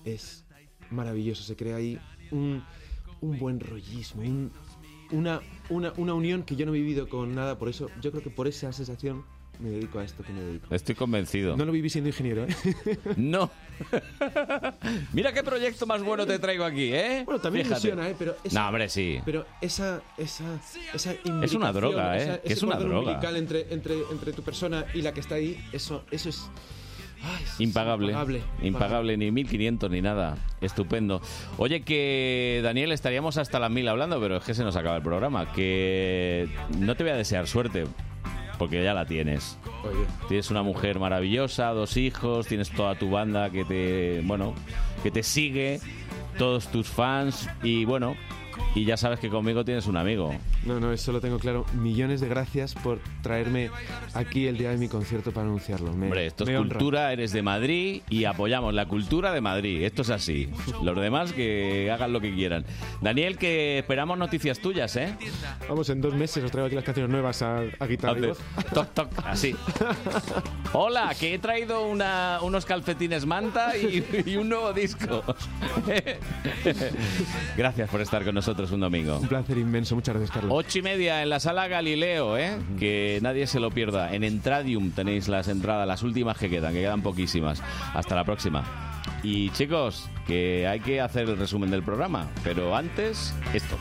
es maravilloso, se crea ahí un, un buen rollismo, un- una, una, una unión que yo no he vivido con nada, por eso yo creo que por esa sensación me dedico a esto que me dedico.
Estoy convencido.
No lo viví siendo ingeniero, ¿eh?
No. Mira qué proyecto más bueno te traigo aquí, ¿eh?
Bueno, también
Fíjate.
ilusiona, ¿eh? Pero esa-
No, hombre, sí.
Pero esa, esa, esa
Es una
imbricación,
droga, ¿eh? Que
ese
es una
cordón
droga.
umbilical entre, entre, entre tu persona y la que está ahí, eso, eso es... ay, es
Impagable.
Impagable.
Impagable, ni 1500 ni nada. Estupendo. Oye, que Daniel, estaríamos hasta las 1000 hablando, pero es que se nos acaba el programa. Que no te voy a desear suerte, porque ya la tienes.
Oye.
Tienes una mujer maravillosa, dos hijos, tienes toda tu banda que te, bueno, que te sigue, todos tus fans y bueno, y ya sabes que conmigo tienes un amigo.
No, no, eso lo tengo claro. Millones de gracias por traerme aquí el día de mi concierto para anunciarlo. Me-
Hombre, esto es
me honra.
cultura, eres de Madrid y apoyamos la cultura de Madrid. Esto es así. Los demás que hagan lo que quieran. Daniel, que esperamos noticias tuyas, ¿eh?
Vamos, en dos meses os traigo aquí las canciones nuevas a, a guitarra y
Haces
voz.
toc, toc, así. Hola, que he traído una- unos calcetines manta y, y un nuevo disco. <laughs> Gracias por estar con nosotros un domingo.
Un placer inmenso. Muchas gracias, Carlos.
Ocho y media en la sala Galileo, ¿eh? Que nadie se lo pierda. En Entradium tenéis las entradas, las últimas que quedan, que quedan poquísimas. Hasta la próxima. Y chicos, que hay que hacer el resumen del programa, pero antes, esto.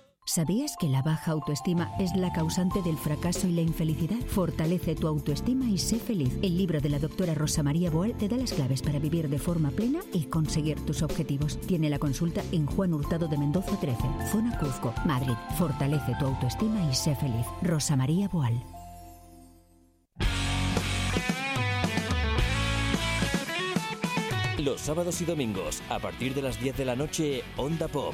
¿Sabías que la baja autoestima es la causante del fracaso y la infelicidad? Fortalece tu autoestima y sé feliz. El libro de la doctora Rosa María Boal te da las claves para vivir de forma plena y conseguir tus objetivos. Tiene la consulta en Juan Hurtado de Mendoza 13, zona Cuzco, Madrid. Fortalece tu autoestima y sé feliz. Rosa María Boal.
Los sábados y domingos, a partir de las 10 de la noche, Onda Pop.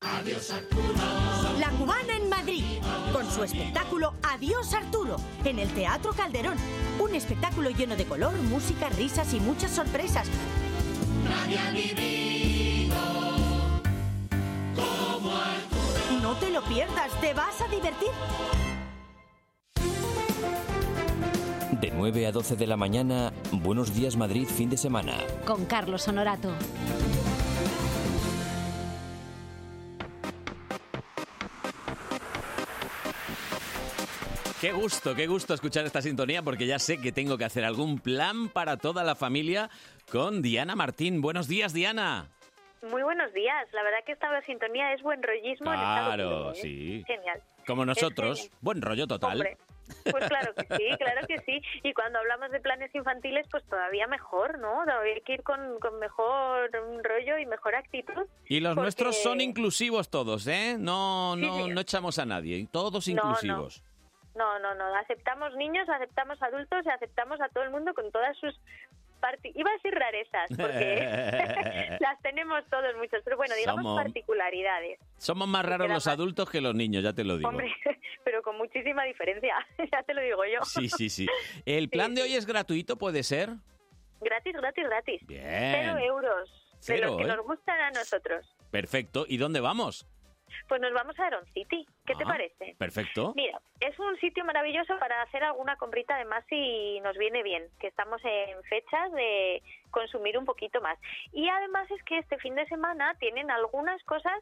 Adiós Arturo.
La Cubana en Madrid, con su espectáculo Adiós Arturo, en el Teatro Calderón. Un espectáculo lleno de color, música, risas y muchas sorpresas.
Nadie ha vivido como Arturo.
No te lo pierdas, te vas a divertir.
De 9 a 12 de la mañana, Buenos Días Madrid, fin de semana.
Con Carlos Honorato.
Qué gusto, qué gusto escuchar esta sintonía porque ya sé que tengo que hacer algún plan para toda la familia con Diana Martín. Buenos días, Diana.
Muy buenos días. La verdad que esta sintonía es buen rollismo. en estado puro,
Claro,
¿eh?
sí.
Genial.
Como
Es
nosotros,
genial.
buen rollo total.
Hombre, Pues claro que sí, claro que sí. Y cuando hablamos de planes infantiles, pues todavía mejor, ¿no? Todavía hay que ir con, con mejor rollo y mejor actitud.
Y los
porque-
nuestros son inclusivos todos, ¿eh? No,
Sí,
no,
señor.
no echamos a nadie, todos
No, no.
inclusivos.
No, no, no. Aceptamos niños, aceptamos adultos y aceptamos a todo el mundo con todas sus parti iba a decir rarezas
<laughs>
porque <laughs> las tenemos todos muchos pero bueno digamos
Somos-
particularidades
Somos más raros los adultos que los niños, ya te lo digo.
hombre <laughs> pero con muchísima diferencia <laughs> ya te lo digo yo
Sí,
<laughs>
sí, sí. ¿El plan de hoy es gratuito, puede ser?
Gratis, gratis, gratis.
Bien.
Cero euros.
Cero,
de los que
¿eh?
nos gustan a nosotros.
Perfecto. ¿Y dónde vamos?
Pues nos vamos a Aeron City. ¿Qué te
Ah,
parece?
Perfecto.
Mira, es un sitio maravilloso para hacer alguna comprita, además si nos viene bien, que estamos en fechas de consumir un poquito más. Y además es que este fin de semana tienen algunas cosas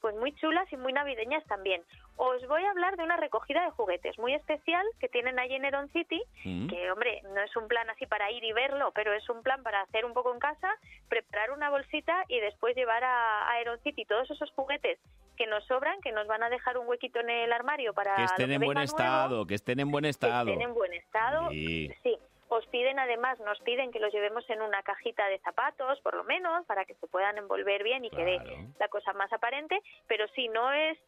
pues muy chulas y muy navideñas también. Os voy a hablar de una recogida de juguetes muy especial que tienen ahí en Eron City,
Mm.
que hombre, no es un plan así para ir y verlo, pero es un plan para hacer un poco en casa, preparar una bolsita y después llevar a, a Eron City todos esos juguetes que nos sobran, que nos van a dejar un huequito en el armario para
Que
lo
estén en
venga
buen
nuevo,
estado, que estén en buen estado.
estén en buen estado.
Sí.
Sí. Os piden además, nos piden que los llevemos en una cajita de zapatos, por lo menos, para que se puedan envolver bien y quede la cosa más aparente. Pero sí, no es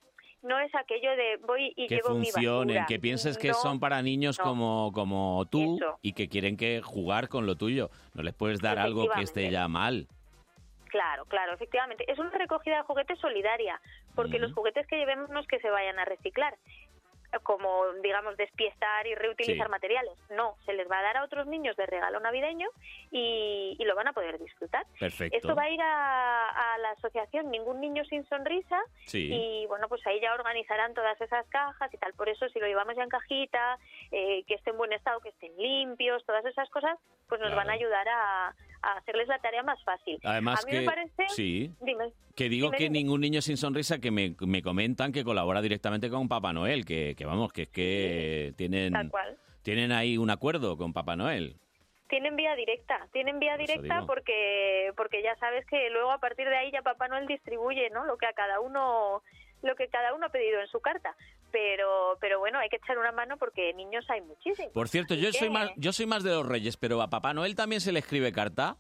no es aquello de voy y
Que
llevo mi
funcionen,
basura.
que pienses que
No,
son para niños
no.
como, como tú
Eso.
y que quieren que jugar con lo tuyo. No les puedes dar algo que esté ya mal.
Claro, claro, efectivamente. Es una recogida de juguetes solidaria, porque los juguetes que llevemos no es que se vayan a reciclar, como, digamos, despiezar y reutilizar
Sí.
materiales. No, se les va a dar a otros niños de regalo navideño y, y lo van a poder disfrutar.
Perfecto.
Esto va a ir a, a la asociación Ningún Niño Sin Sonrisa
Sí.
y, bueno, pues ahí ya organizarán todas esas cajas y tal. Por eso, si lo llevamos ya en cajita, eh, que esté en buen estado, que estén limpios, todas esas cosas, pues nos van a ayudar a a hacerles la tarea más fácil.
Además
a mí
que-
me parece,
sí.
dime,
Que digo
Dime,
que
dime.
ningún niño sin sonrisa que me, me comentan que colabora directamente con Papá Noel, que, que vamos, que es que tienen,
tal cual.
tienen ahí un acuerdo con Papá Noel.
Tienen vía directa, tienen vía
Por eso
directa
digo.
porque porque ya sabes que luego a partir de ahí ya Papá Noel distribuye, ¿no? Lo que a cada uno lo que cada uno ha pedido en su carta. Pero pero bueno, hay que echar una mano porque niños hay muchísimos.
Por cierto,
Así
yo soy
que
más, yo soy más de los Reyes, pero a Papá Noel también se le escribe carta.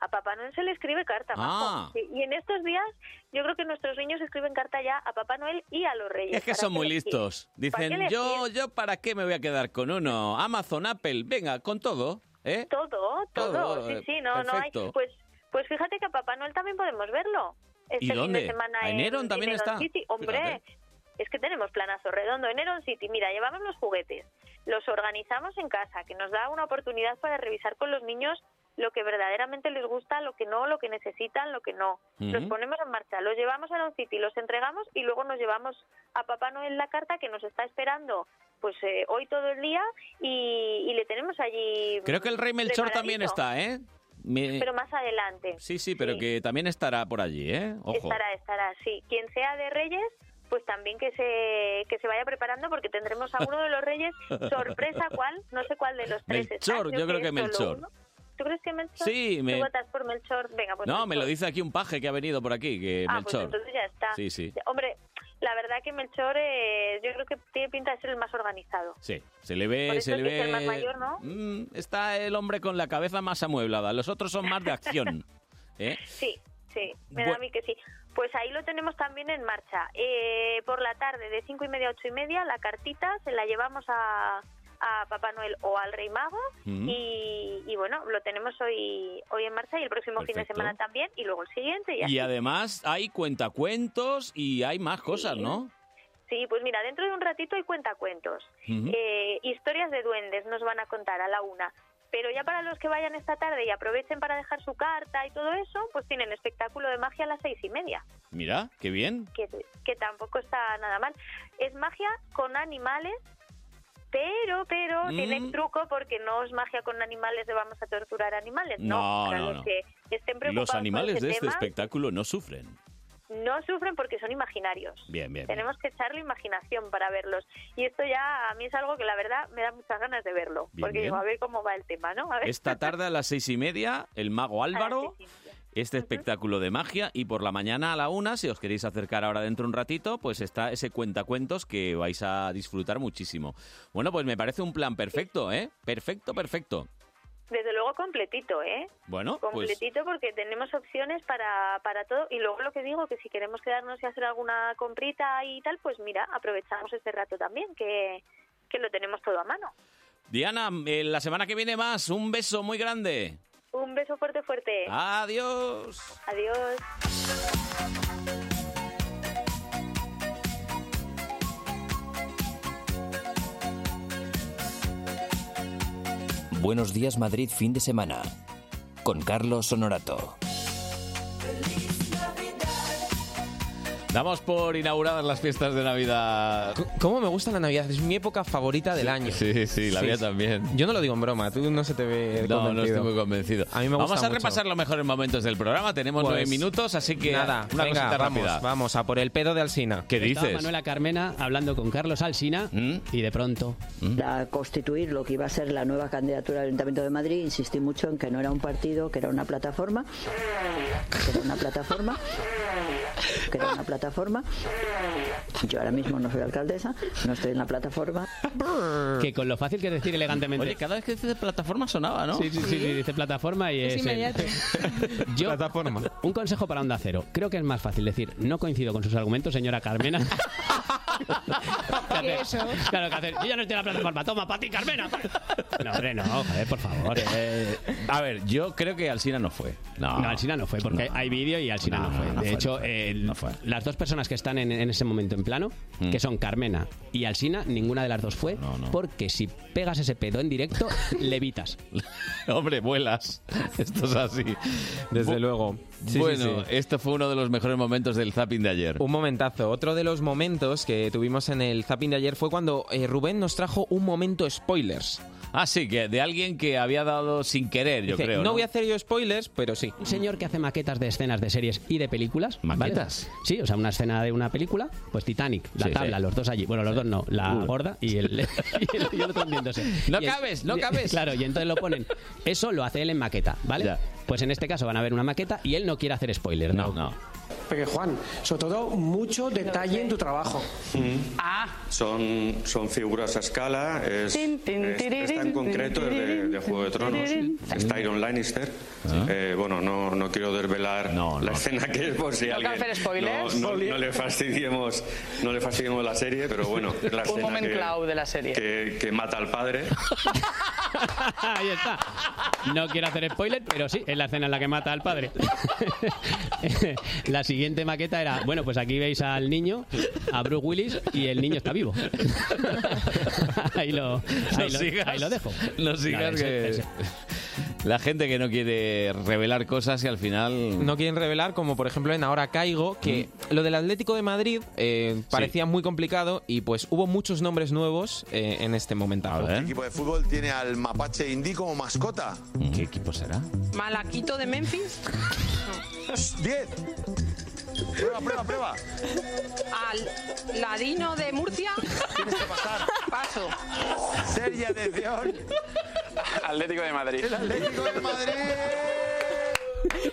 a Papá Noel se le escribe carta, Majo.
Ah.
Sí, Y en estos días yo creo que nuestros niños escriben carta ya a Papá Noel y a los Reyes.
Es que
¿Para
son
qué
muy
elegir?
listos.
¿Para qué
Dicen,
elegir?
yo, yo, ¿para qué me voy a quedar con uno? Amazon, Apple, venga, con todo, ¿eh?
Todo, todo.
Todo, eh,
sí, sí, no, no
perfecto.
hay. Pues, pues fíjate que a Papá Noel también podemos verlo. Este
¿Y
Fin
dónde?
de semana
¿A
en
Eneron también
en
está?
City. Hombre,
Fíjate.
es que tenemos planazo redondo. En Eron City, mira, llevamos los juguetes, los organizamos en casa, que nos da una oportunidad para revisar con los niños lo que verdaderamente les gusta, lo que no, lo que necesitan, lo que no. Los
Ujú.
ponemos en marcha, los llevamos a Eron City, los entregamos y luego nos llevamos a Papá Noel la carta que nos está esperando pues eh, hoy todo el día y, y le tenemos allí
Creo que el Rey Melchor también
preparadito.
está, ¿eh? Me-
Pero más adelante.
Sí, sí, pero que también estará por allí, ¿eh? Ojo.
Estará, estará, sí. Quien sea de Reyes, pues también que se, que se vaya preparando porque tendremos a uno de los Reyes,
<laughs>
sorpresa cuál, no sé cuál de los tres. está.
Melchor, yo creo que
es solo
Melchor.
uno. ¿Tú crees que Melchor?
Sí, me-
¿Tú votas por Melchor? Venga, pues
No, me lo
Melchor.
dice aquí un paje que ha venido por aquí, que
Ah, pues
Melchor.
entonces ya está.
Sí, sí.
Hombre, la verdad que Melchor eh, yo creo que tiene pinta de ser el más organizado.
Sí, se le ve,
Por eso
se le
es que es el más
ve.
mayor, ¿no?
Mm, está el hombre con la cabeza más amueblada. Los otros son más de
<laughs>
acción. ¿eh?
Sí, sí, me da
Bueno.
a mí que sí. Pues ahí lo tenemos también en marcha. Eh, por la tarde, de cinco y media a ocho y media, la cartita se la llevamos a, a Papá Noel o al Rey Mago.
Mm.
Y, y bueno, lo tenemos hoy hoy en marcha y el próximo fin de
Perfecto.
semana también y luego el siguiente. Y, <laughs> así.
Y además hay cuentacuentos y hay más cosas, ¿no?
Sí, pues mira, dentro de un ratito hay cuentacuentos.
Ujú.
Eh, historias de duendes nos van a contar a la una. Pero ya para los que vayan esta tarde y aprovechen para dejar su carta y todo eso, pues tienen espectáculo de magia a las seis y media,
Mira, qué bien.
que, que tampoco está nada mal. Es magia con animales, pero, pero
Mm.
tiene truco porque no es magia con animales de vamos a torturar animales. No,
No,
para
no,
los
no.
que estén preocupados
Los
por
animales
ese
de este
tema,
espectáculo no sufren.
no sufren porque son imaginarios.
Bien, bien. bien.
Tenemos que echarle imaginación para verlos. Y esto ya a mí es algo que la verdad me da muchas ganas de verlo.
Bien,
porque digo,
bien.
a ver cómo va el tema, ¿no? A ver.
Esta tarde a las seis y media, el mago Álvaro, este espectáculo de magia, y por la mañana a la una, si os queréis acercar ahora dentro un ratito, pues está ese cuentacuentos que vais a disfrutar muchísimo. Bueno, pues me parece un plan perfecto, ¿eh? Perfecto, perfecto.
Desde luego completito, ¿eh?
Bueno, pues
completito porque tenemos opciones para, para todo. Y luego lo que digo, que si queremos quedarnos y hacer alguna comprita y tal, pues mira, aprovechamos este rato también, que, que lo tenemos todo a mano.
Diana, eh, la semana que viene más, un beso muy grande.
Un beso fuerte, fuerte.
Adiós.
Adiós.
Buenos días Madrid fin de semana con Carlos Honorato.
Damos por inauguradas las fiestas de Navidad.
¿Cómo me gusta la Navidad? Es mi época favorita del año.
Sí, sí, la mía también.
Yo no lo digo en broma, tú no se te ve
No, no
convencido.
estoy muy convencido.
A mí me gusta
Vamos a
mucho.
repasar los mejores momentos del programa. Tenemos
Pues,
nueve minutos, así que
Nada,
una
venga,
cosita
vamos,
rápida.
vamos, a por el pedo de Alsina.
¿Qué ¿Mm?
Estaba Manuela Carmena hablando con Carlos Alsina y de pronto.
a constituir lo que iba a ser la nueva candidatura del Ayuntamiento de Madrid, insistí mucho en que no era un partido, que era una plataforma, que era una plataforma, que era una plataforma. Yo ahora mismo no soy alcaldesa, no estoy en la plataforma.
<laughs> Que con lo fácil que es decir elegantemente.
Oye, cada vez que dices plataforma sonaba, ¿no?
Sí, sí, sí, sí, dice plataforma y es. el- <laughs> Yo, Un consejo para Onda Cero. Creo que es más fácil decir, no coincido con sus argumentos, señora Carmena. Que hacer- <laughs> Claro, que hacer, yo ya no estoy en la plataforma. Toma, para ti, Carmena. pa'". No, hombre, no, joder, por favor.
Eh, a ver, yo creo que Alsina no fue. No,
Alsina no fue, porque hay vídeo y Alsina no, fue. Mm. de hecho, eh, las dos personas que están en, en ese momento en plano, que son Carmena y Alsina, ninguna de las dos fue, porque si pegas ese pedo en directo, <laughs> levitas. <laughs>
Hombre, vuelas.
<laughs>
Esto es así.
Desde luego. Sí,
bueno,
sí, sí.
esto fue uno de los mejores momentos del zapping de ayer.
Un momentazo. Otro de los momentos que tuvimos en el zapping de ayer fue cuando eh, Rubén nos trajo un momento spoilers.
Ah, sí, que de alguien que había dado sin querer, yo
Dice,
creo.
no voy a hacer yo spoilers, pero sí.
Un señor que hace maquetas de escenas de series y de películas. ¿vale?
¿Maquetas?
Sí, o sea, una escena de una película, pues Titanic, la
Sí,
tabla,
sí.
los dos allí. Bueno, los dos no, la
Uno.
gorda y el, <laughs> y el- y el otro hundiéndose.
No
Y es-
cabes, no cabes.
Claro, y entonces lo ponen. Eso lo hace él en maqueta, ¿vale? Pues en este caso van a ver una maqueta y él no quiere hacer spoiler, ¿no?
No,
Porque Juan, sobre todo mucho detalle en tu trabajo.
Son, son figuras a escala, es,
Tin, tin,
es-
tirirín,
esta en concreto es de, de Juego de Tronos,
tirirín.
es Tyrion Lannister. Eh, bueno, no, no quiero desvelar la escena que es por si
No hay que
alguien...
hacer spoilers.
No, no- no le fastidiemos, no le fastidiemos la serie, pero bueno, es la
Un
escena
moment
que-
clau de la serie.
que- que mata al padre.
<laughs> Ahí está. No quiero hacer spoiler, pero sí, es la escena en la que mata al padre. <laughs> la siguiente maqueta era, bueno, pues aquí veis al niño, a Bruce Willis, y el niño está vivo. <laughs> ahí lo, ahí lo-
sigas.
ahí lo dejo.
No sigas
Claro, ese-
que-
ese-
La gente que no quiere revelar cosas y al final...
No quieren revelar, como por ejemplo en Ahora Caigo, que lo del Atlético de Madrid eh, parecía muy complicado y pues hubo muchos nombres nuevos eh, en este momento.
¿Qué equipo de fútbol tiene al mapache indí como mascota?
¿Qué equipo será?
Malaquito de Memphis.
10. Prueba, prueba, prueba.
Al ladino de Murcia. Tienes que pasar. Paso.
Seria
<laughs>
atención. Atlético de Madrid. El Atlético de Madrid.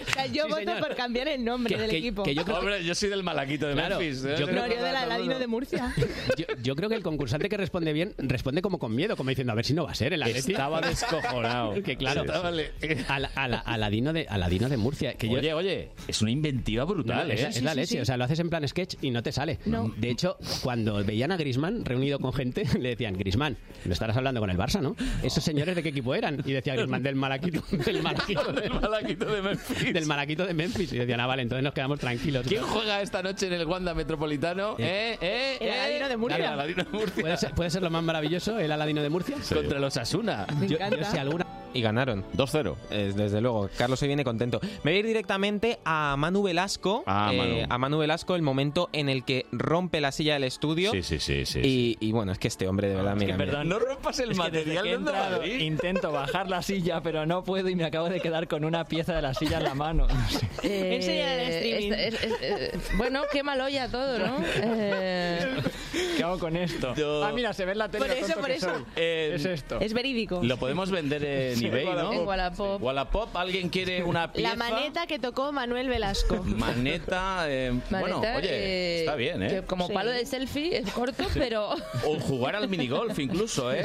O sea, yo
Sí,
voto
señor.
por cambiar el nombre del equipo. <laughs>
Hombre, yo soy del malaquito de
Claro,
Memphis. ¿eh?
yo creo-
No, yo del Aladino de Murcia.
Yo, yo creo que el concursante que responde bien responde como con miedo, como diciendo a ver si no va a ser el Atleti.
Estaba descojonado.
<laughs> que claro.
Estaba le-
Al- al- Aladino de Aladino de Murcia. Que
Oye, oye, es una inventiva brutal,
es,
¿eh?
es la
Sí, sí,
leche.
sí.
O sea, lo haces en plan sketch y no te sale. De hecho, cuando veían a Grisman reunido con gente, <laughs> le decían, Grisman, no estarás hablando con el Barça, ¿no? ¿Esos señores de qué equipo eran? Y decía Grisman, del malaquito, del
<laughs>
malaquito de, Memphis. Del malaquito de Memphis. Y decían, ah, vale, entonces nos quedamos tranquilos.
¿Quién juega esta noche en el Wanda Metropolitano? ¿Eh? ¿Eh?
El
¿Eh?
Aladino de Murcia.
El Aladino de Murcia.
¿Puede ser, puede ser lo más maravilloso el Aladino de Murcia?
Contra los Asuna.
Me Yo- yo encanta. si alguna-
Y ganaron.
2-0.
desde luego, Carlos se viene contento. Me voy a ir directamente a Manu Velasco. Eh,
Ah, Manu.
A Manu Velasco, el momento en el que rompe la silla del estudio.
Sí, sí, sí. sí, Ah,
y, y bueno, es que este hombre, de verdad, mira. mira.
<laughs> no rompas el material de Madrid.
Intento bajar la silla, pero no puedo y me acabo de quedar con una pieza de la silla en la mano.
Eh,
Enséñale el streaming.
es- es- es- eh, bueno, qué mal olla todo, ¿no? Eh,
¿Qué hago con esto?
<laughs> Yo-
Ah, mira, se ve en la tele.
Por
lo
eso,
tonto
por
que
eso.
soy.
Eh,
es esto.
Lo podemos vender en
Sí,
eBay, ¿no?
en Wallapop.
Wallapop, ¿alguien quiere una
La
pieza?
maneta que tocó Manuel Velasco.
Maneta, eh,
maleta,
bueno, oye,
eh,
está bien, ¿eh?
que como palo de selfie, es corto, pero...
O jugar al minigolf incluso, ¿eh?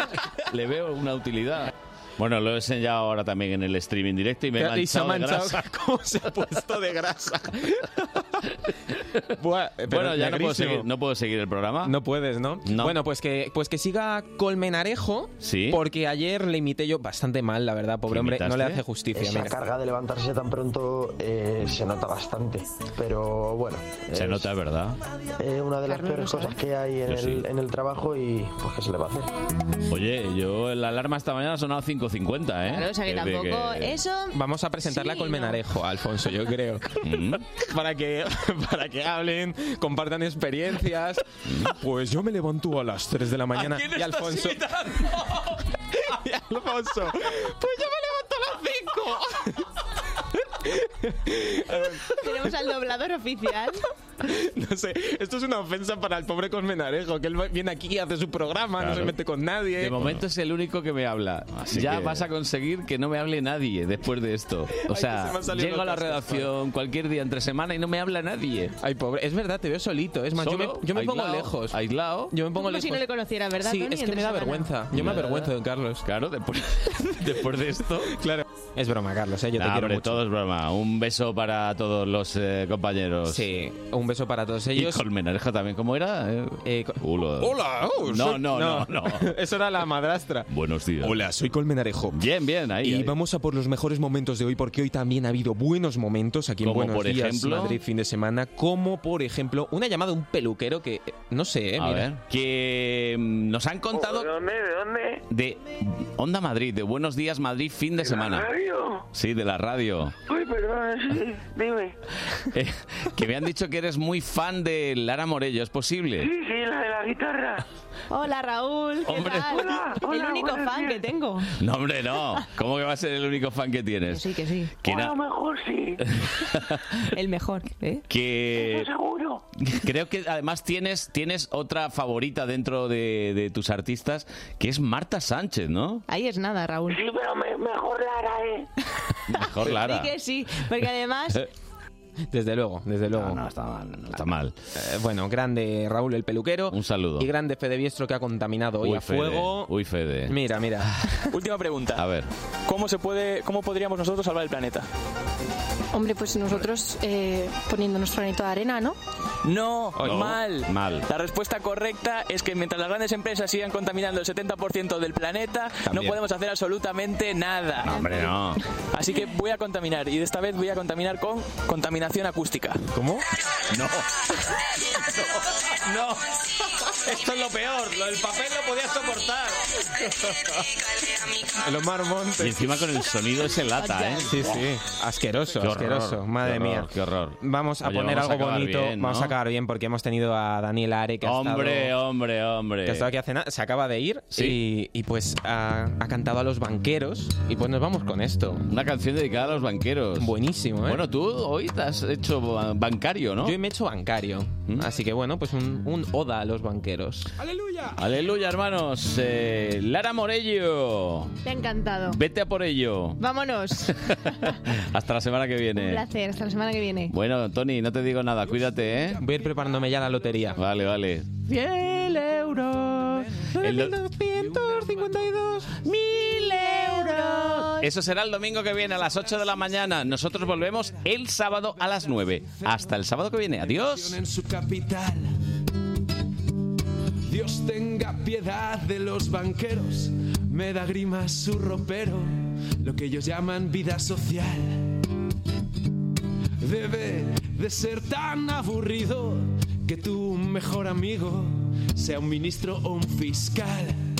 Le veo una utilidad. Bueno, lo he enseñado ahora también en el streaming directo y me he
Y se
manchado,
ha manchado.
<laughs>
de grasa.
¿Cómo se ha puesto de grasa?
Bueno, ya no puedo, seguir, no puedo seguir el programa.
No puedes, ¿no? Bueno, pues que, pues que siga Colmenarejo.
Sí.
Porque ayer le imité yo bastante mal, la verdad, pobre
¿Le
hombre. No le
imitaste?
hace justicia.
Esa
mira.
carga de levantarse tan pronto eh, se nota bastante, pero bueno. eh,
Se nota, ¿verdad?
Es Eh, una de las peores cosas que hay en
Yo sí. <laughs>
el, en el trabajo y pues qué se le va a hacer.
Oye, yo la alarma esta mañana ha sonado 5.50, ¿eh?
Claro, o sea que
de
tampoco- eso-
Vamos a presentarla a Colmenarejo, Alfonso, yo creo.
Mm.
<laughs> para, que, para que hablen, compartan experiencias.
Mm.
Pues yo me levanto a las 3 de la mañana
quién
y
estás
Alfonso. y Alfonso. Pues yo me
levanto
<laughs> Tenemos al doblador oficial.
<laughs> No sé, esto es una ofensa para el pobre Colmenarejo, que él va- viene aquí, hace su programa, no
Claro.
se mete con nadie.
De momento es el único que me habla.
Así
ya
que-
vas a conseguir que no me hable nadie después de esto. O
Ay, que
sea,
se me han salido
Ah, llego a la
los cascos,
redacción cualquier día entre semana y no me habla nadie.
Ay, pobre. Es verdad, te veo solito. Es más, yo me,
¿Solo?
yo me pongo
¿Aislado?
lejos.
¿Aislado?
Yo me pongo
Como si no
lejos.
le conociera, ¿verdad,
pues. sí,
Tony?
es que
Entre
me da
semana.
vergüenza. Yo me
Nada.
avergüenzo de Carlos.
Claro, después, <laughs> después de esto.
Claro. Es broma, Carlos, ¿eh? yo te
Nah,
quiero
hombre,
mucho.
todo es broma. Un beso para todos los eh, compañeros.
Sí, un beso para todos ellos.
Y Colmenarejo también, ¿cómo era? Eh, Hola.
Hola, oh,
no,
soy-
no, no, no.
<laughs> Eso era la madrastra.
Buenos días.
Hola, soy Colmenarejo.
Bien, bien, ahí.
Y
ahí.
vamos a por los mejores momentos de hoy, porque hoy también ha habido buenos momentos aquí en
Como
Buenos
por
Días,
ejemplo.
Madrid, fin de semana. Como, por ejemplo, una llamada de un peluquero que, eh, no sé, eh,
A
mira.
ver, que mm, nos <laughs> han contado
¿De dónde? ¿De dónde?
de Onda Madrid, de Buenos Días Madrid, fin de semana.
radio?
Sí, de la radio. <laughs>
Uy, perdón. <laughs> Dime.
Eh, que me han dicho que eres muy fan de Lara Morello, ¿es posible?
Sí, sí, la de la guitarra.
Hola, Raúl. ¿Qué
Hombre.
tal?
Hola, hola,
el único
buenos
fan que tengo.
No, hombre, no. ¿Cómo que va a ser el único fan que tienes?
Sí, que sí.
Que, na-
mejor sí.
El mejor, ¿eh?
que-
seguro.
creo que además tienes, tienes otra favorita dentro de, de tus artistas, que es Marta Sánchez, ¿no?
Ahí es nada, Raúl.
Sí, pero mejor Lara, ¿eh?
Mejor Lara.
Sí que sí, porque
Eh.
además
Desde luego, desde luego. No,
está mal, no está mal.
bueno, grande Raúl el peluquero. Un
saludo.
Y grande Fede Biestro que ha contaminado hoy
Uy,
a
Fede,
fuego.
Uy, Fede.
Mira,
<laughs>
mira.
Última pregunta.
A ver.
¿Cómo se puede, cómo podríamos nosotros salvar el planeta?
Hombre, pues nosotros eh, poniendo nuestro granito de arena, ¿no?
No, No, mal.
Oh, Mal.
La respuesta correcta es que mientras las grandes empresas sigan contaminando el 70% del planeta,
También.
no podemos hacer absolutamente nada.
Hombre, Eh, no.
Así que voy a contaminar y de esta vez voy a contaminar con contaminación acústica.
¿Cómo?
No.
<laughs> No. Esto es lo peor. Lo del papel lo podía soportar.
El Omar Montes.
Y encima con el sonido ese lata, ¿eh?
Sí, sí. Asqueroso,
Qué horror,
asqueroso. Madre
qué
mía.
horror, Qué horror.
Vamos a
Oye,
poner
vamos a
algo
acabar
bonito.
bien, ¿no?
Vamos a acabar bien porque hemos tenido a Daniel Are que ha
Hombre,
estado...
hombre, hombre.
Que ha estado aquí hace nada, se acaba de ir y, y pues ha, ha cantado a los banqueros y pues nos vamos con esto.
Una canción dedicada a los banqueros.
Buenísimo, ¿eh?
Bueno, tú hoy te has hecho ba- bancario, ¿no? ¿Mm?
Yo me he hecho bancario. Así que bueno, pues un, un oda a los banqueros.
¡Aleluya! ¡Aleluya, hermanos! Eh, Lara Morello,
Te ha encantado.
vete a por ello.
Vámonos.
Hasta la semana que
Un
viene.
placer. Hasta la semana que viene.
Bueno, Tony, no te digo nada, cuídate, ¿eh?
Voy a ir preparándome ya la lotería.
Vale, vale.
100 euros,
El do-
952, 1000 euros.
Eso será el domingo que viene a las 8 de la mañana. Nosotros volvemos el sábado a las 9. Hasta el sábado que viene. Adiós.
En su capital. Dios tenga piedad de los banqueros, me da grima su ropero, lo que ellos llaman vida social. Debe de ser tan aburrido que tu mejor amigo sea un ministro o un fiscal.